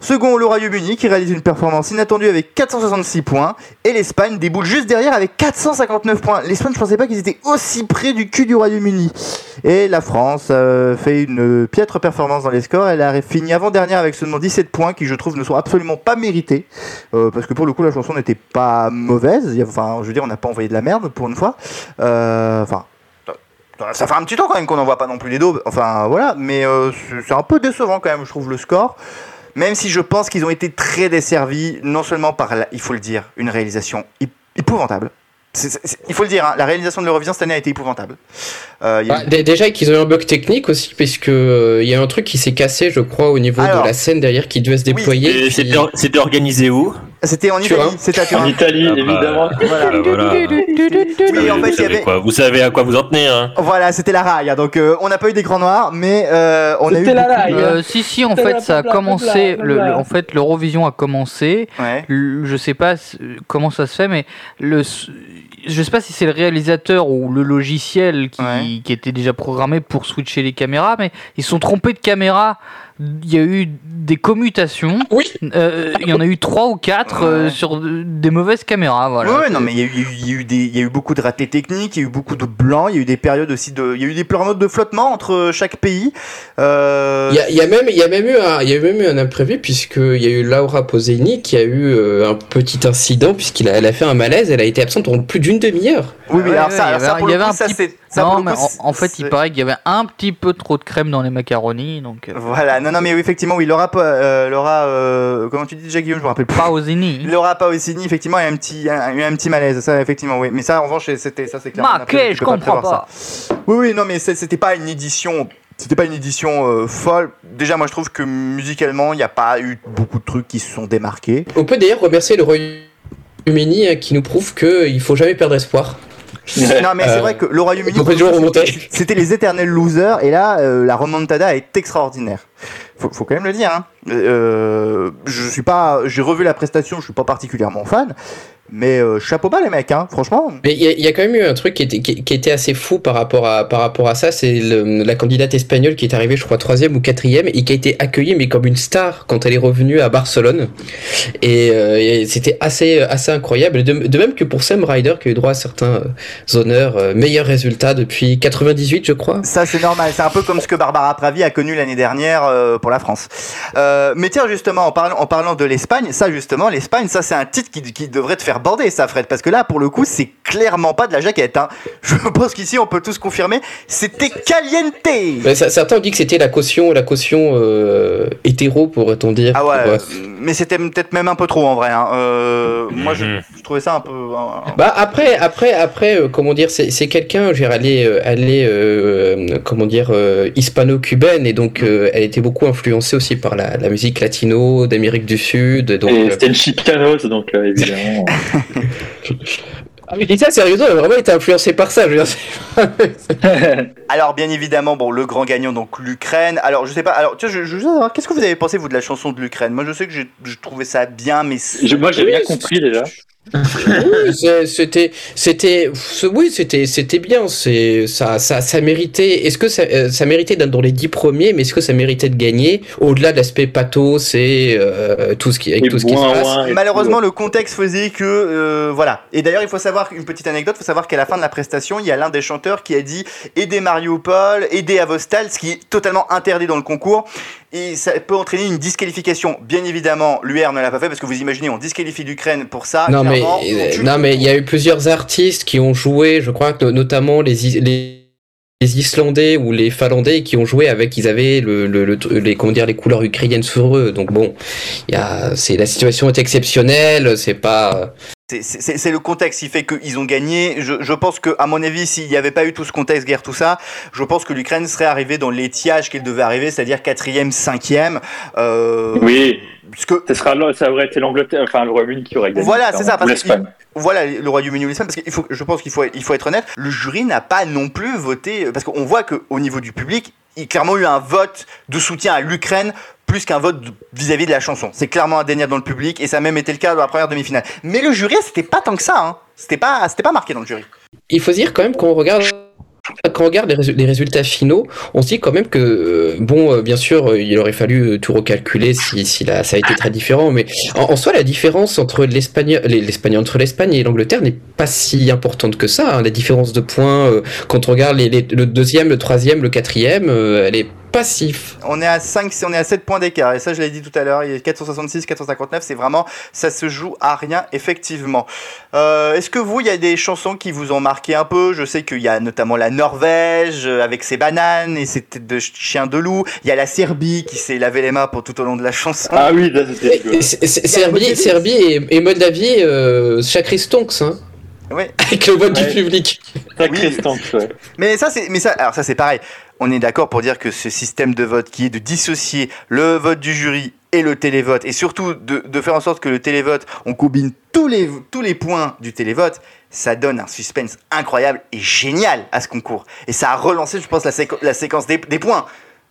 [SPEAKER 5] Second, le Royaume-Uni qui réalise une performance inattendue avec 466 points. Et l'Espagne déboule juste derrière avec 459 points. L'Espagne, je pensais pas qu'ils étaient aussi près du cul du Royaume-Uni. Et la France euh, fait une piètre performance dans les scores. Elle a fini avant-dernière avec seulement 17 points qui, je trouve, ne sont absolument pas mérités. Euh, parce que pour le coup, la chanson n'était pas mauvaise. Il y a- Enfin, je veux dire, on n'a pas envoyé de la merde pour une fois. Euh, Enfin. Ça fait un petit temps quand même qu'on n'en voit pas non plus les daubes. Enfin voilà, mais euh, c'est- c'est un peu décevant quand même, je trouve, le score. Même si je pense qu'ils ont été très desservis, non seulement par, la- il faut le dire, une réalisation ép- épouvantable. C'est- c'est- c'est- il faut le dire, hein, la réalisation de l'Eurovision cette année a été épouvantable. Euh, il y a eu-
[SPEAKER 10] Ah, dé- déjà qu'ils ont eu un bug technique aussi, parce que euh, il y a un truc qui s'est cassé, je crois, au niveau
[SPEAKER 5] Alors.
[SPEAKER 10] de la scène derrière qui devait se déployer.
[SPEAKER 8] Et
[SPEAKER 10] puis-
[SPEAKER 8] C'était or- c'était organisé où
[SPEAKER 5] C'était en
[SPEAKER 10] Tu
[SPEAKER 5] Italie,
[SPEAKER 10] vois
[SPEAKER 5] c'était à
[SPEAKER 1] En
[SPEAKER 5] Turin.
[SPEAKER 1] Italie,
[SPEAKER 8] Ah bah,
[SPEAKER 1] évidemment.
[SPEAKER 5] Voilà.
[SPEAKER 8] Ah, voilà.
[SPEAKER 5] Oui, en
[SPEAKER 8] vous,
[SPEAKER 5] fait, il y
[SPEAKER 8] savez
[SPEAKER 5] avait.
[SPEAKER 8] quoi, vous savez à quoi vous en tenez, hein
[SPEAKER 5] Voilà, c'était la raille. hein, Donc, euh, on n'a pas eu d'écran noir, mais euh, on a eu.
[SPEAKER 1] C'était la
[SPEAKER 5] beaucoup-
[SPEAKER 1] raille.
[SPEAKER 7] Euh, si si en fait ça a commencé le, le- en fait l'Eurovision a commencé
[SPEAKER 5] Ouais.
[SPEAKER 7] Le- je sais pas c- comment ça se fait mais le s- je sais pas si c'est le réalisateur ou le logiciel qui,
[SPEAKER 5] Ouais.
[SPEAKER 7] qui était déjà programmé pour switcher les caméras mais ils se sont trompés de caméra il y a eu des commutations
[SPEAKER 10] Oui.
[SPEAKER 7] Euh, il y en a eu trois ou quatre euh,
[SPEAKER 5] Ouais.
[SPEAKER 7] sur de- des mauvaises caméras voilà
[SPEAKER 5] Ouais, ouais, non, mais il y, a eu- il y a eu- il y a eu des- il y a eu beaucoup de ratés techniques, il y a eu beaucoup de blancs, il y a eu des périodes aussi de. Il y a eu des plans de flottement entre chaque pays. Euh,
[SPEAKER 10] Il y a, il y a même, il y a même eu un, il y a même eu un imprévu puisque il y a eu Laura Poseni qui a eu euh, un petit incident puisqu'il a, elle a fait un malaise, elle a été absente pendant plus d'une demi-heure.
[SPEAKER 5] Oui,
[SPEAKER 7] Ouais,
[SPEAKER 5] oui, alors
[SPEAKER 7] ouais,
[SPEAKER 5] ça,
[SPEAKER 7] il y
[SPEAKER 5] alors ça,
[SPEAKER 7] avait-
[SPEAKER 5] pour
[SPEAKER 7] il y
[SPEAKER 5] le
[SPEAKER 7] avait
[SPEAKER 5] coup,
[SPEAKER 7] un
[SPEAKER 5] ça,
[SPEAKER 7] petit-
[SPEAKER 5] c'est. ça, pour
[SPEAKER 7] non,
[SPEAKER 5] le
[SPEAKER 7] mais
[SPEAKER 5] coup,
[SPEAKER 7] en, en fait, il
[SPEAKER 5] c'est-
[SPEAKER 7] paraît qu'il y avait un petit peu trop de crème dans les macaronis, donc euh,
[SPEAKER 5] Voilà, non, non, mais oui, effectivement, oui, Laura. euh, Laura euh, comment tu dis déjà, Guillaume Je me rappelle plus.
[SPEAKER 7] pas aux unis.
[SPEAKER 5] Laura Pausini, effectivement, a eu un petit, un, eu un petit malaise, ça, effectivement, oui. Mais ça, en revanche, c'était, ça, c'est clair. on a prévu, tu
[SPEAKER 7] Maquet, Bah, je
[SPEAKER 5] peux pas
[SPEAKER 7] comprends
[SPEAKER 5] prévoir ça.
[SPEAKER 7] pas.
[SPEAKER 5] Oui, oui, non, mais c'est- c'était pas une édition. C'était pas une édition euh, folle. Déjà, moi, je trouve que musicalement, il n'y a pas eu beaucoup de trucs qui se sont démarqués.
[SPEAKER 10] On peut d'ailleurs remercier le Royaume-Uni hein, qui nous prouve que il faut jamais perdre espoir.
[SPEAKER 5] Non, mais c'est vrai que le Royaume-Uni,
[SPEAKER 10] On peut toujours remonter.
[SPEAKER 5] c'était les éternels losers, et là, euh, la remontada est extraordinaire. Faut, faut quand même le dire. Hein. Euh, je suis pas, j'ai revu la prestation, je suis pas particulièrement fan, mais euh, chapeau bas les mecs, hein, franchement.
[SPEAKER 10] Mais il y, a- il y a quand même eu un truc qui était, qui, qui était assez fou par rapport à, par rapport à ça. C'est le- la candidate espagnole qui est arrivée, je crois, troisième ou quatrième et qui a été accueillie, mais comme une star quand elle est revenue à Barcelone. Et, euh, et c'était assez, assez incroyable. De, de même que pour Sam Ryder, qui a eu droit à certains euh, honneurs, euh, meilleurs résultats depuis 98, je crois.
[SPEAKER 5] Ça, c'est normal. C'est un peu comme ce que Barbara Pravi a connu l'année dernière euh, pour la France. Euh, mais tiens, justement, en parlant, en parlant de l'Espagne, ça, justement, l'Espagne, ça, c'est un titre qui, qui devrait te faire bander, ça, Fred. Parce que là, pour le coup, c'est clairement pas de la jaquette. hein. Je pense qu'ici, on peut tous confirmer, c'était caliente.
[SPEAKER 10] Mais ça- certains ont dit que c'était la caution, la caution euh, hétéro, pourrait-on dire.
[SPEAKER 5] Ah ouais,
[SPEAKER 10] pour, euh,
[SPEAKER 5] mais c'était peut-être même un peu trop en vrai. hein. Euh, Moi, je, je trouvais ça un peu. un- un-
[SPEAKER 10] Bah après, après, après, euh, comment dire, c'est c'est quelqu'un, je vais aller, euh, aller, euh, euh, comment dire, euh, hispano-cubaine et donc euh, elle était beaucoup influencée aussi par la, la musique latino d'Amérique du Sud. Donc,
[SPEAKER 1] Et
[SPEAKER 10] euh,
[SPEAKER 1] c'était une chicaneuse, donc euh, évidemment.
[SPEAKER 10] ah, mais je dis ça sérieusement, elle a vraiment été influencée par ça. Je veux dire, c'est-
[SPEAKER 5] Alors, bien évidemment, bon, le grand gagnant, donc l'Ukraine. Alors, je sais pas, alors, tu vois, je, je veux savoir, qu'est-ce que vous avez pensé, vous, de la chanson de l'Ukraine Moi, je sais que j'ai- je trouvais ça bien, mais. c'est-
[SPEAKER 1] Je- moi, j'ai rien compris déjà.
[SPEAKER 10] oui, c'est- c'était, c'était, c'est- oui, c'était, c'était bien. C'est ça, ça, ça méritait. Est-ce que ça, euh, ça méritait d'être dans les dix premiers, mais est-ce que ça méritait de gagner au-delà de l'aspect pathos et euh, tout ce qui, avec
[SPEAKER 1] Et
[SPEAKER 10] tout ce qui se
[SPEAKER 1] boin,
[SPEAKER 10] passe.
[SPEAKER 1] boin, et
[SPEAKER 5] Malheureusement,
[SPEAKER 1] tout.
[SPEAKER 5] le contexte faisait que euh, voilà. Et d'ailleurs, il faut savoir une petite anecdote. Il faut savoir qu'à la fin de la prestation, il y a l'un des chanteurs qui a dit aider Mariupol, aider Avostal, ce qui est totalement interdit dans le concours. Et ça peut entraîner une disqualification. Bien évidemment, l'UR ne l'a pas fait parce que vous imaginez, on disqualifie l'Ukraine pour ça.
[SPEAKER 10] Non mais,
[SPEAKER 5] clairement, on
[SPEAKER 10] euh,
[SPEAKER 5] tue.
[SPEAKER 10] non mais il y a eu plusieurs artistes qui ont joué, je crois que no- notamment les, Is- les, les Islandais ou les Finlandais qui ont joué avec, ils avaient le, le- le tr- les, comment dire, les couleurs ukrainiennes sur eux. Donc bon, il y a, c'est, la situation est exceptionnelle, c'est pas...
[SPEAKER 5] C'est- C'est c'est- c'est le contexte qui fait qu'ils ont gagné. Je, je pense que, à mon avis, s'il n'y avait pas eu tout ce contexte, guerre, tout ça, je pense que l'Ukraine serait arrivée dans l'étiage qu'elle devait arriver, c'est-à-dire quatrième, cinquième. Euh,
[SPEAKER 1] Oui,
[SPEAKER 5] Parce que
[SPEAKER 1] ce sera, ça aurait été l'Angleterre, enfin le Royaume-Uni qui aurait gagné.
[SPEAKER 5] Voilà, c'est ça,
[SPEAKER 1] Ou
[SPEAKER 5] parce que-
[SPEAKER 1] l'Espagne.
[SPEAKER 5] voilà le Royaume-Uni ou l'Espagne, parce qu'il faut, je pense qu'il faut, il faut être honnête, le jury n'a pas non plus voté, parce qu'on voit qu'au niveau du public, il y a clairement eu un vote de soutien à l'Ukraine plus qu'un vote de- vis-à-vis de la chanson. C'est clairement indéniable dans le public, et ça a même été le cas dans la première demi-finale. Mais le jury, c'était pas tant que ça, hein. C'était pas, c'était pas marqué dans le jury.
[SPEAKER 10] Il faut dire quand même qu'on regarde... Quand on regarde les résu- les résultats finaux, on se dit quand même que, euh, bon, euh, bien sûr, euh, il aurait fallu euh, tout recalculer si, si là, ça a été très différent, mais en, en soi, la différence entre l'Espagne, les- l'Espagne entre l'Espagne et l'Angleterre n'est pas si importante que ça. hein. La différence de points, euh, quand on regarde les- les- le deuxième, le troisième, le quatrième, euh, elle est pas si f-
[SPEAKER 5] On est à 5, on est à 7 points d'écart, et ça, je l'ai dit tout à l'heure, il y a 466, 459, c'est vraiment, ça se joue à rien, effectivement. Euh, Est-ce que vous, il y a des chansons qui vous ont marqué un peu Je sais qu'il y a notamment la Norvège euh, avec ses bananes et ses têtes de ch- chiens de loup. Il y a la Serbie qui s'est lavé les mains pour tout au long de la chanson.
[SPEAKER 1] Ah oui, ça c'était
[SPEAKER 10] Et- et-
[SPEAKER 1] rigolo.
[SPEAKER 10] c'est- c'est-
[SPEAKER 5] Il y a un
[SPEAKER 10] Serbie,
[SPEAKER 5] motif.
[SPEAKER 10] Serbie et, et Moldavie, euh, Chakri Stonks, hein,
[SPEAKER 5] Ouais.
[SPEAKER 10] avec le vote
[SPEAKER 1] Ouais.
[SPEAKER 10] du public.
[SPEAKER 1] Sacré
[SPEAKER 5] oui.
[SPEAKER 1] Stonks, ouais.
[SPEAKER 5] Mais ça, c'est, mais ça, alors ça, c'est pareil. On est d'accord pour dire que ce système de vote qui est de dissocier le vote du jury et le télévote, et surtout de, de faire en sorte que le télévote, on combine tous les, tous les points du télévote, ça donne un suspense incroyable et génial à ce concours. Et ça a relancé, je pense, la, séqu- la séquence des, des points.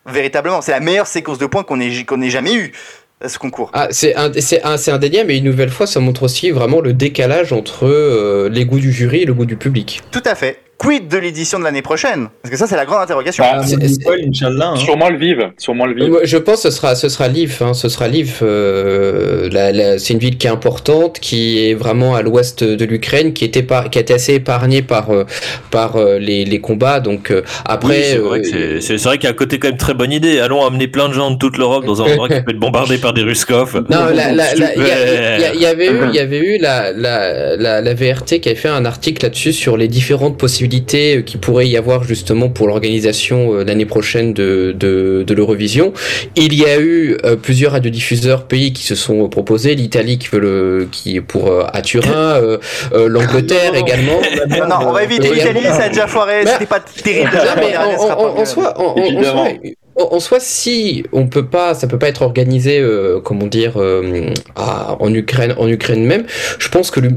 [SPEAKER 5] Véritablement, c'est la meilleure séquence de points qu'on ait, qu'on ait jamais eue à ce concours.
[SPEAKER 10] Ah, c'est un, c'est un, c'est indéniable, mais une nouvelle fois, ça montre aussi vraiment le décalage entre euh, les goûts du jury et le goût du public.
[SPEAKER 5] Tout à fait. Quid de l'édition de l'année prochaine Parce que ça, c'est la grande interrogation.
[SPEAKER 1] Bah,
[SPEAKER 10] C'est- c'est-
[SPEAKER 6] Paul, Inch'Allah. hein.
[SPEAKER 1] Sûrement le vive, sûrement le vive.
[SPEAKER 10] Euh, Moi, Je pense que ce sera, ce sera Lif. hein, ce sera Lif. euh, la- la- c'est une ville qui est importante, qui est vraiment à l'ouest de l'Ukraine, qui, était par- qui a été assez épargnée par, euh, par euh, les, les combats. Donc euh, après,
[SPEAKER 8] Oui, c'est vrai,
[SPEAKER 10] euh,
[SPEAKER 8] que c'est- c'est- c'est vrai qu'il y a un côté quand même très bonne idée. Allons amener plein de gens de toute l'Europe dans un endroit qui peut être bombardé par des Ruskov.
[SPEAKER 10] Non, la- la- la- il y a- il y a- il y avait eu,
[SPEAKER 1] Super.
[SPEAKER 10] il y avait eu la, la, la, la VRT qui avait fait un article là-dessus sur les différentes possibilités euh, qui pourrait y avoir justement pour l'organisation euh, l'année prochaine de, de, de l'Eurovision. Il y a eu euh, plusieurs radiodiffuseurs pays qui se sont euh, proposés, l'Italie qui veut le, qui est pour euh, à Turin, euh, euh, l'Angleterre également.
[SPEAKER 5] Ah Non, non, on va éviter
[SPEAKER 10] Euh,
[SPEAKER 5] l'Italie, ça a déjà foiré,
[SPEAKER 10] Bah,
[SPEAKER 5] c'était pas terrible.
[SPEAKER 10] non,
[SPEAKER 5] La
[SPEAKER 10] mais
[SPEAKER 5] dernière
[SPEAKER 10] en,
[SPEAKER 5] sera
[SPEAKER 10] en-
[SPEAKER 5] pas
[SPEAKER 10] en
[SPEAKER 5] mieux.
[SPEAKER 10] soi, en, en- en
[SPEAKER 1] Évidemment.
[SPEAKER 10] soi, en- en soi, si on peut pas, ça peut pas être organisé, euh, comment dire, euh, à- en Ukraine, en Ukraine même. Je pense que le-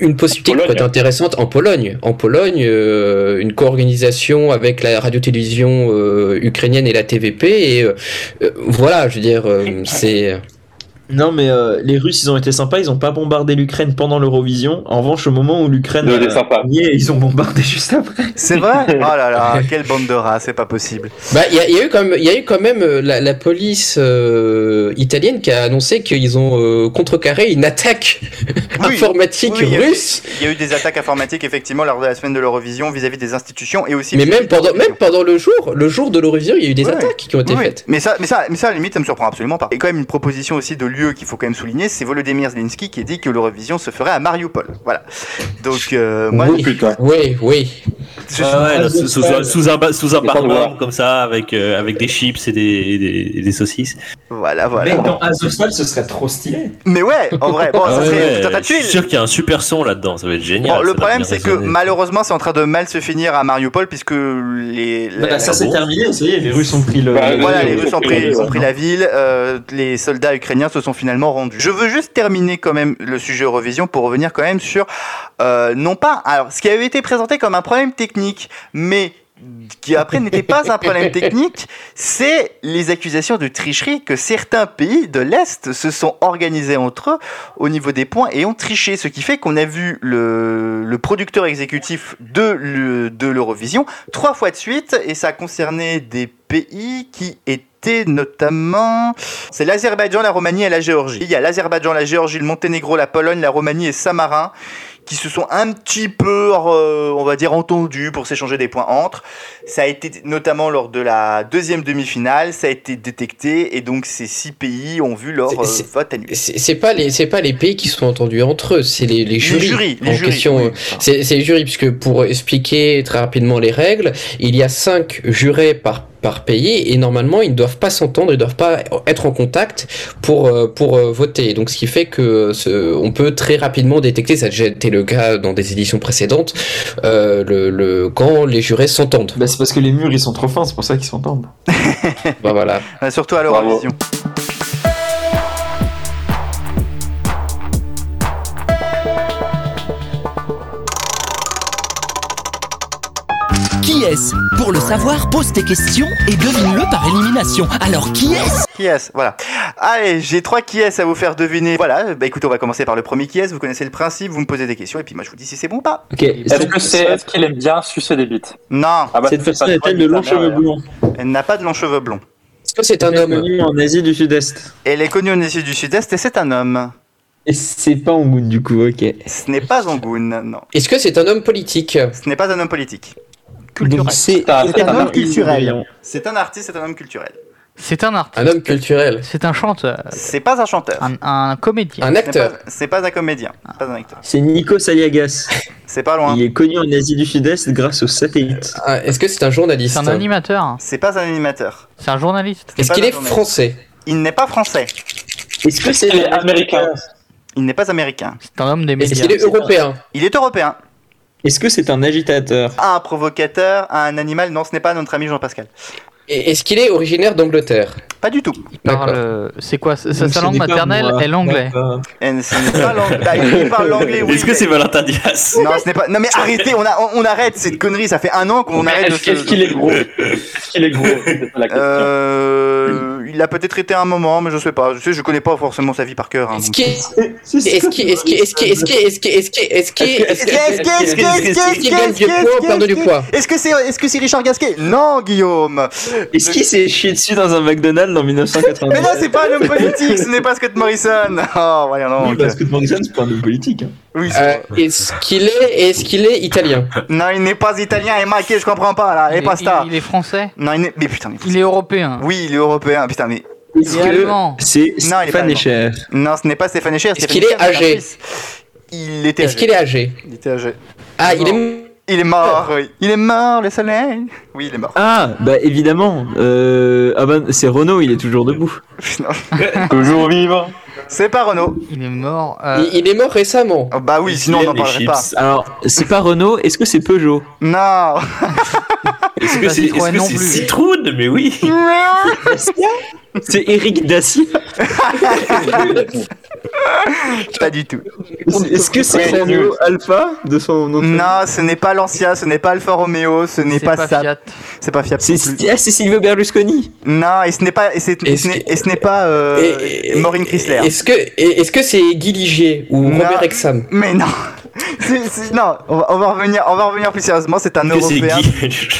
[SPEAKER 10] une possibilité qui peut être intéressante en Pologne. En Pologne, euh, une co-organisation avec la radio-télévision euh, ukrainienne et la TVP. Et euh, euh, voilà, je veux dire, euh, c'est.
[SPEAKER 6] Non, mais euh, les Russes, ils ont été sympas, ils ont pas bombardé l'Ukrène pendant l'Eurovision. En revanche, au moment où l'Ukraine
[SPEAKER 1] Non,
[SPEAKER 6] a
[SPEAKER 1] elle est sympa.
[SPEAKER 6] gagné, ils ont bombardé juste après.
[SPEAKER 5] C'est vrai Oh là là, quelle bande de rats, c'est pas possible.
[SPEAKER 10] Bah, il y a, il y a eu quand même, il y a eu quand même euh, la, la police euh, italienne qui a annoncé qu'ils ont euh, contrecarré une attaque
[SPEAKER 5] Oui.
[SPEAKER 10] informatique
[SPEAKER 5] Oui, il y a eu-
[SPEAKER 10] russe.
[SPEAKER 5] Il y a eu des attaques informatiques, effectivement, lors de la semaine de l'Eurovision vis-à-vis des institutions et aussi.
[SPEAKER 10] Mais
[SPEAKER 5] vis-à-vis
[SPEAKER 10] même
[SPEAKER 5] de
[SPEAKER 10] pendant,
[SPEAKER 5] l'Eurovision.
[SPEAKER 10] même pendant le jour, le jour de l'Eurovision, il y a eu des
[SPEAKER 5] Ouais.
[SPEAKER 10] attaques qui ont été
[SPEAKER 5] Oui.
[SPEAKER 10] faites.
[SPEAKER 5] Mais ça, mais ça, mais ça, à la limite, ça me surprend absolument pas. Et quand même une proposition aussi de lieu qu'il faut quand même souligner, c'est Volodymyr Zelensky qui dit que l'Eurovision se ferait à Mariupol. Voilà. Donc euh, moi,
[SPEAKER 1] Oh putain.
[SPEAKER 10] Oui, oui.
[SPEAKER 5] je-
[SPEAKER 8] Ah ouais, là, sous, sous un- sous un, ba- sous un
[SPEAKER 1] Mais pas de
[SPEAKER 8] barbone,
[SPEAKER 1] voir.
[SPEAKER 8] comme ça, avec, euh, avec des chips et des, et des, et des saucisses.
[SPEAKER 5] voilà, voilà.
[SPEAKER 6] Mais dans Azovstal, ce serait trop stylé.
[SPEAKER 5] Mais ouais, en vrai, bon,
[SPEAKER 8] Ah
[SPEAKER 5] Oh, ça
[SPEAKER 8] ouais,
[SPEAKER 5] serait tout un
[SPEAKER 8] ouais,
[SPEAKER 5] tas de
[SPEAKER 8] je suis
[SPEAKER 5] tuiles.
[SPEAKER 8] sûr qu'il y a un super son là-dedans, ça va être génial.
[SPEAKER 5] Bon,
[SPEAKER 8] ça
[SPEAKER 5] le
[SPEAKER 8] va
[SPEAKER 5] problème,
[SPEAKER 8] bien
[SPEAKER 5] c'est que
[SPEAKER 8] résonner.
[SPEAKER 5] malheureusement, c'est en train de mal se finir à Mariupol puisque les. la-
[SPEAKER 6] Ah bah, ça, c'est
[SPEAKER 8] bon.
[SPEAKER 6] terminé, ça y est, les Russes ont pris le.
[SPEAKER 1] Bah,
[SPEAKER 5] Voilà, les
[SPEAKER 1] Oui,
[SPEAKER 5] Russes ont
[SPEAKER 1] oui,
[SPEAKER 5] pris,
[SPEAKER 1] oui,
[SPEAKER 5] ont
[SPEAKER 1] oui.
[SPEAKER 5] pris la ville, euh, les soldats ukrainiens se sont finalement rendus. Je veux juste terminer quand même le sujet Eurovision pour revenir quand même sur, euh, non pas, alors ce qui avait été présenté comme un problème technique, mais qui après n'était pas un problème technique, c'est les accusations de tricherie que certains pays de l'Est se sont organisés entre eux au niveau des points et ont triché, ce qui fait qu'on a vu le, le producteur exécutif de le- de l'Eurovision trois fois de suite et ça concernait des pays qui étaient notamment c'est l'Azerbaïdjan, la Roumanie et la Géorgie. Il y a l'Azerbaïdjan, la Géorgie, le Monténégro, la Pologne, la Roumanie et Samarin qui se sont un petit peu euh, on va dire entendus pour s'échanger des points entre. Ça a été notamment lors de la deuxième demi-finale, ça a été détecté et donc ces six pays ont vu leur
[SPEAKER 10] C'est-
[SPEAKER 5] euh,
[SPEAKER 10] c'est-
[SPEAKER 5] vote annulé.
[SPEAKER 10] C'est c'est pas les c'est pas les pays qui sont entendus entre eux, c'est les, les jurys.
[SPEAKER 5] jurys, les
[SPEAKER 10] en
[SPEAKER 5] jurys,
[SPEAKER 10] question,
[SPEAKER 5] oui.
[SPEAKER 10] euh, c'est c'est les jurys puisque pour expliquer très rapidement les règles, il y a cinq jurés par par pays et normalement ils ne doivent pas s'entendre, ils ne doivent pas être en contact pour euh, pour euh, voter. Donc ce qui fait que euh, ce- on peut très rapidement détecter, ça a déjà été le cas dans des éditions précédentes, euh, le, le quand les jurés s'entendent.
[SPEAKER 6] Bah, c'est parce que les murs, ils sont trop fins, c'est pour ça qu'ils s'entendent.
[SPEAKER 10] Bah, voilà.
[SPEAKER 5] Ah, Surtout à l'Eurovision.
[SPEAKER 11] Qui est-ce Pour le savoir, pose tes questions et devine-le par élimination. Alors qui est-ce
[SPEAKER 5] Qui est-ce Voilà. Allez, j'ai trois qui est-ce à vous faire deviner. Voilà, bah écoutez, on va commencer par le premier qui est-ce. Vous connaissez le principe, vous me posez des questions et puis moi je vous dis si c'est bon ou pas.
[SPEAKER 2] Ok,
[SPEAKER 1] Est-ce que c'est est-ce qu'il aime bien sucer des bites
[SPEAKER 5] Non,
[SPEAKER 1] Ah bah,
[SPEAKER 6] Cette
[SPEAKER 1] c'est
[SPEAKER 6] personne
[SPEAKER 1] pas
[SPEAKER 6] est-elle
[SPEAKER 1] toi,
[SPEAKER 6] de
[SPEAKER 1] ni
[SPEAKER 6] longs
[SPEAKER 1] ta mère,
[SPEAKER 6] cheveux
[SPEAKER 1] hein.
[SPEAKER 6] blonds
[SPEAKER 5] elle n'a pas de longs cheveux blonds.
[SPEAKER 10] Est-ce que c'est un homme
[SPEAKER 6] Connue en Asie du Sud-Est.
[SPEAKER 5] Elle est connue en Asie du Sud-Est et c'est un homme.
[SPEAKER 6] Et c'est pas Ongun, du coup, ok.
[SPEAKER 5] Ce n'est pas Angoun, non.
[SPEAKER 10] Est-ce que c'est un homme politique
[SPEAKER 5] Ce n'est pas un homme politique.
[SPEAKER 6] Donc, c'est
[SPEAKER 5] C'est un homme
[SPEAKER 6] culturel.
[SPEAKER 5] C'est un artiste, c'est un homme culturel.
[SPEAKER 7] C'est un artiste.
[SPEAKER 10] Un homme culturel
[SPEAKER 7] C'est un chanteur.
[SPEAKER 5] C'est pas un chanteur.
[SPEAKER 7] Un, un comédien.
[SPEAKER 10] Un
[SPEAKER 5] Ce n'est
[SPEAKER 10] acteur Ah.
[SPEAKER 5] pas- C'est pas un comédien, pas un acteur.
[SPEAKER 6] C'est Nico Saliagas.
[SPEAKER 5] C'est pas loin.
[SPEAKER 6] Il est connu en Asie du Sud-Est grâce aux satellites.
[SPEAKER 10] Ah, Est-ce que c'est un journaliste
[SPEAKER 7] C'est un animateur.
[SPEAKER 5] C'est pas un animateur.
[SPEAKER 7] C'est un journaliste.
[SPEAKER 10] Est-ce
[SPEAKER 5] pas
[SPEAKER 10] qu'il
[SPEAKER 5] un
[SPEAKER 10] est
[SPEAKER 5] journaliste.
[SPEAKER 10] français
[SPEAKER 5] Il n'est pas français.
[SPEAKER 6] Est-ce que c'est
[SPEAKER 1] Il est américain.
[SPEAKER 5] Il n'est pas américain.
[SPEAKER 7] C'est un homme des
[SPEAKER 10] Est-ce
[SPEAKER 7] médias.
[SPEAKER 10] qu'il est européen
[SPEAKER 5] Il est européen.
[SPEAKER 6] Est-ce que c'est un agitateur
[SPEAKER 5] Un provocateur, un animal. Non, ce n'est pas notre ami Jean-Pascal.
[SPEAKER 10] Et Est-ce qu'il est originaire d'Angleterre
[SPEAKER 5] Pas du tout.
[SPEAKER 7] Il parle. euh, C'est quoi Sa sa- sa langue maternelle est l'anglais.
[SPEAKER 5] Et ce n'est pas l'anglais. Bah, il parle l'anglais, oui.
[SPEAKER 8] Est-ce que
[SPEAKER 5] mais-
[SPEAKER 8] c'est Valentin Dias
[SPEAKER 5] Non, ce n'est pas. Non, mais arrêtez, on, a- on, on arrête cette connerie. Ça fait un an qu'on
[SPEAKER 1] Mais
[SPEAKER 5] arrête de
[SPEAKER 1] Est-ce
[SPEAKER 5] se.
[SPEAKER 1] est-ce hein. qu'il est gros Est-ce qu'il est gros C'est la question.
[SPEAKER 5] Euh, il a peut-être été un moment, mais je sais pas. Je sais, je connais pas forcément sa vie par cœur. hein,
[SPEAKER 10] Est-ce
[SPEAKER 5] donc.
[SPEAKER 10] qu'il est- est-ce qu'il est-ce qu'il est-ce qu'il est-ce qu'il est-ce qu'il est-ce qu'il est-ce qu'il est-ce qu'il
[SPEAKER 5] Est-ce que- est-ce que- est-ce que- est-ce
[SPEAKER 10] est-ce
[SPEAKER 5] que-
[SPEAKER 10] qu'il gagne du
[SPEAKER 5] est-ce
[SPEAKER 10] poids ou
[SPEAKER 5] que-
[SPEAKER 10] perd du
[SPEAKER 5] est-ce que-
[SPEAKER 10] poids
[SPEAKER 5] Est-ce que c'est est-ce que c'est Richard Gasquet Non, Guillaume.
[SPEAKER 6] Est-ce qu'il s'est chié dessus dans un McDonald's en
[SPEAKER 5] Mais
[SPEAKER 6] 1990
[SPEAKER 5] non, c'est pas un homme politique. Ce n'est pas Scott Morrison. Oh, voyons
[SPEAKER 6] Oui,
[SPEAKER 5] donc.
[SPEAKER 6] parce que Morrison, c'est pas un homme politique. hein.
[SPEAKER 5] Oui, c'est-
[SPEAKER 10] Euh, Est-ce qu'il est est-ce qu'il est italien
[SPEAKER 5] non, il n'est pas italien et maqué. Je comprends pas là.
[SPEAKER 7] Il
[SPEAKER 5] Et
[SPEAKER 7] est-
[SPEAKER 5] pas star.
[SPEAKER 7] il- il est français.
[SPEAKER 5] Non, il n'est. Mais putain, mais.
[SPEAKER 7] Il est européen.
[SPEAKER 5] Oui, il est européen. Putain, mais.
[SPEAKER 6] Est-ce
[SPEAKER 7] Il est allemand.
[SPEAKER 6] c'est
[SPEAKER 5] Non, il est pas
[SPEAKER 6] Stéphane
[SPEAKER 5] allemand.
[SPEAKER 6] Echer
[SPEAKER 5] Non, ce n'est pas Stéphane Echer.
[SPEAKER 10] Est-ce
[SPEAKER 5] Stéphane
[SPEAKER 10] qu'il est
[SPEAKER 5] Echer, c'est un
[SPEAKER 10] âgé
[SPEAKER 5] Suisse. Il était
[SPEAKER 10] Est-ce
[SPEAKER 5] âgé.
[SPEAKER 10] qu'il est âgé
[SPEAKER 5] Il était âgé.
[SPEAKER 10] Ah, il est
[SPEAKER 5] Il est mort, oui. Il est mort, le soleil. Oui, il est mort.
[SPEAKER 6] Ah, bah évidemment. Euh, ah bah, c'est Renault, il est toujours debout.
[SPEAKER 5] Non,
[SPEAKER 1] Toujours vivre.
[SPEAKER 5] c'est pas Renault.
[SPEAKER 7] Il est mort. euh,
[SPEAKER 10] il- il est mort récemment.
[SPEAKER 5] Oh, bah oui,
[SPEAKER 8] Il
[SPEAKER 5] sinon on
[SPEAKER 8] aime
[SPEAKER 5] n'en
[SPEAKER 8] les
[SPEAKER 5] parlerait
[SPEAKER 8] chips.
[SPEAKER 5] pas.
[SPEAKER 6] Alors, c'est pas Renault, est-ce que c'est Peugeot
[SPEAKER 5] Non.
[SPEAKER 8] Est-ce que
[SPEAKER 7] Pas
[SPEAKER 5] Bah,
[SPEAKER 8] c'est est
[SPEAKER 7] Citroën
[SPEAKER 8] -ce
[SPEAKER 7] non
[SPEAKER 8] c'est
[SPEAKER 7] plus.
[SPEAKER 8] Citroën Mais oui
[SPEAKER 6] C'est Eric Dacier
[SPEAKER 5] Pas du tout.
[SPEAKER 6] Est-ce que c'est son nom Alpha de son nom
[SPEAKER 5] Non, ce n'est pas l'ancien, ce n'est pas Alfa Romeo, ce n'est
[SPEAKER 6] C'est
[SPEAKER 5] pas,
[SPEAKER 6] pas
[SPEAKER 5] ça.
[SPEAKER 6] Fiat.
[SPEAKER 5] C'est pas Fiat.
[SPEAKER 6] C'est Silvio Berlusconi.
[SPEAKER 5] Non, et ce n'est pas, et c'est- et ce n'est- et ce n'est pas euh, Maureen Chrysler.
[SPEAKER 10] Est-ce que et- est-ce que c'est Guy Ligier ou
[SPEAKER 5] Non.
[SPEAKER 10] Robert Exam
[SPEAKER 5] Mais non. C'est- c'est- non, on va, on va revenir, on va revenir plus sérieusement. C'est un
[SPEAKER 7] Que c'est
[SPEAKER 5] Européen.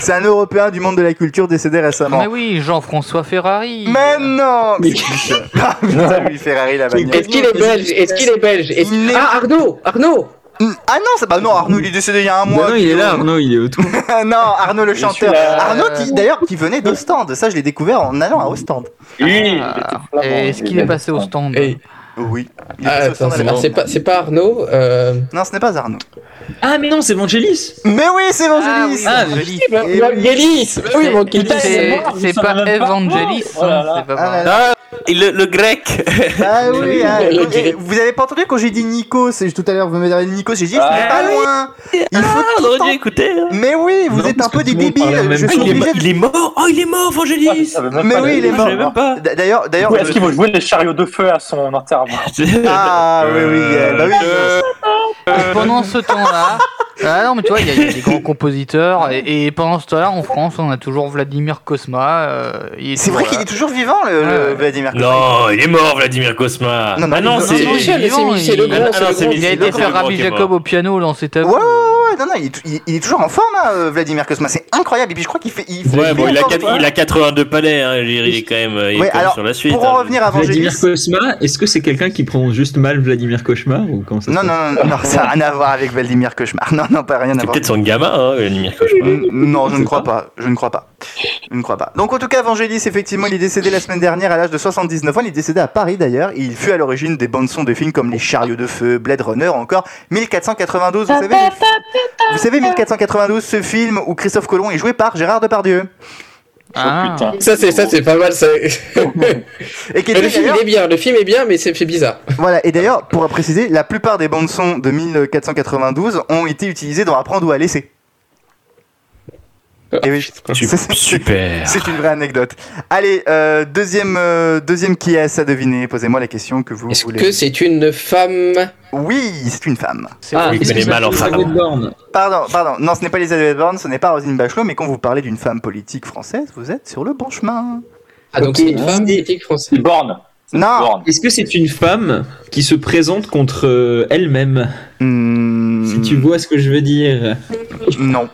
[SPEAKER 5] C'est un Européen du monde de la culture décédé récemment.
[SPEAKER 7] Mais oui, Jean-François Ferrari.
[SPEAKER 5] Mais non Ah, putain, lui, Ferrari, la bagnole.
[SPEAKER 10] Est-ce qu'il est belge Est-ce qu'il est belge Est-ce- Ah Arnaud, Arnaud.
[SPEAKER 5] Ah non, c'est pas non, Arnaud il est décédé il y a un mois.
[SPEAKER 6] Bah non, il est là, Arnaud, il est autour.
[SPEAKER 5] non, Arnaud le
[SPEAKER 6] Je
[SPEAKER 5] chanteur.
[SPEAKER 6] suis là.
[SPEAKER 5] Arnaud qui d'ailleurs qui venait d'Ostende. Ça, je l'ai découvert en allant à Ostende.
[SPEAKER 1] Oui.
[SPEAKER 7] Est-ce qu'il est passé
[SPEAKER 1] Ah,
[SPEAKER 7] au stand
[SPEAKER 5] Oui.
[SPEAKER 10] Ah,
[SPEAKER 5] passé au
[SPEAKER 10] attends,
[SPEAKER 5] stand
[SPEAKER 10] c'est
[SPEAKER 5] avec-
[SPEAKER 10] pas- c'est pas c'est pas Arnaud. euh,
[SPEAKER 5] Non, ce n'est pas Arnaud.
[SPEAKER 6] Ah, mais non, c'est Vangelis.
[SPEAKER 5] Mais oui, c'est Vangelis.
[SPEAKER 7] Ah,
[SPEAKER 5] Vangelis.
[SPEAKER 10] bah,
[SPEAKER 5] Eh oui.
[SPEAKER 10] Vangelis. Bah oui,
[SPEAKER 7] C'est-
[SPEAKER 10] Vangelis.
[SPEAKER 7] c'est-
[SPEAKER 10] Ah,
[SPEAKER 7] C'est pas Evangelis,
[SPEAKER 5] Oh
[SPEAKER 7] hein, c'est pas vrai.
[SPEAKER 8] Ah, et le, le grec
[SPEAKER 5] Ah oui, ah,
[SPEAKER 8] Le
[SPEAKER 5] eh,
[SPEAKER 8] grec.
[SPEAKER 5] vous avez pas entendu quand j'ai dit Nikos et tout à l'heure vous me direz Nikos, j'ai dit ce n'est
[SPEAKER 8] Ah
[SPEAKER 5] pas
[SPEAKER 8] oui. Ah,
[SPEAKER 5] loin. Il faut tout le temps- Mais oui, vous êtes un peu des débiles. Je suis
[SPEAKER 8] il, est,
[SPEAKER 5] obligé de-
[SPEAKER 8] il est mort Oh, il est mort, Vangelis
[SPEAKER 5] Mais oui, il est
[SPEAKER 8] Je savais même
[SPEAKER 5] mort.
[SPEAKER 8] pas.
[SPEAKER 5] D- D'ailleurs, d'ailleurs.
[SPEAKER 1] Est-ce qu'ils vont jouer les chariots de feu à son enterrement
[SPEAKER 5] Ah oui, oui, euh, bah oui.
[SPEAKER 7] Et pendant ce temps-là. Ah non, mais tu vois, il y, a- il y a des grands compositeurs. Et, et pendant ce temps-là, en France, on a toujours Vladimir euh, Cosma.
[SPEAKER 5] C'est vrai qu'il est toujours vivant, le, le
[SPEAKER 7] Ouais.
[SPEAKER 5] Vladimir.
[SPEAKER 8] Non, il est mort, Vladimir Cosma
[SPEAKER 5] Non, non,
[SPEAKER 8] Ah non,
[SPEAKER 5] il-
[SPEAKER 8] c'est...
[SPEAKER 5] non,
[SPEAKER 7] il est vivant, il-
[SPEAKER 8] Ah non, c'est
[SPEAKER 7] Il a
[SPEAKER 8] Michel
[SPEAKER 7] été
[SPEAKER 8] Legrand
[SPEAKER 7] faire
[SPEAKER 8] qui est
[SPEAKER 7] Rabbi
[SPEAKER 8] mort.
[SPEAKER 7] Jacob au piano, dans ses
[SPEAKER 5] Ouais, ouais, ouais, non, non, il est, il- il est toujours en forme, hein, euh, Vladimir Cosma. C'est incroyable. Et puis je crois qu'il fait. Il fait
[SPEAKER 8] Ouais, bon, il a,
[SPEAKER 5] encore-
[SPEAKER 8] quatre- il a 82 palais, hein, je veux dire, il est quand même, il est
[SPEAKER 5] Ouais,
[SPEAKER 8] quand même
[SPEAKER 5] alors,
[SPEAKER 8] sur la suite. hein.
[SPEAKER 5] pour en revenir à
[SPEAKER 6] Vladimir
[SPEAKER 5] Vangelis.
[SPEAKER 6] Cosma, est-ce que c'est quelqu'un qui prend juste mal Vladimir Cauchemar ou comment ça se
[SPEAKER 5] Non,
[SPEAKER 6] passe
[SPEAKER 5] non, non, non, ça n'a rien à voir avec Vladimir Cauchemar. Non, non, pas rien à
[SPEAKER 8] C'est
[SPEAKER 5] voir.
[SPEAKER 8] peut-être son gamin, hein, Vladimir Cosma.
[SPEAKER 5] Mm, Non, je ne crois pas. Je ne crois pas. Je ne crois pas. Donc, en tout cas, Vangelis, effectivement, il est décédé la semaine dernière à l'âge de 79 ans. Il est décédé à Paris d'ailleurs. Il fut à l'origine des bandes-sons de films comme Les Chariots de Feu, Blade Runner, encore 1492. Vous savez, vous savez 1492, ce film où Christophe Colomb est joué par Gérard Depardieu.
[SPEAKER 8] Ah.
[SPEAKER 7] Ah.
[SPEAKER 1] putain.
[SPEAKER 10] Ça c'est ça c'est pas mal ça.
[SPEAKER 5] Et qui
[SPEAKER 10] Mais
[SPEAKER 5] était
[SPEAKER 10] le film
[SPEAKER 5] d'ailleurs-
[SPEAKER 10] est bien, le film est bien, mais c'est fait bizarre.
[SPEAKER 5] Voilà, et d'ailleurs, pour préciser, la plupart des bandes-sons de 1492 ont été utilisées dans Apprendre ou à laisser.
[SPEAKER 10] Ah,
[SPEAKER 5] Et oui, c'est-
[SPEAKER 8] Super
[SPEAKER 5] c'est une vraie anecdote. Allez, euh, deuxième, euh, deuxième qui est à deviner. Posez-moi la question que vous voulez.
[SPEAKER 10] Que c'est une femme.
[SPEAKER 5] Oui, c'est une femme.
[SPEAKER 8] Ah, il est mal en femme.
[SPEAKER 5] Pardon, pardon. Non, ce n'est pas Elisabeth Borne, ce n'est pas Rosine Bachelot, mais quand vous parlez d'une femme politique française, vous êtes sur le bon chemin.
[SPEAKER 10] Ah donc c'est une femme politique française.
[SPEAKER 1] Borne.
[SPEAKER 5] Non.
[SPEAKER 6] Est-ce que c'est une femme qui se présente contre euh, elle-même Si tu vois ce que je veux dire.
[SPEAKER 5] Hmm. Non.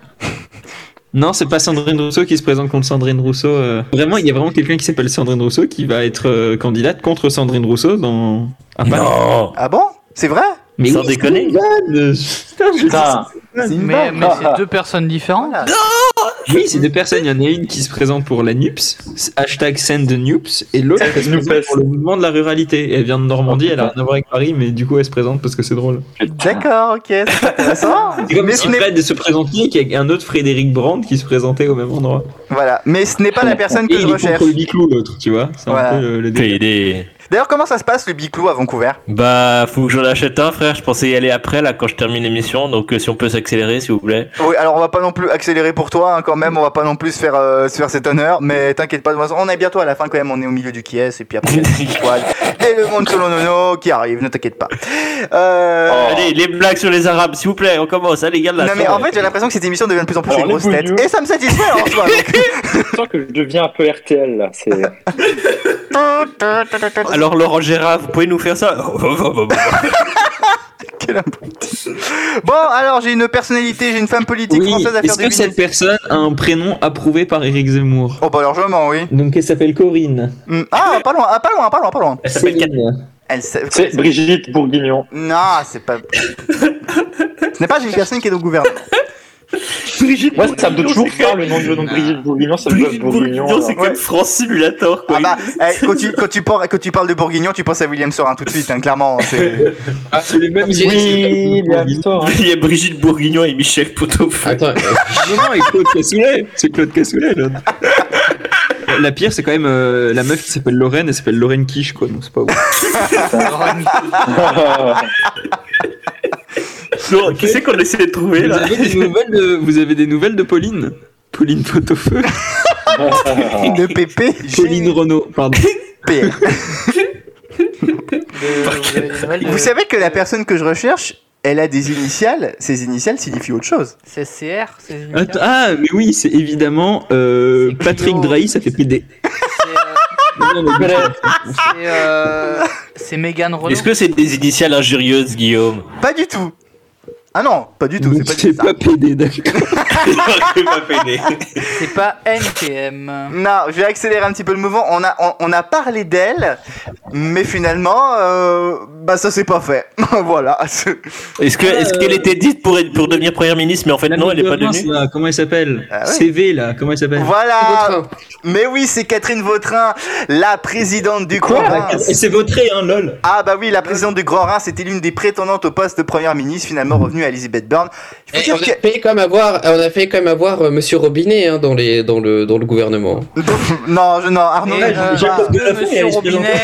[SPEAKER 6] Non, c'est pas Sandrine Rousseau qui se présente contre Sandrine Rousseau. euh. Vraiment, il y a vraiment quelqu'un qui s'appelle Sandrine Rousseau qui va être euh, candidate contre Sandrine Rousseau dans. à Paris.
[SPEAKER 8] Non
[SPEAKER 5] Ah bon C'est vrai
[SPEAKER 6] Mais
[SPEAKER 8] Sans
[SPEAKER 6] oui,
[SPEAKER 8] déconner.
[SPEAKER 6] c'est une vanne.
[SPEAKER 1] Putain.
[SPEAKER 5] C'est une
[SPEAKER 7] Mais,
[SPEAKER 5] femme.
[SPEAKER 7] mais c'est deux personnes différentes.
[SPEAKER 6] Oui, c'est deux personnes. Il y en a une qui se présente pour la NUPS, hashtag send the NUPS, et l'autre qui se présente pour le mouvement de la ruralité. Et elle vient de Normandie, elle a rien à voir avec Paris, mais du coup elle se présente parce que c'est drôle.
[SPEAKER 5] D'accord, ok, c'est intéressant.
[SPEAKER 6] C'est comme
[SPEAKER 5] mais
[SPEAKER 6] si
[SPEAKER 5] ce n'est
[SPEAKER 6] Fred se présentait qu'il y a un autre Frédéric Brand qui se présentait au même endroit.
[SPEAKER 5] voilà, mais ce n'est pas la personne que
[SPEAKER 6] et
[SPEAKER 5] je
[SPEAKER 6] il est
[SPEAKER 5] recherche.
[SPEAKER 6] contre le huis clos, l'autre, tu vois. C'est
[SPEAKER 5] Voilà.
[SPEAKER 6] un peu euh, le, le dé-
[SPEAKER 8] T'es aidé.
[SPEAKER 5] D'ailleurs, comment ça se passe le biclou à Vancouver
[SPEAKER 8] Bah, faut que j'en achète un, frère. Je pensais y aller après, là, quand je termine l'émission. Donc, euh, si on peut s'accélérer, s'il vous plaît.
[SPEAKER 5] Oui, alors on va pas non plus accélérer pour toi hein, quand même, on va pas non plus se faire, euh, se faire cet honneur, mais t'inquiète pas, de toute façon, on est bientôt à la fin quand même, on est au milieu du qui est, et puis après il y a le petit poil, et le monde selon Nono qui arrive, ne t'inquiète pas. Euh,
[SPEAKER 8] Allez, les blagues sur les Arabes, s'il vous plaît. On commence. hein, Allez, garde Oh, la
[SPEAKER 5] non mais en fait j'ai l'impression que cette émission devient de plus en plus
[SPEAKER 1] Alors,
[SPEAKER 5] des grosses
[SPEAKER 1] les
[SPEAKER 5] têtes,
[SPEAKER 1] bougnous.
[SPEAKER 5] et ça me satisfait en soi.
[SPEAKER 1] Je sens que je deviens un peu RTL là. C'est.
[SPEAKER 5] donc.
[SPEAKER 8] Alors, Laurent Gérard, vous pouvez nous faire ça
[SPEAKER 5] Quel abruti. Bon alors j'ai une personnalité, j'ai une femme politique
[SPEAKER 6] Oui,
[SPEAKER 5] française à faire
[SPEAKER 6] Est-ce que
[SPEAKER 5] deviner.
[SPEAKER 6] cette personne a un prénom approuvé par Eric Zemmour
[SPEAKER 5] Oh bah largement oui.
[SPEAKER 6] Donc elle s'appelle Corinne.
[SPEAKER 5] Hmm, Ah pas loin, ah, pas loin, pas loin, pas loin.
[SPEAKER 8] Elle s'appelle Kat-
[SPEAKER 5] Elle sait-
[SPEAKER 1] C'est Brigitte Bourguignon.
[SPEAKER 5] Non, c'est pas... Ce n'est pas une personne qui est au gouvernement.
[SPEAKER 8] Brigitte
[SPEAKER 1] Moi, ça me donne
[SPEAKER 8] Bourguignon,
[SPEAKER 1] toujours
[SPEAKER 8] c'est quand
[SPEAKER 1] peur le nom de le nom de Brigitte Bourguignon. Ça me donne
[SPEAKER 8] Brigitte
[SPEAKER 1] Bourguignon.
[SPEAKER 8] Bourguignon, c'est
[SPEAKER 1] alors.
[SPEAKER 8] comme France Simulator, quoi.
[SPEAKER 5] Ah bah, eh, quand, tu, quand, tu parles, quand tu parles de Bourguignon, tu penses à William Sorin tout de suite, hein, clairement. c'est-
[SPEAKER 6] Ah, c'est les mêmes
[SPEAKER 1] Oui, il y a tort. hein.
[SPEAKER 8] Il y a Brigitte Bourguignon et Michel Potofeu.
[SPEAKER 1] Ah.
[SPEAKER 10] Attends,
[SPEAKER 6] Non, non, et Claude Cassoulet. C'est Claude Cassoulet, l'autre. La pire, c'est quand même euh, la meuf qui s'appelle Lorraine, elle s'appelle Lorraine Quiche, quoi. Donc c'est pas ouf.
[SPEAKER 5] Ah.
[SPEAKER 8] Non, Qui c'est qu'on essaie de trouver,
[SPEAKER 6] Vous
[SPEAKER 8] là
[SPEAKER 6] avez des nouvelles de, vous avez des nouvelles de Pauline Pauline Potofeu
[SPEAKER 5] de Pépé.
[SPEAKER 6] Pauline Renault, pardon.
[SPEAKER 5] PR.
[SPEAKER 7] euh,
[SPEAKER 5] Vous savez que la personne que je recherche, elle a des initiales. Ses initiales signifient autre chose.
[SPEAKER 7] C'est CR, c'est une
[SPEAKER 6] Attends, ah, mais oui, c'est évidemment euh, Patrick Drahi, ça fait PD.
[SPEAKER 7] euh, C'est euh, c'est Megan Renault.
[SPEAKER 8] Est-ce que c'est des initiales injurieuses, Guillaume
[SPEAKER 5] Pas du tout. Ah non, pas du tout. C'est pas, du tout ça.
[SPEAKER 6] PD, d'accord.
[SPEAKER 7] C'est pas NTM.
[SPEAKER 5] Non, je vais accélérer un petit peu le mouvement. On a, on, on a parlé d'elle, mais finalement, euh, bah ça s'est pas fait. voilà.
[SPEAKER 8] Est-ce que- est-ce qu'elle était dite pour, être- pour devenir première ministre, mais en fait, non, elle n'est pas devenue
[SPEAKER 6] Là, comment elle s'appelle
[SPEAKER 5] Ah ouais.
[SPEAKER 6] CV, là, comment elle s'appelle
[SPEAKER 5] Voilà. Mais oui, c'est Catherine Vautrin, la présidente du Grand Reims.
[SPEAKER 6] Et c'est votré, hein, lol.
[SPEAKER 5] Ah bah oui, la présidente du Grand Reims était l'une des prétendantes au poste de première ministre, finalement revenue à Elisabeth Borne. Il faut
[SPEAKER 10] Et on
[SPEAKER 5] dire
[SPEAKER 10] a
[SPEAKER 5] que-
[SPEAKER 10] fait quand même avoir, on a fait quand même avoir euh, Monsieur Robinet hein, dans les, dans le, dans le gouvernement.
[SPEAKER 5] Non, je- non, Arnaud.
[SPEAKER 7] Et,
[SPEAKER 5] je-
[SPEAKER 7] euh,
[SPEAKER 5] je-
[SPEAKER 7] Monsieur Robinet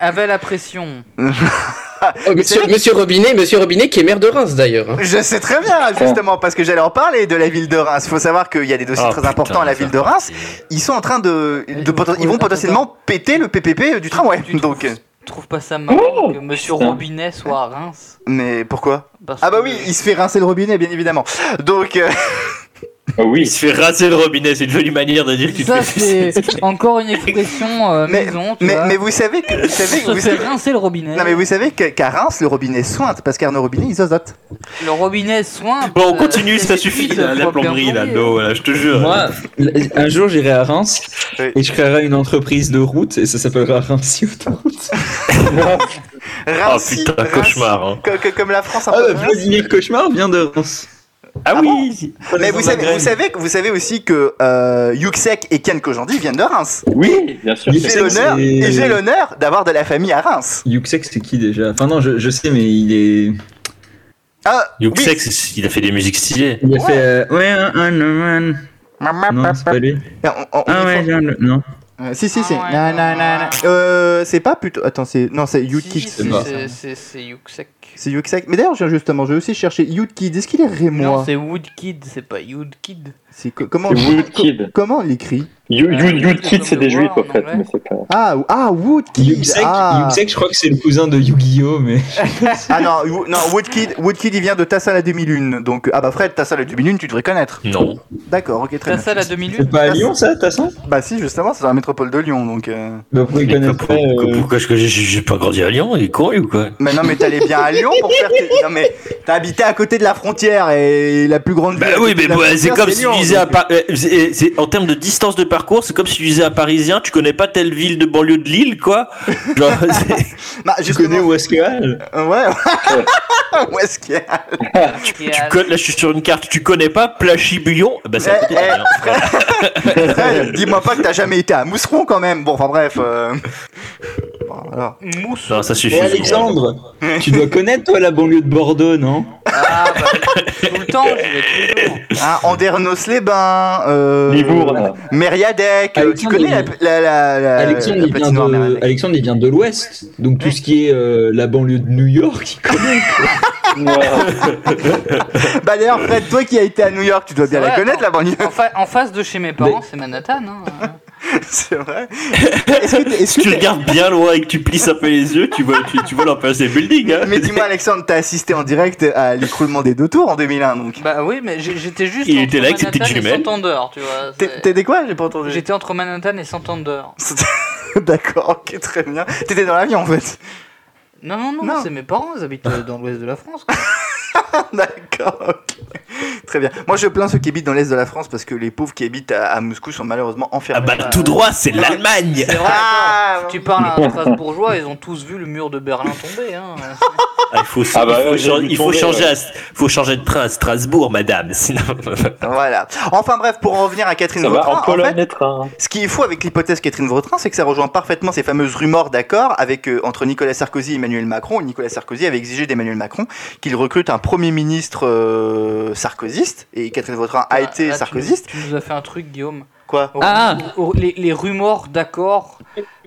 [SPEAKER 7] avait la pression.
[SPEAKER 10] Oh, monsieur, monsieur Robinet, Monsieur Robinet qui est maire de Reims d'ailleurs. hein.
[SPEAKER 5] Je sais très bien, justement, parce que j'allais en parler de la ville de Reims. Il faut savoir qu'il y a des
[SPEAKER 8] Oh,
[SPEAKER 5] dossiers
[SPEAKER 10] Ah,
[SPEAKER 5] très
[SPEAKER 10] putain,
[SPEAKER 5] importants à la ville de Reims. Ils sont en train de, de poten- ils vont potentiellement péter le PPP euh, du tramway. Donc, Oh,
[SPEAKER 7] Je trouve pas ça marrant que Monsieur Robinet soit à Reims.
[SPEAKER 5] mais pourquoi
[SPEAKER 7] Parce
[SPEAKER 5] Ah bah
[SPEAKER 7] que-
[SPEAKER 5] oui, il se fait rincer le robinet, bien évidemment. Donc, euh,
[SPEAKER 1] Ah
[SPEAKER 8] Il se fait rincer le robinet, c'est une jolie manière de dire que tu te
[SPEAKER 7] Ça,
[SPEAKER 8] fais sucer.
[SPEAKER 7] c'est encore une expression euh, maison. Tu
[SPEAKER 5] mais,
[SPEAKER 7] vois.
[SPEAKER 5] mais vous savez que vous savez,
[SPEAKER 7] On
[SPEAKER 5] vous
[SPEAKER 7] se fait
[SPEAKER 5] savez-
[SPEAKER 7] rincer le robinet.
[SPEAKER 5] non mais vous savez que- qu'à Reims, le robinet sointe parce qu'Arnaud Robinet, il zozote.
[SPEAKER 7] Le robinet soin.
[SPEAKER 8] Bon, on
[SPEAKER 7] euh,
[SPEAKER 8] continue, ça
[SPEAKER 7] c'est
[SPEAKER 8] suffit,
[SPEAKER 7] vite,
[SPEAKER 8] la, la
[SPEAKER 7] faut bien
[SPEAKER 8] plomberie, là,
[SPEAKER 7] plomber.
[SPEAKER 8] non, voilà, je te jure.
[SPEAKER 6] Moi, l- un jour, j'irai à Reims et je créerai une entreprise de route et ça s'appellera Reims
[SPEAKER 5] Ah,
[SPEAKER 6] Autoroute.
[SPEAKER 8] oh
[SPEAKER 5] Reims,
[SPEAKER 8] putain, cauchemar. hein.
[SPEAKER 5] co- co- comme la France un
[SPEAKER 6] Ah,
[SPEAKER 5] peu.
[SPEAKER 6] bah, Vladimir Cauchemar vient de Reims.
[SPEAKER 8] Ah, oui
[SPEAKER 5] Mais vous savez, vous savez, vous savez aussi que euh, Yuxek et Ken Kojandi viennent de Reims.
[SPEAKER 1] Oui, bien sûr.
[SPEAKER 5] J'ai l'honneur et j'ai l'honneur d'avoir de la famille à Reims.
[SPEAKER 6] Yuxek, c'est qui déjà Enfin, non, je, je sais, mais il est.
[SPEAKER 5] Ah,
[SPEAKER 8] Yuxek, c'est- il a fait des musiques stylées.
[SPEAKER 6] Il a fait. euh, Ouais, un, un, un, un. Non, c'est pas lui.
[SPEAKER 5] on- on- on
[SPEAKER 6] Ah,
[SPEAKER 5] est
[SPEAKER 6] ouais,
[SPEAKER 5] fort.
[SPEAKER 6] non, le- non.
[SPEAKER 5] Euh, si si si. Na, na, na, na. Euh, c'est pas plutôt. Attends, c'est non, c'est Yutkid.
[SPEAKER 7] Si, c'est- c'est- C'est Yuxek.
[SPEAKER 5] C'est Yuxek. Mais d'ailleurs, j'ai- justement, j'ai aussi cherché Yutkid. Est-ce qu'il est
[SPEAKER 7] Non,
[SPEAKER 5] rémois
[SPEAKER 7] c'est Woodkid, c'est pas Woodkid.
[SPEAKER 5] C'est co- comment
[SPEAKER 1] C'est Woodkid.
[SPEAKER 5] Comment on l'écrit
[SPEAKER 1] You, you, Kid, c'est des juifs, en fait. Mais c'est pas...
[SPEAKER 5] Ah ou- ah Woodkid.
[SPEAKER 6] Yuxek,
[SPEAKER 5] ah.
[SPEAKER 6] Yuxek, je crois que c'est le cousin de Yu-Gi-Oh! Mais.
[SPEAKER 5] Ah non, Wo- non Woodkid, Woodkid, il vient de Tassa la demi-lune. Donc ah bah Fred, Tassa la demi-lune, tu devrais connaître.
[SPEAKER 8] Non.
[SPEAKER 5] D'accord, ok, très
[SPEAKER 7] T'as
[SPEAKER 5] bien.
[SPEAKER 7] ça la demi-lune
[SPEAKER 6] pas à Lyon, ça, Tassin
[SPEAKER 5] Bah si, justement, c'est dans la métropole de Lyon, donc. euh.
[SPEAKER 6] Bah, vous
[SPEAKER 8] Mais
[SPEAKER 6] connaissez.
[SPEAKER 8] pourquoi, pourquoi est-ce que j'ai- j'ai j'ai pas grandi à Lyon Il est con lui, ou quoi
[SPEAKER 5] Mais non, mais t'allais bien à Lyon pour faire. Tes... Non mais t'as habité à côté de la frontière et la plus grande. ville
[SPEAKER 8] Bah
[SPEAKER 5] à
[SPEAKER 8] oui,
[SPEAKER 5] côté
[SPEAKER 8] mais
[SPEAKER 5] de la
[SPEAKER 8] bon, c'est
[SPEAKER 5] frontière,
[SPEAKER 8] comme si tu
[SPEAKER 5] Lyon,
[SPEAKER 8] disais
[SPEAKER 5] donc.
[SPEAKER 8] à Par- euh, c'est- c'est- en termes de distance de parcours, c'est comme si tu disais à Parisien, tu connais pas telle ville de banlieue de Lille, quoi. Genre, c'est-
[SPEAKER 5] Bah
[SPEAKER 6] Tu
[SPEAKER 5] justement.
[SPEAKER 6] connais Wascal
[SPEAKER 5] euh, Ouais. Où est-ce qu'il y a
[SPEAKER 7] qui Ah, est à-
[SPEAKER 8] Code, là, je suis sur une carte, tu connais pas Plachy-Bouillon Bah, ça
[SPEAKER 5] Eh,
[SPEAKER 8] coûte rien.
[SPEAKER 5] Fred, Dis-moi pas que t'as jamais été à Mousseron quand même. Bon, enfin bref. euh. Bon, alors.
[SPEAKER 7] Mousse.
[SPEAKER 8] Non, ça suffit.
[SPEAKER 6] Et Alexandre, tu dois connaître, toi, la banlieue de Bordeaux, non
[SPEAKER 7] Ah, bah, tout le temps, j'y vais tout le temps.
[SPEAKER 5] Hein, Andernos-les-Bains. Euh...
[SPEAKER 1] Libourg, là.
[SPEAKER 5] Mériadec. euh, Tu
[SPEAKER 6] Alexandre,
[SPEAKER 5] connais la,
[SPEAKER 6] il-
[SPEAKER 5] la, la, la,
[SPEAKER 6] Alexandre,
[SPEAKER 5] la
[SPEAKER 6] il vient
[SPEAKER 5] patinoire
[SPEAKER 6] de...
[SPEAKER 5] Mériadec
[SPEAKER 6] Alexandre, il vient de l'Ouest, donc tout ce qui est euh, la banlieue de New York, il connaît.
[SPEAKER 5] Bah d'ailleurs, Fred, toi qui as été à New York, tu dois bien
[SPEAKER 7] Ouais,
[SPEAKER 5] la connaître la
[SPEAKER 7] attends.
[SPEAKER 5] banlieue.
[SPEAKER 7] En, fa- en face de chez mes parents, c'est Manhattan. hein.
[SPEAKER 5] C'est vrai. Est-ce que t'es- est-ce
[SPEAKER 8] Si
[SPEAKER 5] que
[SPEAKER 8] tu
[SPEAKER 5] t'es-
[SPEAKER 8] regardes bien loin et que tu plisses un peu les yeux, tu vois, tu, tu vois l'ambiance des buildings. Hein.
[SPEAKER 5] Mais dis-moi, Alexandre, t'as assisté en direct à l'écroulement des deux tours en 2001, donc.
[SPEAKER 7] Bah oui, mais j'ai- j'étais juste.
[SPEAKER 8] Il
[SPEAKER 7] entre
[SPEAKER 8] était là avec ses
[SPEAKER 7] Manhattan
[SPEAKER 8] petites
[SPEAKER 7] et
[SPEAKER 8] jumelles.
[SPEAKER 7] Santander, tu vois.
[SPEAKER 5] T'es-
[SPEAKER 7] c'est-
[SPEAKER 5] T'étais quoi J'ai pas entendu.
[SPEAKER 7] J'étais entre Manhattan et Santander.
[SPEAKER 5] D'accord, ok, très bien. T'étais dans l'avion en fait.
[SPEAKER 7] Non, non, non,
[SPEAKER 5] Non.
[SPEAKER 7] c'est mes parents, ils habitent euh, dans l'ouest de la France. quoi.
[SPEAKER 5] D'accord, ok. Très bien. Moi, je plains ceux qui habitent dans l'est de la France parce que les pauvres qui habitent à, à Moscou sont malheureusement
[SPEAKER 8] Ah
[SPEAKER 5] enfermés.
[SPEAKER 8] bah tout droit, c'est l'Allemagne.
[SPEAKER 7] C'est vrai,
[SPEAKER 5] Ah,
[SPEAKER 7] attends, tu parles à un Strasbourgeois, ils ont tous vu le mur de Berlin tomber. Hein.
[SPEAKER 8] Ah, il faut,
[SPEAKER 1] Ah bah,
[SPEAKER 8] il faut
[SPEAKER 1] ouais, j'ai
[SPEAKER 8] chan-
[SPEAKER 1] vu
[SPEAKER 8] il faut
[SPEAKER 1] tomber,
[SPEAKER 8] changer,
[SPEAKER 1] ouais.
[SPEAKER 8] à S- faut changer de train à Strasbourg, madame. Sinon,
[SPEAKER 5] Voilà. Enfin bref, pour en revenir à Catherine
[SPEAKER 1] Ça va,
[SPEAKER 5] Vautrin,
[SPEAKER 1] en
[SPEAKER 5] en
[SPEAKER 1] Pologne,
[SPEAKER 5] fait,
[SPEAKER 1] les trains.
[SPEAKER 5] ce qui est fou avec l'hypothèse Catherine Vautrin, c'est que ça rejoint parfaitement ces fameuses rumeurs d'accord avec euh, entre Nicolas Sarkozy et Emmanuel Macron. où Nicolas Sarkozy avait exigé d'Emmanuel Macron qu'il recrute un premier ministre euh, sarkozyste et Catherine Vautrin a
[SPEAKER 7] Ah,
[SPEAKER 5] été
[SPEAKER 7] là, tu nous-
[SPEAKER 5] sarkozyste.
[SPEAKER 7] Tu, nous as fait un truc, Guillaume.
[SPEAKER 5] Quoi
[SPEAKER 7] Au- au- les, les rumeurs d'accord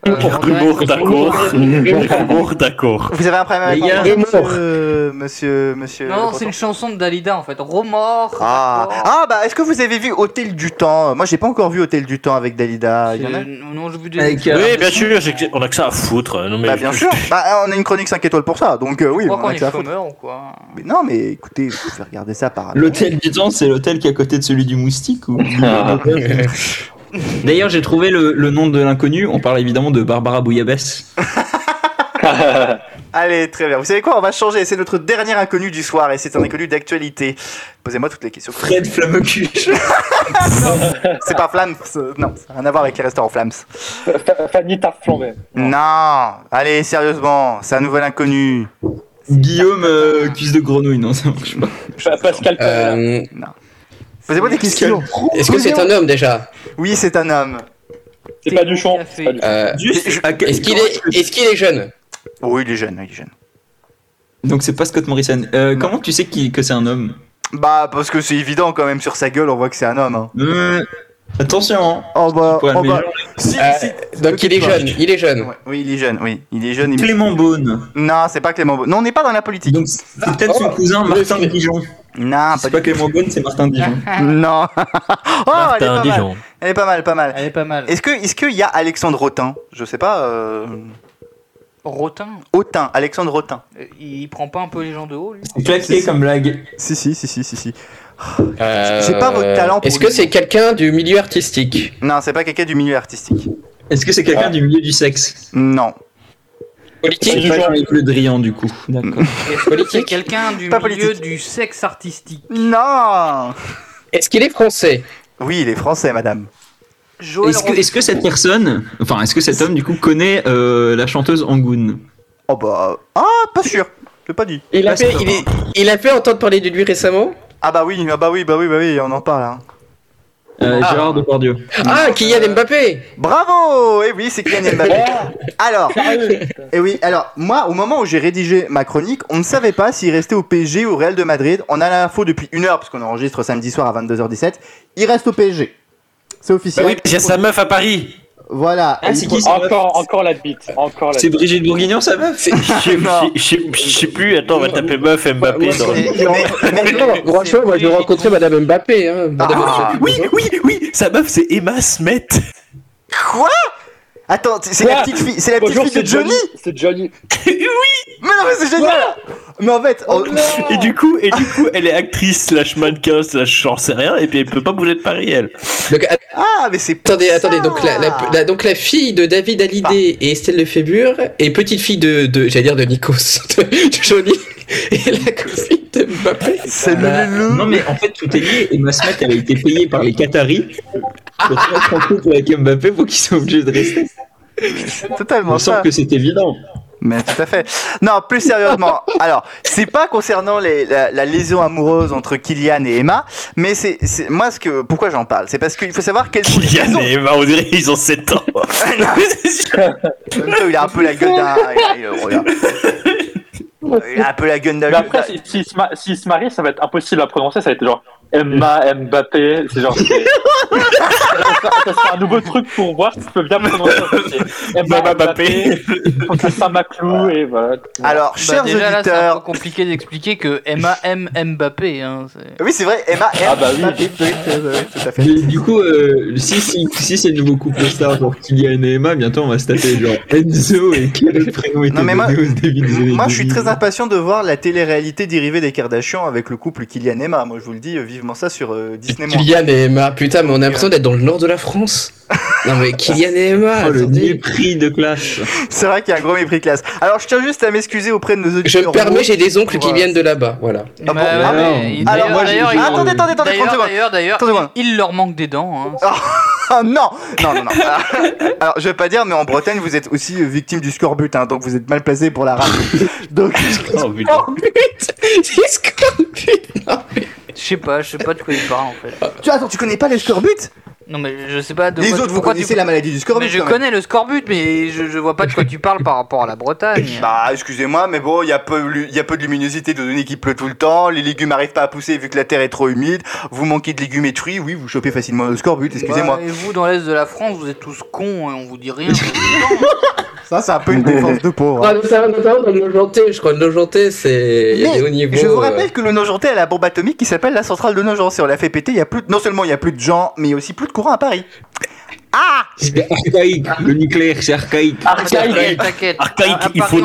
[SPEAKER 8] Humour, d'accord.
[SPEAKER 5] Euh,
[SPEAKER 8] Humour, d'accord.
[SPEAKER 5] Vous avez un problème avec
[SPEAKER 8] Les gars,
[SPEAKER 5] moi,
[SPEAKER 8] humour.
[SPEAKER 5] monsieur, euh, monsieur, monsieur.
[SPEAKER 7] Non,
[SPEAKER 5] le
[SPEAKER 7] c'est une chanson de Dalida en fait. Remords.
[SPEAKER 5] Ah, ah bah est-ce que vous avez vu Hôtel du Temps Moi j'ai pas encore vu Hôtel du Temps avec Dalida. Ah, Il y en a
[SPEAKER 7] Euh, Non, je vous dis.
[SPEAKER 8] Oui, bien sûr, j'ai que- on a que ça à foutre. hein. Non, mais
[SPEAKER 5] Bah bien sûr. Bah on a une chronique 5 étoiles pour ça. Donc euh, oui,
[SPEAKER 7] Je crois
[SPEAKER 5] on
[SPEAKER 7] qu'on
[SPEAKER 5] a que ça à
[SPEAKER 7] est
[SPEAKER 5] foutre.
[SPEAKER 7] chômeur ou quoi
[SPEAKER 5] Mais non mais écoutez, vous pouvez regarder ça par
[SPEAKER 6] L'hôtel du temps, c'est l'hôtel qui est à côté de celui du moustique ou D'ailleurs, j'ai trouvé le, le nom de l'inconnu. On parle évidemment de Barbara Bouillabaisse.
[SPEAKER 5] Allez, très bien. Vous savez quoi On va changer. C'est notre dernier inconnu du soir et c'est un inconnu d'actualité. Posez-moi toutes les questions.
[SPEAKER 6] Fred Flammecuche.
[SPEAKER 5] c'est pas Flams. euh, Non, ça n'a rien à voir avec les restaurants Flams.
[SPEAKER 1] Fanny Tarflambert.
[SPEAKER 5] Non. Allez, sérieusement, c'est un nouvel inconnu.
[SPEAKER 6] Guillaume euh, cuisse de grenouille, non, ça marche pas.
[SPEAKER 1] Pascal.
[SPEAKER 10] Euh,
[SPEAKER 5] Non. Posez-moi des questions.
[SPEAKER 10] Est-ce que c'est un homme déjà
[SPEAKER 5] Oui, c'est un homme.
[SPEAKER 1] C'est pas du champ.
[SPEAKER 10] Euh, Est-ce qu'il est, est-ce qu'il est jeune
[SPEAKER 5] Oui, Oh, il est jeune, il est jeune.
[SPEAKER 6] Donc c'est pas Scott Morrison. Euh, comment tu sais qu'il- que c'est un homme
[SPEAKER 5] Bah, parce que c'est évident quand même sur sa gueule, on voit que c'est un homme. hein.
[SPEAKER 6] Mmh, Attention. hein.
[SPEAKER 5] Oh bah,
[SPEAKER 6] Pour
[SPEAKER 5] oh
[SPEAKER 6] aimer
[SPEAKER 5] bah.
[SPEAKER 6] les gens.
[SPEAKER 5] Si, si.
[SPEAKER 10] Euh, Donc il est jeune, il est jeune.
[SPEAKER 5] Ouais, Oui, il est jeune, oui. Il est jeune. il-
[SPEAKER 6] Clément Beaune.
[SPEAKER 5] Non, c'est pas Clément Beaune. Non, on n'est pas dans la politique.
[SPEAKER 6] Donc c'est peut-être son cousin Martin Dijon.
[SPEAKER 5] Non, pas
[SPEAKER 6] C'est Ah, pas Clément Beaune, c'est Martin Dijon.
[SPEAKER 5] Non. oh, elle est pas mal.
[SPEAKER 8] Dijon.
[SPEAKER 5] Elle est pas mal, pas mal.
[SPEAKER 7] Elle est pas mal.
[SPEAKER 5] Est-ce que, est-ce qu'il y a Alexandre Rotin Je sais pas. Euh...
[SPEAKER 7] Rotin,
[SPEAKER 5] Autin, Alexandre Rotin.
[SPEAKER 7] euh, il prend pas un peu les gens de haut lui
[SPEAKER 6] C'est claqué comme blague.
[SPEAKER 5] Si, si, si, si, si, si.
[SPEAKER 10] Euh,
[SPEAKER 5] J'ai pas votre talent pour
[SPEAKER 10] Est-ce que
[SPEAKER 5] lui.
[SPEAKER 10] c'est quelqu'un du milieu artistique
[SPEAKER 5] Non, c'est pas quelqu'un du milieu artistique.
[SPEAKER 6] Est-ce que c'est quelqu'un
[SPEAKER 10] Ah.
[SPEAKER 6] du milieu du sexe
[SPEAKER 5] Non.
[SPEAKER 10] Politique
[SPEAKER 6] C'est pas avec le Drian du coup. D'accord.
[SPEAKER 7] Est-ce que c'est quelqu'un du
[SPEAKER 5] Pas
[SPEAKER 7] milieu
[SPEAKER 5] politique.
[SPEAKER 7] du sexe artistique
[SPEAKER 5] Non.
[SPEAKER 10] Est-ce qu'il est français
[SPEAKER 5] Oui, il est français, madame.
[SPEAKER 7] Joël
[SPEAKER 6] Est-ce que,
[SPEAKER 7] Rotin.
[SPEAKER 6] est-ce que cette personne, enfin, est-ce que cet homme du coup connaît euh, la chanteuse Angoun
[SPEAKER 5] Oh bah, ah, pas sûr. Je l'ai pas dit.
[SPEAKER 10] il a,
[SPEAKER 6] Parce
[SPEAKER 10] fait,
[SPEAKER 6] que-
[SPEAKER 10] il, est- il a fait entendre parler de lui récemment
[SPEAKER 5] Ah bah oui, ah bah oui, bah oui, bah oui, on en parle. hein.
[SPEAKER 6] Euh, Gérard Depardieu.
[SPEAKER 10] Ah, Kylian Mbappé
[SPEAKER 5] Bravo Et oui, c'est Kylian Mbappé. alors, et oui, alors moi, au moment où j'ai rédigé ma chronique, on ne savait pas s'il restait au PSG ou au Real de Madrid. On a l'info depuis une heure, parce qu'on enregistre samedi soir à 22h17. Il reste au PSG. C'est officiel.
[SPEAKER 8] Bah oui, parce qu'il y a sa meuf à Paris.
[SPEAKER 5] Voilà.
[SPEAKER 6] Ah,
[SPEAKER 5] Et
[SPEAKER 6] c'est
[SPEAKER 5] il-
[SPEAKER 6] qui sa meuf
[SPEAKER 1] Encore, encore la bite. Encore la
[SPEAKER 6] C'est
[SPEAKER 1] bite.
[SPEAKER 6] Brigitte Bourguignon, sa meuf
[SPEAKER 8] Je sais- je sais- je sais plus, attends, on va taper meuf Mbappé.
[SPEAKER 10] Ouais,
[SPEAKER 8] dans-
[SPEAKER 10] ouais,
[SPEAKER 5] Mais- mais- mais-
[SPEAKER 10] Grand chose, moi je vais rencontrer Madame Mbappé. Hein. Madame
[SPEAKER 5] Ah,
[SPEAKER 10] Mbappé.
[SPEAKER 8] Oui, oui, oui, sa meuf c'est Emma Smet.
[SPEAKER 5] Quoi Attends, c'est c'est la
[SPEAKER 1] Quoi
[SPEAKER 5] petite fille, c'est la petite
[SPEAKER 1] Bonjour,
[SPEAKER 5] fille de
[SPEAKER 1] c'est
[SPEAKER 5] Johnny.
[SPEAKER 1] C'est Johnny.
[SPEAKER 5] Mais non, mais c'est génial. Mais en fait, on-
[SPEAKER 8] Et du coup, et du coup, elle est actrice slash mannequin slash j'en sais rien, et puis elle peut pas bouger de Paris, elle.
[SPEAKER 10] Donc, att-
[SPEAKER 5] ah, mais c'est
[SPEAKER 10] attendez,
[SPEAKER 5] ça.
[SPEAKER 10] attendez. Donc la, la- la- donc la fille de David Hallyday et Estelle Lefébure et petite fille de, de j'allais dire de Nikos, de, de Johnny et la copine de Mbappé.
[SPEAKER 5] C'est
[SPEAKER 10] Bah,
[SPEAKER 5] le- le- le-
[SPEAKER 6] Non, mais en fait, tout est lié. Et Masmet, elle a été payée par les Qataris pour se mettre en couple avec Mbappé pour qu'ils soient obligés de rester. Il
[SPEAKER 5] totalement
[SPEAKER 6] me
[SPEAKER 5] ça.
[SPEAKER 6] semble que c'est évident.
[SPEAKER 5] Mais tout à fait. Non, plus sérieusement. Alors, c'est pas concernant les- la, la liaison amoureuse entre Kylian et Emma, mais c'est c'est- moi ce que pourquoi j'en parle, c'est parce qu'il faut savoir quelles sont les
[SPEAKER 8] Kylian
[SPEAKER 5] liaisons.
[SPEAKER 8] et Emma, on dirait qu'ils ont 7 ans.
[SPEAKER 5] En même temps, il a un peu la gueule d'un. Il, regarde. Il a un peu la gueule d'un.
[SPEAKER 7] Bah,
[SPEAKER 1] Mais après, s'ils si, s'ils se ma- s'ils se marient, ça va être impossible à prononcer. Ça va être genre Emma, Mbappé. C'est genre. c'est- ça, ça sera un nouveau truc pour voir si tu peux bien prononcer. C'est Emma,
[SPEAKER 8] Mbappé.
[SPEAKER 1] Mbappé. contre Saint-Maclou. Et voilà.
[SPEAKER 5] Alors,
[SPEAKER 7] Bah,
[SPEAKER 5] chers
[SPEAKER 7] déjà là, c'est un peu
[SPEAKER 5] auditeurs.
[SPEAKER 7] compliqué d'expliquer que Emma aime Mbappé. Hein, c'est-
[SPEAKER 5] Oui, c'est vrai, Emma.
[SPEAKER 1] Ah bah oui.
[SPEAKER 5] Emma, oui, oui, oui, tout à fait.
[SPEAKER 6] Mais du coup, euh, si, si, si c'est le nouveau couple star pour Kylian et Emma, bientôt on va se taper genre Enzo et quel est le prénom était
[SPEAKER 5] Non, mais moi-
[SPEAKER 6] donné au début des années
[SPEAKER 5] Moi, je suis
[SPEAKER 6] 2000.
[SPEAKER 5] très impatient de voir la télé-réalité dérivée des Kardashians avec le couple Kylian et Emma. Moi, je vous le dis euh, vivement ça sur euh, Disney.
[SPEAKER 10] Kylian et Emma, putain, mais on a l'impression d'être dans le nord de la France. Non mais Kylian et Emma,
[SPEAKER 6] Oh, le
[SPEAKER 10] attendez.
[SPEAKER 6] mépris de classe.
[SPEAKER 5] C'est vrai qu'il y a un gros mépris de classe. Alors, je tiens juste à m'excuser auprès de nos
[SPEAKER 10] Je
[SPEAKER 5] auditeurs.
[SPEAKER 10] me permets, j'ai des oncles qui
[SPEAKER 5] Voilà.
[SPEAKER 10] viennent de là-bas, voilà.
[SPEAKER 5] Ah bon
[SPEAKER 7] Bah,
[SPEAKER 5] Ah
[SPEAKER 7] ouais,
[SPEAKER 6] non.
[SPEAKER 7] il-
[SPEAKER 5] Alors,
[SPEAKER 7] d'ailleurs-
[SPEAKER 5] moi, j'ai-
[SPEAKER 7] d'ailleurs, il-
[SPEAKER 5] Attendez, attendez, attendez,
[SPEAKER 7] D'ailleurs,
[SPEAKER 5] 30 secondes.
[SPEAKER 7] d'ailleurs, d'ailleurs,
[SPEAKER 5] Attendez, moi.
[SPEAKER 7] il leur manque des dents. hein.
[SPEAKER 5] Ah non Non, non, non. Alors, je vais pas dire, mais en Bretagne, vous êtes aussi euh, victime du scorbut, hein, donc vous êtes mal placé pour la rame. donc,
[SPEAKER 8] Oh putain.
[SPEAKER 10] C'est scorbut, non, mais-
[SPEAKER 7] Je sais pas, je sais pas de quoi il parle en fait.
[SPEAKER 5] tu attends, tu connais pas les scorbuts
[SPEAKER 7] Non mais je sais pas. De
[SPEAKER 5] Les
[SPEAKER 7] quoi-
[SPEAKER 5] autres, vous
[SPEAKER 7] pourquoi
[SPEAKER 5] connaissez la maladie du scorbut,
[SPEAKER 7] Mais je
[SPEAKER 5] quand même.
[SPEAKER 7] connais le scorbut, mais je, je vois pas de quoi tu parles par rapport à la Bretagne.
[SPEAKER 5] Bah, excusez-moi, mais bon, il y, a peu lu- il y a peu de luminosité, étant donné qu'il pleut tout le temps, les légumes arrivent pas à pousser vu que la terre est trop humide, vous manquez de légumes et de fruits, oui, vous chopez facilement le scorbut, excusez-moi.
[SPEAKER 7] Ouais, et vous dans l'est de la France, vous êtes tous cons et on vous dit rien.
[SPEAKER 5] Ça, c'est un peu une défense de hein. pauvre.
[SPEAKER 10] Ah, notamment, notamment dans le Nogentais, je crois. Le Nogentais, c'est. Il y a des hauts niveaux.
[SPEAKER 5] je vous
[SPEAKER 10] euh,
[SPEAKER 5] rappelle que le Nogentay a la bombe atomique qui s'appelle la centrale de Nogent. Si on l'a fait péter, il y a plus de- non seulement il y a plus de gens, mais il y a aussi plus de courant à Paris. Ah!
[SPEAKER 6] C'est archaïque, le nucléaire, c'est archaïque.
[SPEAKER 7] T'inquiète, t'inquiète. À- à Paris,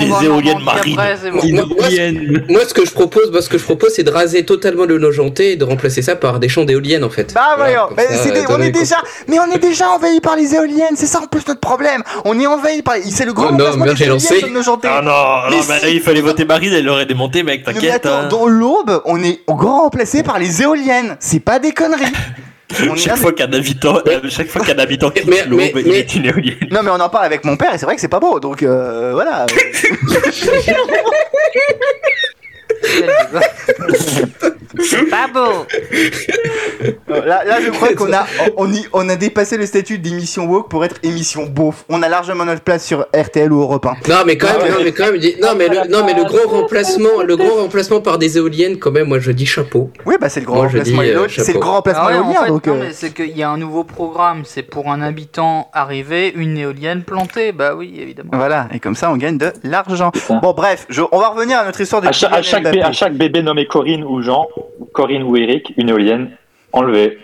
[SPEAKER 7] on va en Normandie après, c'est bon.
[SPEAKER 10] Moi, moi, ce- moi, ce que je propose, moi, ce que je propose, c'est de raser totalement le Nogentais et de remplacer ça par des champs d'éoliennes, en fait.
[SPEAKER 5] Bah
[SPEAKER 10] Voilà,
[SPEAKER 5] voyons,
[SPEAKER 10] comme
[SPEAKER 5] mais
[SPEAKER 10] ça,
[SPEAKER 5] c'est des-
[SPEAKER 10] étant
[SPEAKER 5] on
[SPEAKER 10] donné
[SPEAKER 5] est
[SPEAKER 10] qu'on-
[SPEAKER 5] déjà, mais on est déjà envahi par les éoliennes, c'est ça en plus notre problème. On est envahi par, c'est le grand
[SPEAKER 10] Oh non,
[SPEAKER 5] remplacement
[SPEAKER 10] merde,
[SPEAKER 5] des
[SPEAKER 10] j'ai lancé.
[SPEAKER 5] éoliennes sur le Nogentais.
[SPEAKER 8] Ah non,
[SPEAKER 5] Mais
[SPEAKER 8] non, bah,
[SPEAKER 5] si.
[SPEAKER 8] là, il fallait voter Marine, elle l'aurait démonté, mec,
[SPEAKER 5] Non, mais
[SPEAKER 8] t'inquiète.
[SPEAKER 5] attends,
[SPEAKER 8] hein.
[SPEAKER 5] dans l'aube, on est au grand remplacé par les éoliennes. C'est pas des conneries. On est là,
[SPEAKER 8] Chaque fois qu'un habitant, euh, chaque fois qu'un habitant quitte
[SPEAKER 5] Mais-
[SPEAKER 8] l'aube,
[SPEAKER 5] mais-
[SPEAKER 8] il
[SPEAKER 5] mais-
[SPEAKER 8] est une éolienne.
[SPEAKER 5] Non mais on en parle avec mon père et c'est vrai que c'est pas beau donc euh, voilà.
[SPEAKER 7] Pas beau.
[SPEAKER 5] Euh, là, là, je crois qu'on a on, y- on a dépassé le statut d'émission woke pour être émission beauf. On a largement notre place sur RTL ou Europe 1.
[SPEAKER 10] Non mais quand même, non mais quand même, dis- non mais le, non mais le gros remplacement, le gros remplacement par des éoliennes quand même, moi je dis chapeau.
[SPEAKER 5] Oui bah c'est le grand
[SPEAKER 10] Moi, je
[SPEAKER 5] remplacement
[SPEAKER 10] dis, euh,
[SPEAKER 5] éolien, c'est le
[SPEAKER 10] chapeau.
[SPEAKER 5] grand remplacement
[SPEAKER 7] Ah ouais, en
[SPEAKER 5] éolien,
[SPEAKER 7] fait,
[SPEAKER 5] donc.
[SPEAKER 7] non,
[SPEAKER 5] euh,
[SPEAKER 7] mais c'est qu'il y a un nouveau programme, c'est pour un habitant arrivé, une éolienne plantée. Bah oui, évidemment.
[SPEAKER 5] Voilà, et comme ça on gagne de l'argent. Bon bref, je- on va revenir à notre histoire de
[SPEAKER 1] À, cha- à
[SPEAKER 5] Kylian
[SPEAKER 1] chaque
[SPEAKER 5] Mbappé.
[SPEAKER 1] bé- à chaque bébé nommé Corinne ou Jean, Corinne ou Eric, une éolienne enlevée.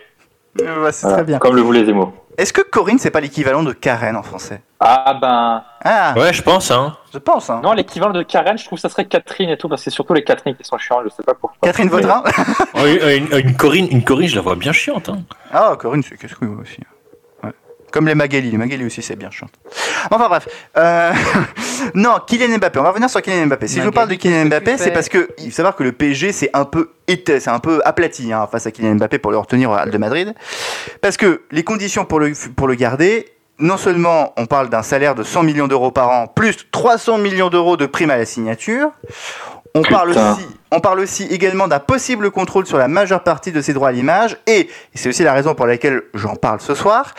[SPEAKER 5] Euh, bah, c'est
[SPEAKER 1] Voilà,
[SPEAKER 5] très bien.
[SPEAKER 1] Comme le voulaient Zemmour.
[SPEAKER 5] Est-ce que Corinne c'est pas l'équivalent de Karen en français
[SPEAKER 1] Ah ben.
[SPEAKER 5] Ah.
[SPEAKER 8] Ouais, je pense, hein.
[SPEAKER 5] Je pense, hein.
[SPEAKER 1] Non, l'équivalent de Karen, je trouve que ça serait Catherine et tout, parce que c'est surtout les Catherine qui sont chiantes, je sais pas pourquoi.
[SPEAKER 5] Catherine Vautrin
[SPEAKER 8] Oh, une, une- une Corinne, une Corinne, je la vois bien chiante. Hein.
[SPEAKER 5] Ah, Corinne, c'est qu'est-ce que vous aussi. hein. Ouais. Comme les Magali, les Magali aussi, c'est bien chiant. Enfin bref, Euh, non, Kylian Mbappé. On va revenir sur Kylian Mbappé. Si je vous parle de Kylian Mbappé, c'est
[SPEAKER 1] fais
[SPEAKER 5] parce que il faut savoir que le PSG c'est un peu été, c'est un peu aplati hein, face à Kylian Mbappé pour le retenir au Real de Madrid, parce que les conditions pour le pour le garder. Non seulement on parle d'un salaire de 100 millions d'euros par an, plus 300 millions d'euros de primes à la signature, on parle,
[SPEAKER 1] Putain.
[SPEAKER 5] aussi, on parle aussi également d'un possible contrôle sur la majeure partie de ses droits à l'image, et, et c'est aussi la raison pour laquelle j'en parle ce soir,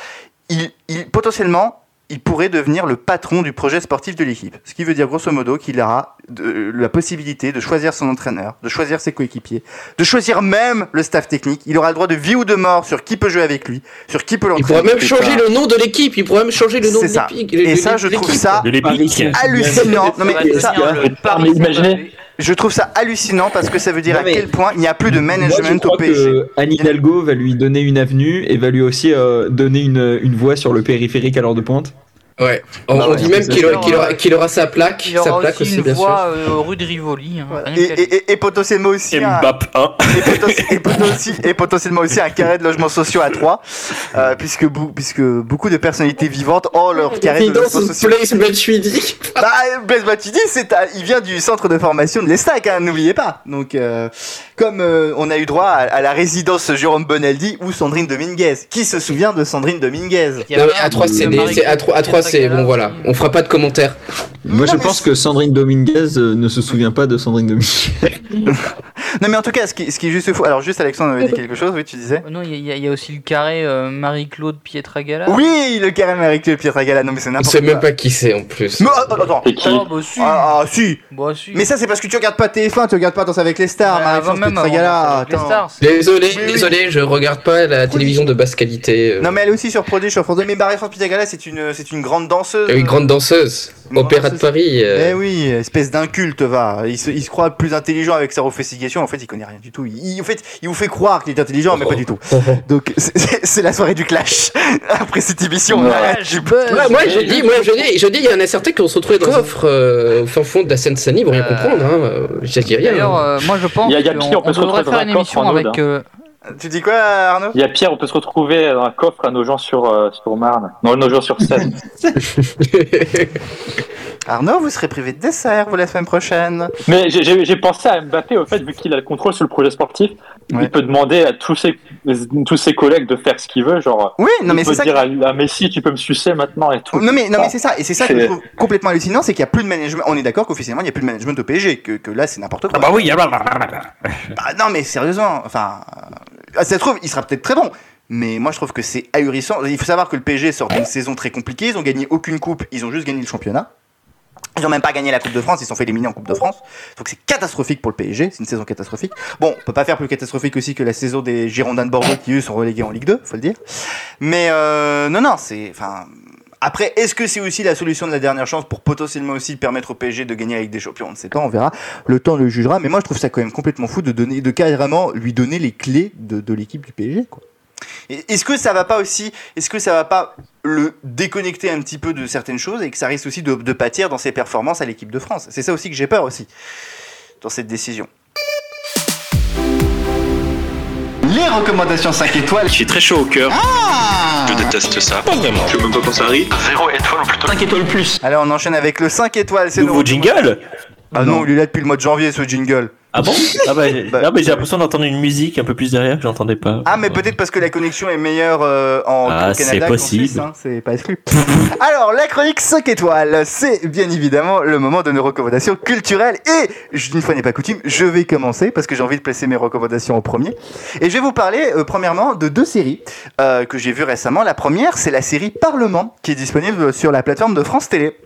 [SPEAKER 5] il, il- potentiellement, il pourrait devenir le patron du projet sportif de l'équipe. Ce qui veut dire grosso modo qu'il aura de- la possibilité de choisir son entraîneur, de choisir ses coéquipiers, de choisir même le staff technique. Il aura le droit de vie ou de mort sur qui peut jouer avec lui, sur qui peut
[SPEAKER 10] Il
[SPEAKER 5] l'entraîner.
[SPEAKER 10] pourrait même changer le nom de l'équipe, il pourrait même changer le nom de
[SPEAKER 5] C'est ça.
[SPEAKER 10] l'équipe.
[SPEAKER 5] Et ça, je trouve ça
[SPEAKER 8] Ah,
[SPEAKER 5] hallucinant. Non, mais ça- Je trouve ça hallucinant parce que ça veut dire à quel point il n'y a plus de
[SPEAKER 6] Moi, je
[SPEAKER 5] management
[SPEAKER 6] crois
[SPEAKER 5] au PSG.
[SPEAKER 6] que Anne Hidalgo va lui donner une avenue et va lui aussi euh, donner une, une voie sur le périphérique à l'heure de pointe.
[SPEAKER 10] Ouais. On,
[SPEAKER 6] Ah
[SPEAKER 10] on
[SPEAKER 6] ouais,
[SPEAKER 10] dit même
[SPEAKER 6] c'est
[SPEAKER 10] qu'il
[SPEAKER 6] ça.
[SPEAKER 10] aura, qu'il aura- qu'il aura sa plaque,
[SPEAKER 7] Il y
[SPEAKER 10] sa
[SPEAKER 7] aura
[SPEAKER 10] plaque
[SPEAKER 7] aussi,
[SPEAKER 10] aussi,
[SPEAKER 7] une
[SPEAKER 10] bien sûr.
[SPEAKER 7] voie euh, rue de Rivoli. hein, rien
[SPEAKER 5] Et,
[SPEAKER 7] qu'à dire.
[SPEAKER 5] et, et, et potentiellement aussi un-
[SPEAKER 8] Mbappé 1.
[SPEAKER 5] et, poten- et potenti- et potentiellement aussi un carré de logements sociaux à 3 puisque, bou- puisque beaucoup de personnalités vivantes ont leur carré de
[SPEAKER 10] Dans
[SPEAKER 5] logements
[SPEAKER 10] ce
[SPEAKER 5] sociaux
[SPEAKER 10] place Matuidi.
[SPEAKER 5] bah Blaise Matuidi c'est un- il vient du centre de formation de l'Estac hein, n'oubliez pas donc euh, comme euh, on a eu droit à, à la résidence Jérôme Bonaldi ou Sandrine Dominguez qui se souvient de Sandrine Dominguez
[SPEAKER 10] Non, mais A3 c'est des- c'est A3 A3 c'est bon voilà, on fera pas de commentaires.
[SPEAKER 6] Moi, je pense que Sandrine Dominguez euh, ne se souvient pas de Sandrine Dominguez.
[SPEAKER 5] non mais en tout cas ce qui, ce qui est juste fou alors juste Alexandre
[SPEAKER 7] bah,
[SPEAKER 5] avait dit quelque chose oui tu disais
[SPEAKER 7] Oh Non, il y, a- il y a- il y a aussi le carré euh, Marie-Claude Pietragala.
[SPEAKER 5] oui le carré avec le Pierre Ragala non mais c'est
[SPEAKER 10] On
[SPEAKER 5] n'importe quoi
[SPEAKER 10] sait même pas qui c'est en plus.
[SPEAKER 5] Mais oh, attends, attends, attends.
[SPEAKER 7] Ah, bah, si.
[SPEAKER 5] Ah, ah, si
[SPEAKER 7] Bah, si.
[SPEAKER 5] Mais ça, c'est parce que tu regardes pas TF1, tu regardes pas Danse avec les stars,
[SPEAKER 7] Bah,
[SPEAKER 5] Marie-France
[SPEAKER 7] avant même, avant
[SPEAKER 5] Petragala,
[SPEAKER 7] Danse avec les
[SPEAKER 5] attends.
[SPEAKER 7] stars,
[SPEAKER 10] Désolé, désolé, je regarde pas la télévision de basse qualité. euh.
[SPEAKER 5] Non, mais elle est aussi sur Prodigy, sur France 2. Mais Marie-France Petragala, c'est une, c'est une grande danseuse.
[SPEAKER 10] Une grande danseuse, opéra de Paris. euh.
[SPEAKER 5] Eh oui, espèce d'inculte, va. Il se, il se croit plus intelligent avec sa refestigation. En fait, il connaît rien du tout. Il, il- en fait, il vous fait croire qu'il est intelligent,
[SPEAKER 10] Oh.
[SPEAKER 5] mais pas du tout. Donc, c'est- c'est c'est la soirée du clash. Après cette émission, on
[SPEAKER 10] Ouais,
[SPEAKER 5] arrête.
[SPEAKER 10] je Ouais, moi je dis, moi je dis, je dis, il y en a certains qui vont se retrouver dans un coffre euh, au fin fond de la Seine-Saint-Denis, ils vont rien comprendre. Hein. euh, Je dis rien.
[SPEAKER 7] D'ailleurs,
[SPEAKER 10] hein.
[SPEAKER 7] euh, moi je pense
[SPEAKER 1] Il y a- il y a
[SPEAKER 7] qu'on
[SPEAKER 1] pire, on peut
[SPEAKER 7] on
[SPEAKER 1] se
[SPEAKER 7] devrait
[SPEAKER 1] retrouver
[SPEAKER 7] faire une
[SPEAKER 1] dans un
[SPEAKER 7] émission
[SPEAKER 1] coffre en
[SPEAKER 7] avec.
[SPEAKER 1] Aude,
[SPEAKER 7] euh,
[SPEAKER 5] Tu dis quoi, Arnaud
[SPEAKER 1] Il y a Pierre, on peut se retrouver dans un coffre à nos gens sur, euh, sur Marne. Non, nos gens sur Seine.
[SPEAKER 5] Arnaud, vous serez privé de dessert, vous, la semaine prochaine.
[SPEAKER 1] Mais j'ai- j'ai j'ai pensé à Mbappé, au fait, vu qu'il a le contrôle sur le projet sportif, il peut demander à tous ses, tous ses collègues de faire ce qu'il veut. Genre,
[SPEAKER 5] Oui, non,
[SPEAKER 1] il
[SPEAKER 5] mais
[SPEAKER 1] peut
[SPEAKER 5] c'est ça
[SPEAKER 1] dire à, à Messi, tu peux me sucer maintenant et tout.
[SPEAKER 5] Non mais, non mais c'est ça, et c'est ça que je
[SPEAKER 1] C'est-
[SPEAKER 5] trouve complètement hallucinant, c'est qu'il n'y a plus de management, on est d'accord qu'officiellement il n'y a plus de management au PSG, que, que là c'est n'importe quoi.
[SPEAKER 8] Ah bah oui,
[SPEAKER 5] Bah non mais sérieusement, enfin, euh, ah, ça se trouve, il sera peut-être très bon, Mais moi, je trouve que c'est ahurissant. Il faut savoir que le PSG sort d'une saison très compliquée. Ils ont gagné aucune coupe. Ils ont juste gagné le championnat. Ils n'ont même pas gagné la Coupe de France, ils se sont fait éliminer en Coupe de France. Donc c'est catastrophique pour le PSG, c'est une saison catastrophique. Bon, on peut pas faire plus catastrophique aussi que la saison des Girondins de Bordeaux qui eux sont relégués en Ligue 2, faut le dire. Mais euh, non, non, c'est, enfin, après, est-ce que c'est aussi la solution de la dernière chance pour potentiellement aussi permettre au PSG de gagner avec des champions On ne sait pas, on verra. Le temps le jugera. Mais moi, je trouve ça quand même complètement fou de donner, de carrément lui donner les clés de, de l'équipe du PSG, quoi. Et Est-ce que ça va pas aussi, est-ce que ça va pas le déconnecter un petit peu de certaines choses et que ça risque aussi de, de pâtir dans ses performances à l'équipe de France C'est ça aussi que j'ai peur aussi dans cette décision.
[SPEAKER 3] Les recommandations 5 étoiles.
[SPEAKER 12] Je suis très chaud au cœur.
[SPEAKER 3] Ah
[SPEAKER 12] Je déteste ça. Pas vraiment. Je veux même pas penser à rire. Zéro étoile ou plutôt.
[SPEAKER 5] 5 étoiles plus. Allez, on enchaîne avec le 5 étoiles. C'est
[SPEAKER 8] Nouveau
[SPEAKER 5] nos-
[SPEAKER 8] jingle
[SPEAKER 5] Ah non, il est là depuis le mois de janvier ce jingle.
[SPEAKER 8] Ah bon Ah bah, j'ai- ah bah, j'ai l'impression d'entendre une musique un peu plus derrière que j'entendais pas.
[SPEAKER 5] Ah mais peut-être parce que la connexion est meilleure euh, en
[SPEAKER 8] Ah,
[SPEAKER 5] au Canada
[SPEAKER 8] c'est
[SPEAKER 5] qu'en
[SPEAKER 8] possible.
[SPEAKER 5] Suisse, hein, c'est pas exclu. Alors la chronique 5 étoiles, c'est bien évidemment le moment de nos recommandations culturelles et je- une fois n'est pas coutume, je vais commencer parce que j'ai envie de placer mes recommandations en premier et je vais vous parler euh, premièrement de deux séries euh, que j'ai vues récemment. La première, c'est la série Parlement qui est disponible sur la plateforme de France Télé.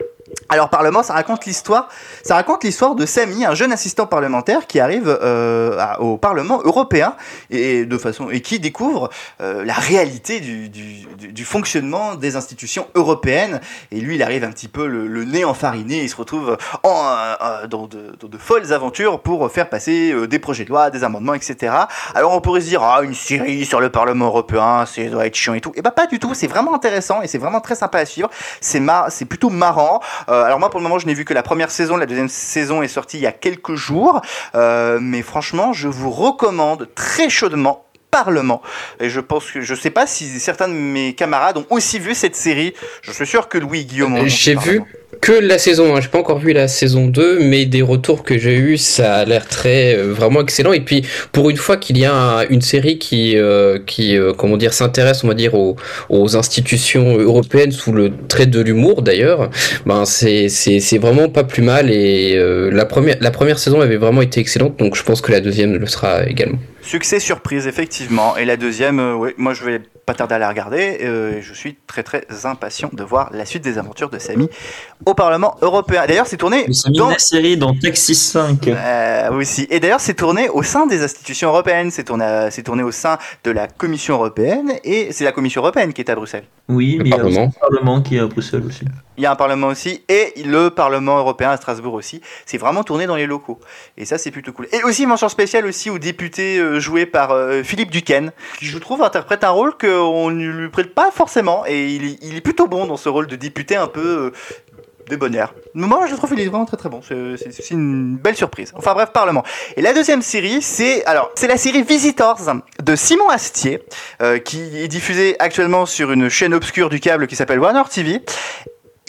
[SPEAKER 5] Alors Parlement, ça raconte l'histoire, ça raconte l'histoire de Samy, un jeune assistant parlementaire qui arrive euh, à- au Parlement européen et de façon et qui découvre euh, la réalité du, du- du- du fonctionnement des institutions européennes. Et lui, il arrive un petit peu le, le nez enfariné, il se retrouve en, euh, euh, dans, de, dans de folles aventures pour faire passer euh, des projets de loi, des amendements, etc. Alors on pourrait se dire ah une série sur le Parlement européen, c'est ça doit être chiant et tout. Et bah pas du tout, c'est vraiment intéressant et c'est vraiment très sympa à suivre. C'est mar- c'est plutôt marrant. Euh, alors moi pour le moment je n'ai vu que la première saison, la deuxième saison est sortie il y a quelques jours, Euh, mais franchement je vous recommande très chaudement. Parlement. Et je pense que je sais pas si certains de mes camarades ont aussi vu cette série. Je suis sûr que Louis Guillaume. en a
[SPEAKER 10] J'ai
[SPEAKER 5] entendu
[SPEAKER 10] vu que la saison 1, j'ai pas encore vu la saison 2, mais des retours que j'ai eu, ça a l'air très euh, vraiment excellent. Et puis pour une fois qu'il y a un- une série qui, euh, qui euh, comment dire, s'intéresse, on va dire, aux, aux institutions européennes sous le trait de l'humour d'ailleurs, ben c'est c'est c'est vraiment pas plus mal. Et euh, la première la première saison avait vraiment été excellente, donc je pense que la deuxième le sera également.
[SPEAKER 5] Succès surprise, effectivement. Et la deuxième, euh, ouais, moi je vais pas tarder à la regarder. euh, et je suis très très impatient de voir la suite des aventures de Samy au Parlement européen. D'ailleurs, c'est tourné dans.
[SPEAKER 6] la série dans Texas 5.
[SPEAKER 5] Euh, aussi. Et d'ailleurs, c'est tourné au sein des institutions européennes. C'est tourné, à- c'est tourné au sein de la Commission européenne et c'est la Commission européenne qui est à Bruxelles.
[SPEAKER 13] Oui, mais il y a aussi
[SPEAKER 10] Parlement.
[SPEAKER 13] le Parlement qui est à Bruxelles aussi.
[SPEAKER 5] Il y a un Parlement aussi et le Parlement européen à Strasbourg aussi. C'est vraiment tourné dans les locaux. Et ça, c'est plutôt cool. Et aussi, mention spéciale aussi au député euh, joué par euh, Philippe Duquesne, qui je trouve interprète un rôle qu'on ne lui prête pas forcément. Et il, est- il est plutôt bon dans ce rôle de député un peu euh, débonnaire. Mais Moi, je trouve qu'il est vraiment très très bon. C'est- C'est c'est une belle surprise. Enfin bref, Parlement. Et la deuxième série, c'est alors c'est la série Visitors de Simon Astier, euh, qui est diffusée actuellement sur une chaîne obscure du câble qui s'appelle Warner TV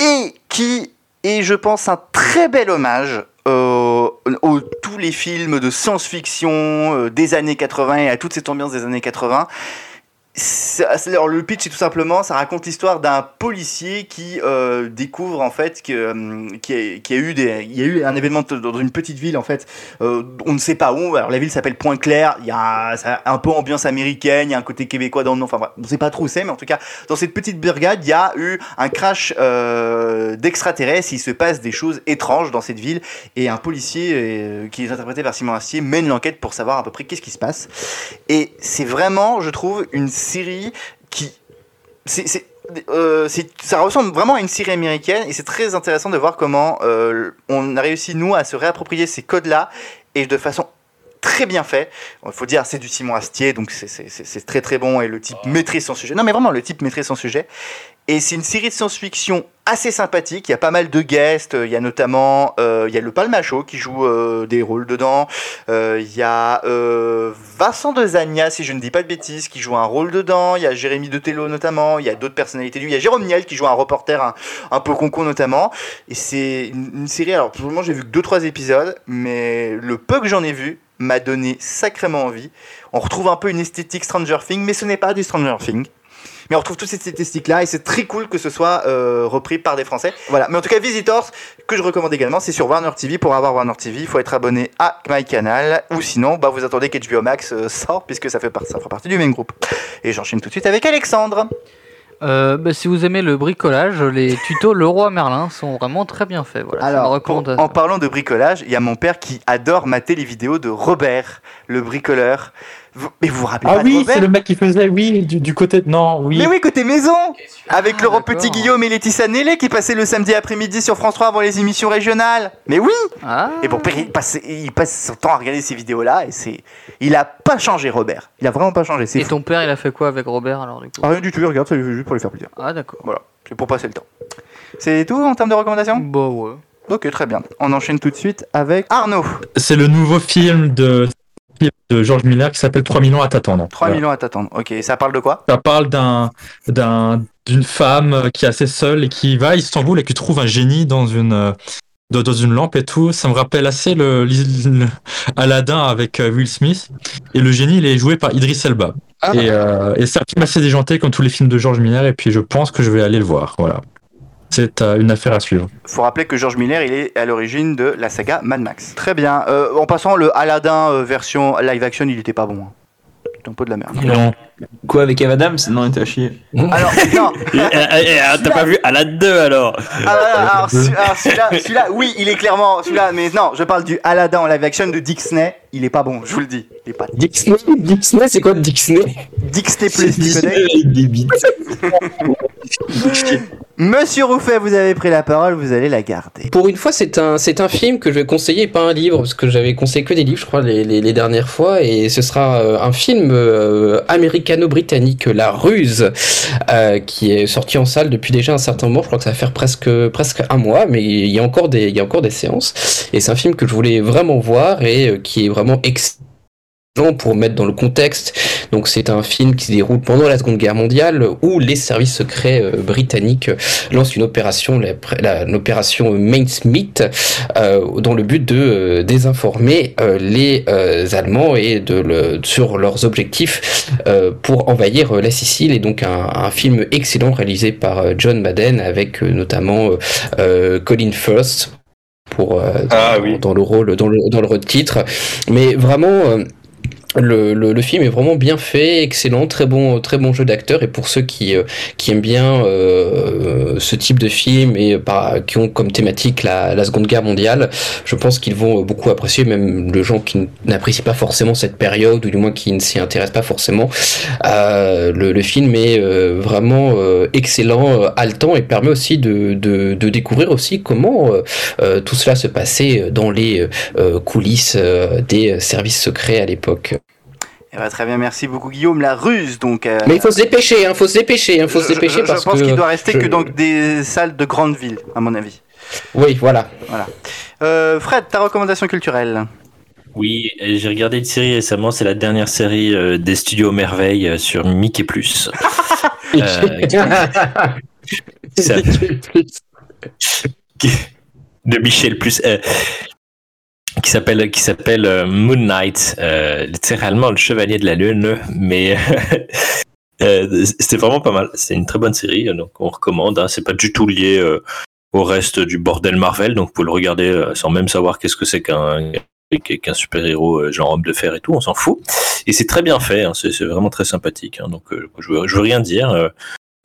[SPEAKER 5] et qui est, je pense, un très bel hommage euh, aux tous les films de science-fiction euh, des années 80 et à toute cette ambiance des années 80. Ça- c'est- alors, le pitch, c'est tout simplement, ça raconte l'histoire d'un policier qui euh, découvre en fait que, hum, qu'il y a- qu'il y a eu des, il y a eu un événement t- dans une petite ville en fait. euh, on ne sait pas où. Alors la ville s'appelle Point Clair. Il y a un, ça a un peu ambiance américaine. Il y a un côté québécois dans le nom. Enfin, bref, on ne sait pas trop où c'est, mais en tout cas, dans cette petite brigade, il y a eu un crash euh, d'extraterrestres. Il se passe des choses étranges dans cette ville et un policier euh, qui est interprété par Simon Astier mène l'enquête pour savoir à peu près qu'est-ce qui se passe. Et c'est vraiment, je trouve, une série qui c'est, c'est- euh, c'est- ça ressemble vraiment à une série américaine et c'est très intéressant de voir comment euh, on a réussi, nous, à se réapproprier ces codes-là et de façon très bien fait. Il faut dire, c'est du Simon Astier, donc c'est- c'est c'est- c'est très très bon et le type maîtrise son sujet. Non, mais vraiment, le type maîtrise son sujet. Et c'est une série de science-fiction assez sympathique. Il y a pas mal de guests. Il y a notamment euh, il y a le Palmacho qui joue euh, des rôles dedans. Euh, il y a euh, Vincent de Zagna, si je ne dis pas de bêtises, qui joue un rôle dedans. Il y a Jérémy de Tello notamment. Il y a d'autres personnalités. du- Il y a Jérôme Niel qui joue un reporter un, un peu concon notamment. Et c'est une, une série. Alors pour le moment, j'ai vu que 2-3 épisodes, mais le peu que j'en ai vu m'a donné sacrément envie. On retrouve un peu une esthétique Stranger Things, mais ce n'est pas du Stranger Things. Mais on retrouve toutes ces statistiques-là et c'est très cool que ce soit euh, repris par des Français. Voilà. Mais en tout cas, Visitors, que je recommande également, c'est sur Warner TV. Pour avoir Warner TV, il faut être abonné à MyCanal ou sinon, bah, vous attendez qu'HBO Max euh, sort puisque ça, fait par- ça fera partie du même groupe. Et j'enchaîne tout de suite avec Alexandre.
[SPEAKER 7] Euh, bah, si vous aimez le bricolage, les tutos Leroy Merlin sont vraiment très bien faits. Voilà, je le
[SPEAKER 5] Alors,
[SPEAKER 7] recommande.
[SPEAKER 5] pour- en parlant de bricolage, il y a mon père qui adore mater les vidéos de Robert, le bricoleur. Vous- mais vous vous rappelez
[SPEAKER 14] Ah
[SPEAKER 5] pas de
[SPEAKER 14] oui,
[SPEAKER 5] Robert
[SPEAKER 14] c'est le mec qui faisait, oui, du, du côté. de- Non, oui.
[SPEAKER 5] Mais oui, côté maison Avec Laurent Petit Guillaume et Laetitia Nélé qui passaient le samedi après-midi sur France 3 avant les émissions régionales. Mais oui
[SPEAKER 7] Ah.
[SPEAKER 1] Eh ben,
[SPEAKER 5] Et bon, il passe, il passe son temps à regarder ces vidéos-là et c'est. Il a pas changé, Robert. Il a vraiment pas changé. C'est
[SPEAKER 7] Et ton père, il a fait quoi avec Robert alors du coup
[SPEAKER 5] Ah, rien du tout, il regarde, c'est juste pour lui faire plaisir.
[SPEAKER 7] Ah d'accord.
[SPEAKER 5] Voilà, c'est pour passer le temps. C'est tout en termes de
[SPEAKER 1] Ah.
[SPEAKER 5] recommandations
[SPEAKER 7] Bah ouais.
[SPEAKER 5] Ok, très bien. On enchaîne tout de suite avec Arnaud.
[SPEAKER 14] C'est le nouveau film de, de Georges Miller qui s'appelle 3000 ans à t'attendre.
[SPEAKER 5] 3 millions à t'attendre. Ok, ça parle de quoi
[SPEAKER 14] Ça parle d'un, d'un, d'une femme qui est assez seule et qui va à Istanbul et qui trouve un génie dans une, euh, dans, dans une lampe et tout. Ça me rappelle assez le, l'île- le- Aladdin avec euh, Will Smith. Et le génie, il est joué par Idris Elba. Et, euh, et c'est un film assez déjanté comme tous les films de Georges Miller. Et puis je pense que je vais aller le voir. Voilà. C'est euh, une affaire à suivre.
[SPEAKER 5] Faut rappeler que George Miller, il est à l'origine de la saga Mad Max. Très bien. Euh, en passant, le Aladdin euh, version live action, il était pas bon. hein. C'était un peu de la merde.
[SPEAKER 6] Non. Quoi avec Eva Adams Non, il était à chier.
[SPEAKER 5] Alors, non.
[SPEAKER 8] Eh, eh, eh, ah, T'as pas vu à la 2 alors
[SPEAKER 5] Ah, ah, alors, celui- alors, celui-là, celui-là, oui, il est clairement celui-là, mais non, je parle du Aladdin en live action de Dixney. Il est pas bon, je vous le dis. Il est pas.
[SPEAKER 10] Dixney, Dixney, c'est quoi Dixney
[SPEAKER 5] Dixney Plus, tu connais Monsieur Rouffet, vous avez pris la parole, vous allez la garder.
[SPEAKER 10] Pour une fois, c'est un, c'est un film que je vais conseiller, et pas un livre, parce que j'avais conseillé que des livres, je crois, les, les- les dernières fois, et ce sera euh, un film euh, américano-britannique, La Ruse, euh, qui est sorti en salle depuis déjà un certain moment. Je crois que ça va faire presque, presque un mois, mais il y a encore des, il y a encore des séances. Et c'est un film que je voulais vraiment voir et euh, qui est vraiment excellent Jean, pour mettre dans le contexte. Donc c'est un film qui se déroule pendant la Seconde Guerre mondiale où les services secrets euh, britanniques lancent une opération, la- la- l'opération Mainsmith, euh, dans le but de euh, désinformer euh, les euh, Allemands et de le, sur leurs objectifs euh, pour envahir euh, la Sicile. Et donc un, un film excellent réalisé par euh, John Madden avec euh, notamment euh, euh, Colin Firth pour euh, dans, dans le rôle dans le dans le rôle de titre mais vraiment euh, le, le- le film est vraiment bien fait, excellent, très bon, très bon jeu d'acteur. Et pour ceux qui, euh, qui aiment bien euh, ce type de film et euh, par- qui ont comme thématique la, la Seconde Guerre mondiale, je pense qu'ils vont euh, beaucoup apprécier, même les gens qui n'apprécient pas forcément cette période, ou du moins qui ne s'y intéressent pas forcément. Euh, le, le film est euh, vraiment euh, excellent, euh, haletant et permet aussi de, de, de découvrir aussi comment euh, euh, tout cela se passait dans les euh, coulisses euh, des services secrets à l'époque.
[SPEAKER 5] Eh ben, très bien, merci beaucoup Guillaume. La ruse, donc. euh,
[SPEAKER 10] Mais il faut se dépêcher, hein, faut se dépêcher, hein, faut se
[SPEAKER 5] je- je-
[SPEAKER 10] dépêcher
[SPEAKER 5] je,
[SPEAKER 10] parce
[SPEAKER 5] pense
[SPEAKER 10] que
[SPEAKER 5] qu'il doit rester
[SPEAKER 10] je-
[SPEAKER 5] que dans des salles de grandes villes, à mon avis.
[SPEAKER 10] Oui, voilà.
[SPEAKER 5] Voilà. Euh, Fred, ta recommandation culturelle
[SPEAKER 8] Oui, et j'ai regardé une série récemment, c'est la dernière série euh, des studios Merveille euh, sur Mickey Plus. Euh, qui- ça- qui- de Michel Plus. euh, qui s'appelle qui s'appelle euh, Moon Knight, euh, littéralement le chevalier de la lune, mais euh, c'était vraiment pas mal. C'est une très bonne série, euh, donc on recommande. hein. C'est pas du tout lié euh, au reste du bordel Marvel, donc vous pouvez le regarder euh, sans même savoir qu'est-ce que c'est qu'un qu'un super héros genre homme de fer et tout, on s'en fout. Et c'est très bien fait, hein. c'est c'est vraiment très sympathique. hein. Donc euh, je, veux, je veux rien dire. euh,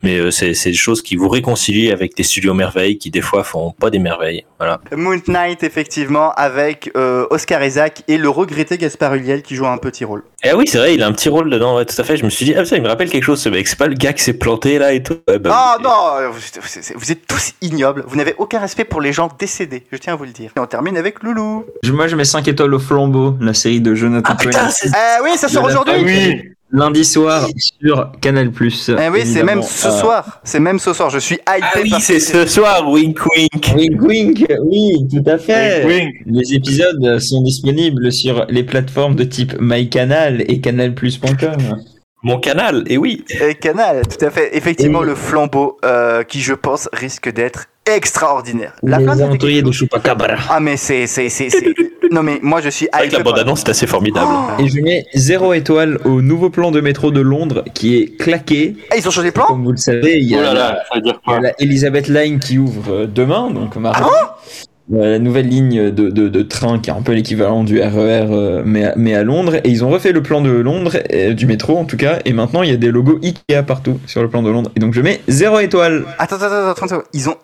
[SPEAKER 8] mais euh, c'est c'est des choses qui vous réconcilient avec les studios merveilles qui des fois font pas des merveilles. Voilà.
[SPEAKER 5] Moon Knight, effectivement, avec euh, Oscar Isaac et le regretté Gaspard Ulliel qui joue un petit rôle.
[SPEAKER 8] Eh oui, c'est vrai, il a un petit rôle dedans, ouais, tout à fait. Je me suis dit, ah, ça, il me rappelle quelque chose, ce mec. C'est pas le gars qui s'est planté là et tout. Ouais, bah,
[SPEAKER 5] Ah non, vous, êtes- vous êtes- vous êtes tous ignobles. Vous n'avez aucun respect pour les gens décédés. Je tiens à vous le dire. Et on termine avec Loulou.
[SPEAKER 6] Je- Moi, je mets 5 étoiles au flambeau, la série de Jonathan
[SPEAKER 8] Ah,
[SPEAKER 6] Cohen.
[SPEAKER 5] Eh oui, ça sort aujourd'hui.
[SPEAKER 6] Lundi soir sur Canal+.
[SPEAKER 5] Eh oui, c'est même ce
[SPEAKER 2] Ah.
[SPEAKER 5] soir. C'est même ce soir. Je suis hypé.
[SPEAKER 8] Ah
[SPEAKER 5] par
[SPEAKER 8] ce soir, wink wink.
[SPEAKER 6] Wink wink, oui, tout à fait.
[SPEAKER 5] Wink,
[SPEAKER 6] Les épisodes sont disponibles sur les plateformes de type MyCanal et canalplus.com.
[SPEAKER 8] Mon canal, et oui.
[SPEAKER 5] Et Canal, tout à fait. Effectivement, le flambeau euh, qui, je pense, risque d'être extraordinaire. La
[SPEAKER 13] Les
[SPEAKER 5] flamme, c'était
[SPEAKER 13] aventuriers de Chupacabra.
[SPEAKER 5] Ah mais c'est c'est c'est c'est- non mais moi je suis
[SPEAKER 8] Avec la
[SPEAKER 5] hype par-
[SPEAKER 8] bande-annonce, c'est assez formidable.
[SPEAKER 5] Oh.
[SPEAKER 2] Et je mets zéro étoile au nouveau plan de métro de Londres qui est claqué.
[SPEAKER 5] Ah, ils ont changé de plan
[SPEAKER 2] Comme vous le savez, il y a,
[SPEAKER 1] Oh là là,
[SPEAKER 2] la, il y a la Elizabeth Line qui ouvre euh, demain, donc mardi. Euh, la nouvelle ligne de, de- de train qui est un peu l'équivalent du RER euh, mais, à- mais à Londres et ils ont refait le plan de Londres euh, du métro en tout cas et maintenant il y a des logos Ikea partout sur le plan de Londres et donc je mets zéro étoile
[SPEAKER 5] Attends attends attends, attends, attends, ils ont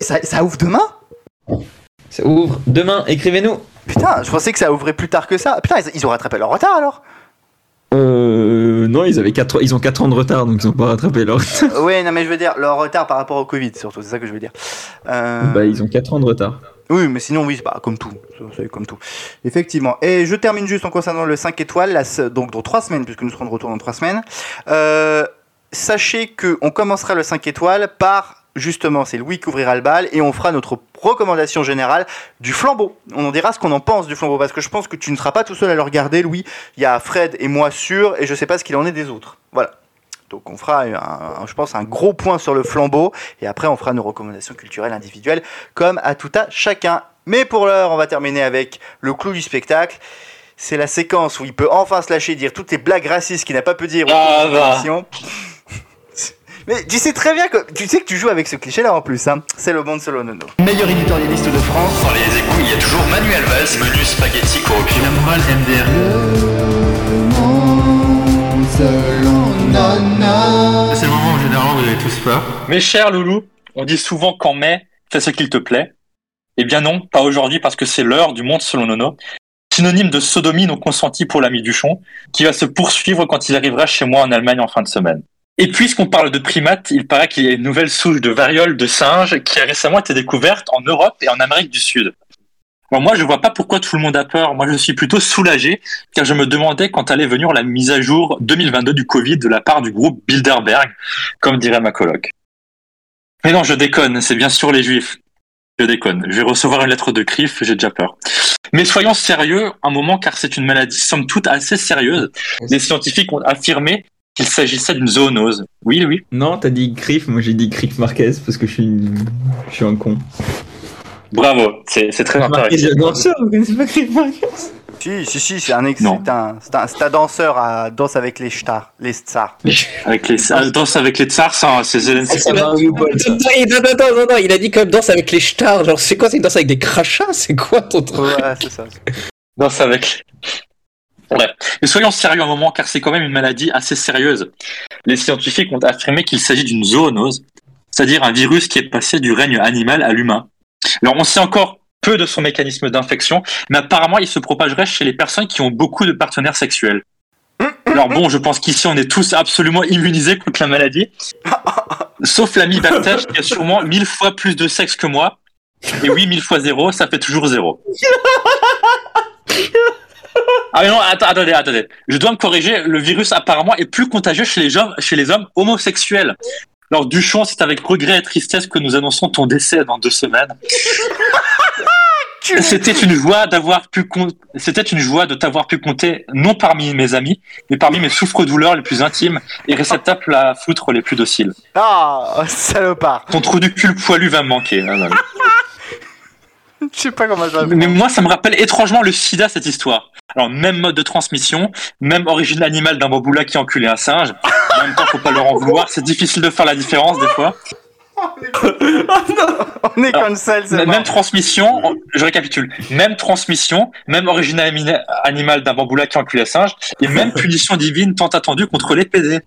[SPEAKER 5] ça, ça ouvre demain
[SPEAKER 2] ça ouvre demain écrivez-nous
[SPEAKER 5] Putain, je pensais que ça ouvrait plus tard que ça. Putain, ils, ils ont rattrapé leur retard alors.
[SPEAKER 2] euh, non ils avaient quatre ils ont 4 ans de retard donc ils ont pas rattrapé leur retard
[SPEAKER 5] oui, non mais je veux dire leur retard par rapport au Covid surtout, c'est ça que je veux dire. Euh,
[SPEAKER 2] bah ils ont 4 ans de retard
[SPEAKER 5] Oui, mais sinon, oui, c'est pas comme tout. C'est comme tout. Effectivement. Et je termine juste en concernant le 5 étoiles, la se- donc dans 3 semaines, puisque nous serons de retour dans 3 semaines. Euh, sachez que on commencera le 5 étoiles par, justement, c'est Louis qui ouvrira le bal, et on fera notre recommandation générale du flambeau. On en dira ce qu'on en pense du flambeau, parce que je pense que tu ne seras pas tout seul à le regarder, Louis. Il y a Fred et moi sûr, et je sais pas ce qu'il en est des autres. Voilà. Donc on fera, un- un- je pense, un gros point sur le flambeau et après on fera nos recommandations culturelles individuelles comme à tout à chacun. Mais pour l'heure, on va terminer avec le clou du spectacle. C'est la séquence où il peut enfin se lâcher, dire toutes les blagues racistes qu'il n'a pas pu dire. au cours de
[SPEAKER 1] va.
[SPEAKER 5] l'émission. Mais tu sais très bien que tu sais que tu joues avec ce cliché-là en plus. Hein. C'est le bon solo nono.
[SPEAKER 3] Meilleur éditorialiste de France. Dans les échos, il y a toujours Manuel Valls, menu spaghetti corruption. La morale MDR.
[SPEAKER 1] C'est le moment où généralement vous avez tous peur. Mes chers loulous, on dit souvent qu'en mai, fais ce qu'il te plaît. Eh bien non, pas aujourd'hui parce que c'est l'heure du monde selon Nono. Synonyme de sodomie non consentie pour l'ami Duchon, qui va se poursuivre quand il arrivera chez moi en Allemagne en fin de semaine. Et puisqu'on parle de primates, il paraît qu'il y a une nouvelle souche de variole de singe qui a récemment été découverte en Europe et en Amérique du Sud. Bon, moi, je vois pas pourquoi tout le monde a peur. Moi, je suis plutôt soulagé, car je me demandais quand allait venir la mise à jour 2022 du Covid de la part du groupe Bilderberg, comme dirait ma coloc. Mais Eh non, je déconne, c'est bien sûr les juifs. Je déconne. Je vais recevoir une lettre de CRIF, j'ai déjà peur. Mais soyons sérieux un moment, car c'est une maladie somme toute assez sérieuse. Les scientifiques ont affirmé qu'il s'agissait d'une zoonose. Oui, oui.
[SPEAKER 2] non t'as dit Griff moi j'ai dit Griff Marquez parce que je suis une- je suis un con
[SPEAKER 1] Bravo, c'est c'est très
[SPEAKER 2] Marquez
[SPEAKER 1] intéressant.
[SPEAKER 2] le danseur vous connaissez pas Griff Marquez
[SPEAKER 5] Si, si, si, c'est un, ex- c'est un, c'est un, c'est un danseur à danse avec les stars. Les stars.
[SPEAKER 1] Avec les, ah, danse avec les tsars, c'est- c'est
[SPEAKER 10] Ah,
[SPEAKER 1] Zelensky.
[SPEAKER 10] Attends, attends, attends, attends, il a dit quand même danse avec les stars. Genre, c'est quoi, c'est une danse avec des crachats C'est quoi ton truc
[SPEAKER 5] Ouais, c'est ça.
[SPEAKER 1] Danse avec. Bref. Mais soyons sérieux un moment, car c'est quand même une maladie assez sérieuse. Les scientifiques ont affirmé qu'il s'agit d'une zoonose, c'est-à-dire un virus qui est passé du règne animal à l'humain. Alors, on sait encore peu de son mécanisme d'infection, mais apparemment, il se propagerait chez les personnes qui ont beaucoup de partenaires sexuels. Alors bon, je pense qu'ici, on est tous absolument immunisés contre la maladie, sauf l'ami Baptiste qui a sûrement mille fois plus de sexe que moi. Et oui, mille fois zéro, ça fait toujours zéro. Ah mais non, atta- attendez, attendez. Je dois me corriger. Le virus apparemment est plus contagieux chez les hommes, chez les hommes homosexuels. Alors Duchon, c'est avec regret et tristesse que nous annonçons ton décès dans deux semaines. C'était une joie d'avoir pu con- c'était une joie de t'avoir pu compter non parmi mes amis, mais parmi mes souffres-douleurs les plus intimes et réceptacles à foutre les plus dociles.
[SPEAKER 5] Ah, salopard.
[SPEAKER 1] Ton trou du cul poilu va me manquer. hein, là, là.
[SPEAKER 5] Je sais pas comment ça va.
[SPEAKER 1] Mais moi, ça me rappelle étrangement le sida, cette histoire. Alors, même mode de transmission, même origine animale d'un boboula qui enculait un singe. En même temps, faut pas leur en vouloir, c'est difficile de faire la différence des fois.
[SPEAKER 5] On est cancel, c'est
[SPEAKER 1] Ah, Même
[SPEAKER 5] mort.
[SPEAKER 1] transmission, on- je récapitule, même transmission, même origine ami- animale d'un bamboula qui enculait un singe, et même punition divine tant attendue contre les PD.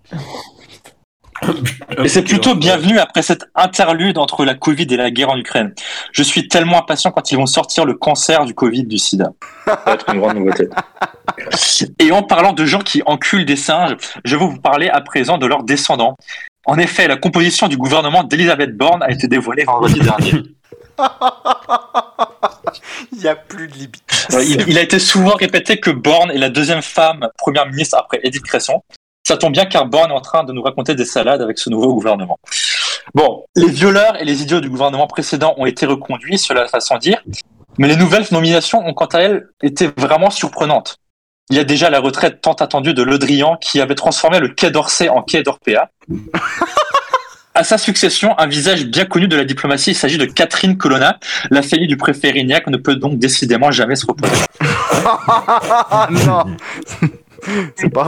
[SPEAKER 1] Et c'est plutôt bienvenu après cette interlude entre la Covid et la guerre en Ukraine. Je suis tellement impatient quand ils vont sortir le cancer du Covid du sida. Ça va être une grande nouveauté. Et en parlant de gens qui enculent des singes, je vais vous parler à présent de leurs descendants. En effet, la composition du gouvernement d'Elisabeth Borne a été dévoilée vendredi dernier.
[SPEAKER 5] Il y a plus de Libye.
[SPEAKER 1] Alors, Euh, il, il a été souvent répété que Borne est la deuxième femme première ministre après Edith Cresson. Ça tombe bien car Borne est en train de nous raconter des salades avec ce nouveau gouvernement. Bon, les violeurs et les idiots du gouvernement précédent ont été reconduits, cela va sans dire, mais les nouvelles nominations ont quant à elles été vraiment surprenantes. Il y a déjà la retraite tant attendue de Le Drian qui avait transformé le Quai d'Orsay en Quai d'Orpea. À sa succession, un visage bien connu de la diplomatie, il s'agit de Catherine Colonna. La famille du préfet Rignac ne peut donc décidément jamais se reposer.
[SPEAKER 5] Ah, non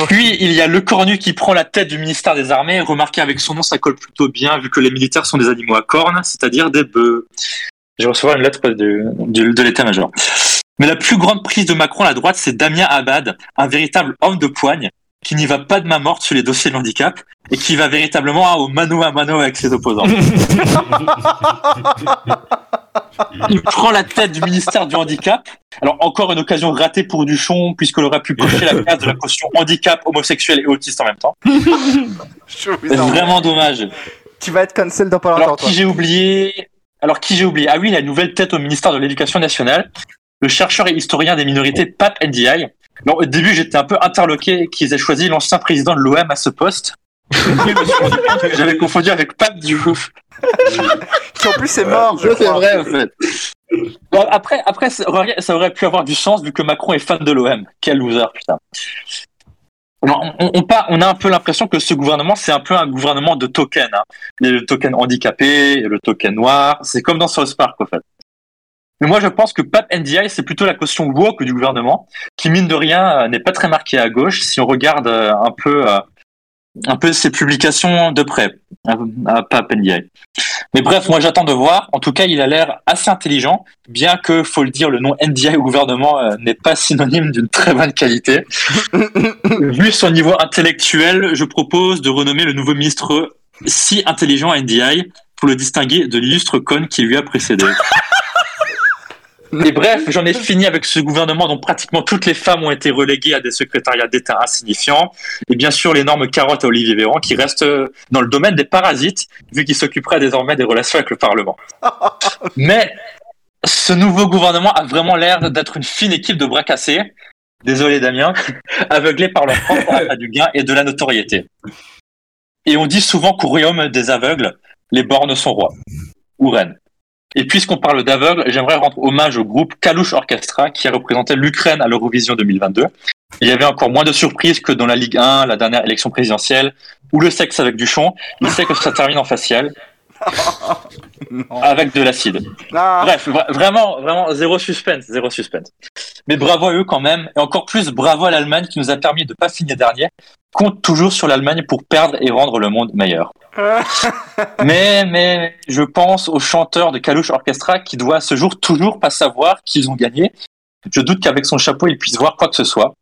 [SPEAKER 1] Puis, il y a Le Cornu qui prend la tête du ministère des Armées. Remarquez, avec son nom, ça colle plutôt bien, vu que les militaires sont des animaux à cornes, c'est-à-dire des bœufs. Je vais recevoir une lettre du- du- de l'état-major. Mais la plus grande prise de Macron à la droite, c'est Damien Abad, un véritable homme de poigne qui n'y va pas de main morte sur les dossiers de handicap et qui va véritablement au mano à mano avec ses opposants. Il prend la tête du ministère du handicap. Alors encore une occasion ratée pour Duchon puisqu'il aurait pu cocher la case de la caution handicap, homosexuel et autiste en même temps.
[SPEAKER 5] Je vous
[SPEAKER 1] C'est
[SPEAKER 5] en-
[SPEAKER 1] vraiment dommage.
[SPEAKER 5] Tu vas être cancel dans pas longtemps.
[SPEAKER 1] Alors
[SPEAKER 5] toi.
[SPEAKER 1] qui j'ai oublié Alors qui j'ai oublié Ah oui, la nouvelle tête au ministère de l'Éducation nationale, le chercheur et historien des minorités Pape NDI. Non, au début, j'étais un peu interloqué qu'ils aient choisi l'ancien président de l'OM à ce poste. Puis, je me suis rendu compte que J'avais confondu avec Pape du coup.
[SPEAKER 5] Qui en plus est mort. je
[SPEAKER 1] c'est
[SPEAKER 5] crois.
[SPEAKER 1] vrai en fait. Bon, après, après, ça aurait- ça aurait pu avoir du sens vu que Macron est fan de l'OM. Quel loser, putain. On, on- on part- on a un peu l'impression que ce gouvernement, c'est un peu un gouvernement de tokens. hein. Il y a le token handicapé, il y a le token noir. C'est comme dans South Park, en fait. Mais moi, je pense que Pape NDI, c'est plutôt la caution woke du gouvernement, qui, mine de rien, euh, n'est pas très marquée à gauche si on regarde euh, un peu, euh, un peu ses publications de près, à, à Pape NDI. Mais bref, moi, j'attends de voir. En tout cas, il a l'air assez intelligent, bien que, faut le dire, le nom NDI au gouvernement euh, n'est pas synonyme d'une très bonne qualité. Vu son niveau intellectuel, je propose de renommer le nouveau ministre si intelligent NDI pour le distinguer de l'illustre con qui lui a précédé. Et bref, j'en ai fini avec ce gouvernement dont pratiquement toutes les femmes ont été reléguées à des secrétariats d'État insignifiants. Et bien sûr, l'énorme carotte à Olivier Véran qui reste euh, dans le domaine des parasites, vu qu'il s'occupera désormais des relations avec le Parlement. Mais ce nouveau gouvernement a vraiment l'air d'être une fine équipe de bras cassés. Désolé Damien, aveuglés par leur propre appât du gain et de la notoriété. Et on dit souvent qu'au royaume des aveugles, les bornes sont rois ou reines. Et puisqu'on parle d'aveugles, j'aimerais rendre hommage au groupe Kalouche Orchestra qui a représenté l'Ukraine à l'Eurovision 2022. Il y avait encore moins de surprises que dans la Ligue 1, la dernière élection présidentielle, ou le sexe avec Duchon. Il sait que ça termine en facial. Avec de l'acide.
[SPEAKER 5] Ah.
[SPEAKER 1] Bref, vra- vraiment, vraiment, zéro suspense, zéro suspense. Mais bravo à eux quand même, et encore plus bravo à l'Allemagne qui nous a permis de pas finir dernier. Compte toujours sur l'Allemagne pour perdre et rendre le monde meilleur. mais, mais je pense aux chanteurs de Kalouche Orchestra qui doit à ce jour toujours pas savoir qu'ils ont gagné. Je doute qu'avec son chapeau, ils puissent voir quoi que ce soit.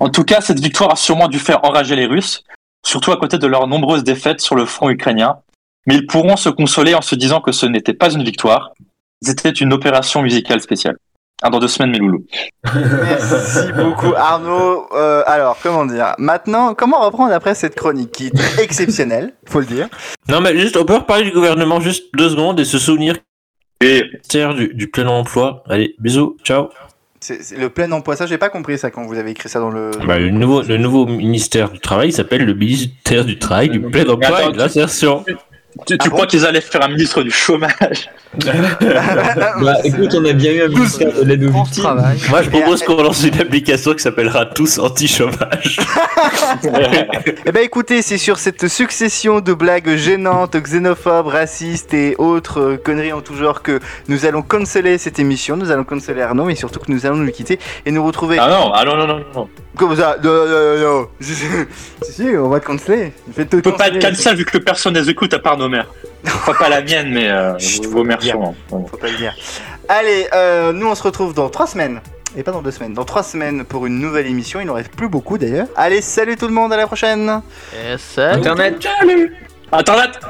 [SPEAKER 1] En tout cas, cette victoire a sûrement dû faire enrager les Russes, surtout à côté de leurs nombreuses défaites sur le front ukrainien. Mais ils pourront se consoler en se disant que ce n'était pas une victoire, c'était une opération musicale spéciale. Ah, dans deux semaines, mes loulous.
[SPEAKER 5] Merci beaucoup Arnaud. Euh, alors, comment dire Maintenant, comment reprendre après cette chronique qui est exceptionnelle, faut le dire.
[SPEAKER 8] Non, mais juste, on peut reparler du gouvernement juste deux secondes et se souvenir ministère du, du plein emploi. Allez, bisous, ciao.
[SPEAKER 5] C'est c'est le plein emploi, ça j'ai pas compris ça quand vous avez écrit ça dans le...
[SPEAKER 8] Bah, le, nouveau, le nouveau ministère du Travail s'appelle le ministère du Travail, du plein emploi
[SPEAKER 5] Attends,
[SPEAKER 8] et de l'insertion.
[SPEAKER 1] Tu, tu crois qu'ils allaient faire un ministre du chômage
[SPEAKER 2] Bah écoute, on a bien eu un ministère de l'aide aux victimes.
[SPEAKER 8] Moi, je propose qu'on lance une application qui s'appellera Tous Anti-Chômage.
[SPEAKER 5] Eh ben écoutez, c'est sur cette succession de blagues gênantes, xénophobes, racistes et autres euh, conneries en tout genre que nous allons canceller cette émission, nous allons canceller Arnaud mais surtout que nous allons nous quitter et nous retrouver...
[SPEAKER 1] Ah non, ah non, non, non, non.
[SPEAKER 5] Comment ça Non, non, non, non. Si, si, on va te canceller. Faites
[SPEAKER 1] On peut pas être cancel vu que personne les écoute à part nos mères. Enfin, pas la mienne, mais euh, vos mères sûrement.
[SPEAKER 5] Faut pas le dire. Allez, euh, nous on se retrouve dans 3 semaines. Et pas dans 2 semaines, dans 3 semaines pour une nouvelle émission. Il n'en reste plus beaucoup d'ailleurs. Allez, salut tout le monde, à la prochaine.
[SPEAKER 7] Et Eh, salut.
[SPEAKER 5] Internet.
[SPEAKER 1] Internet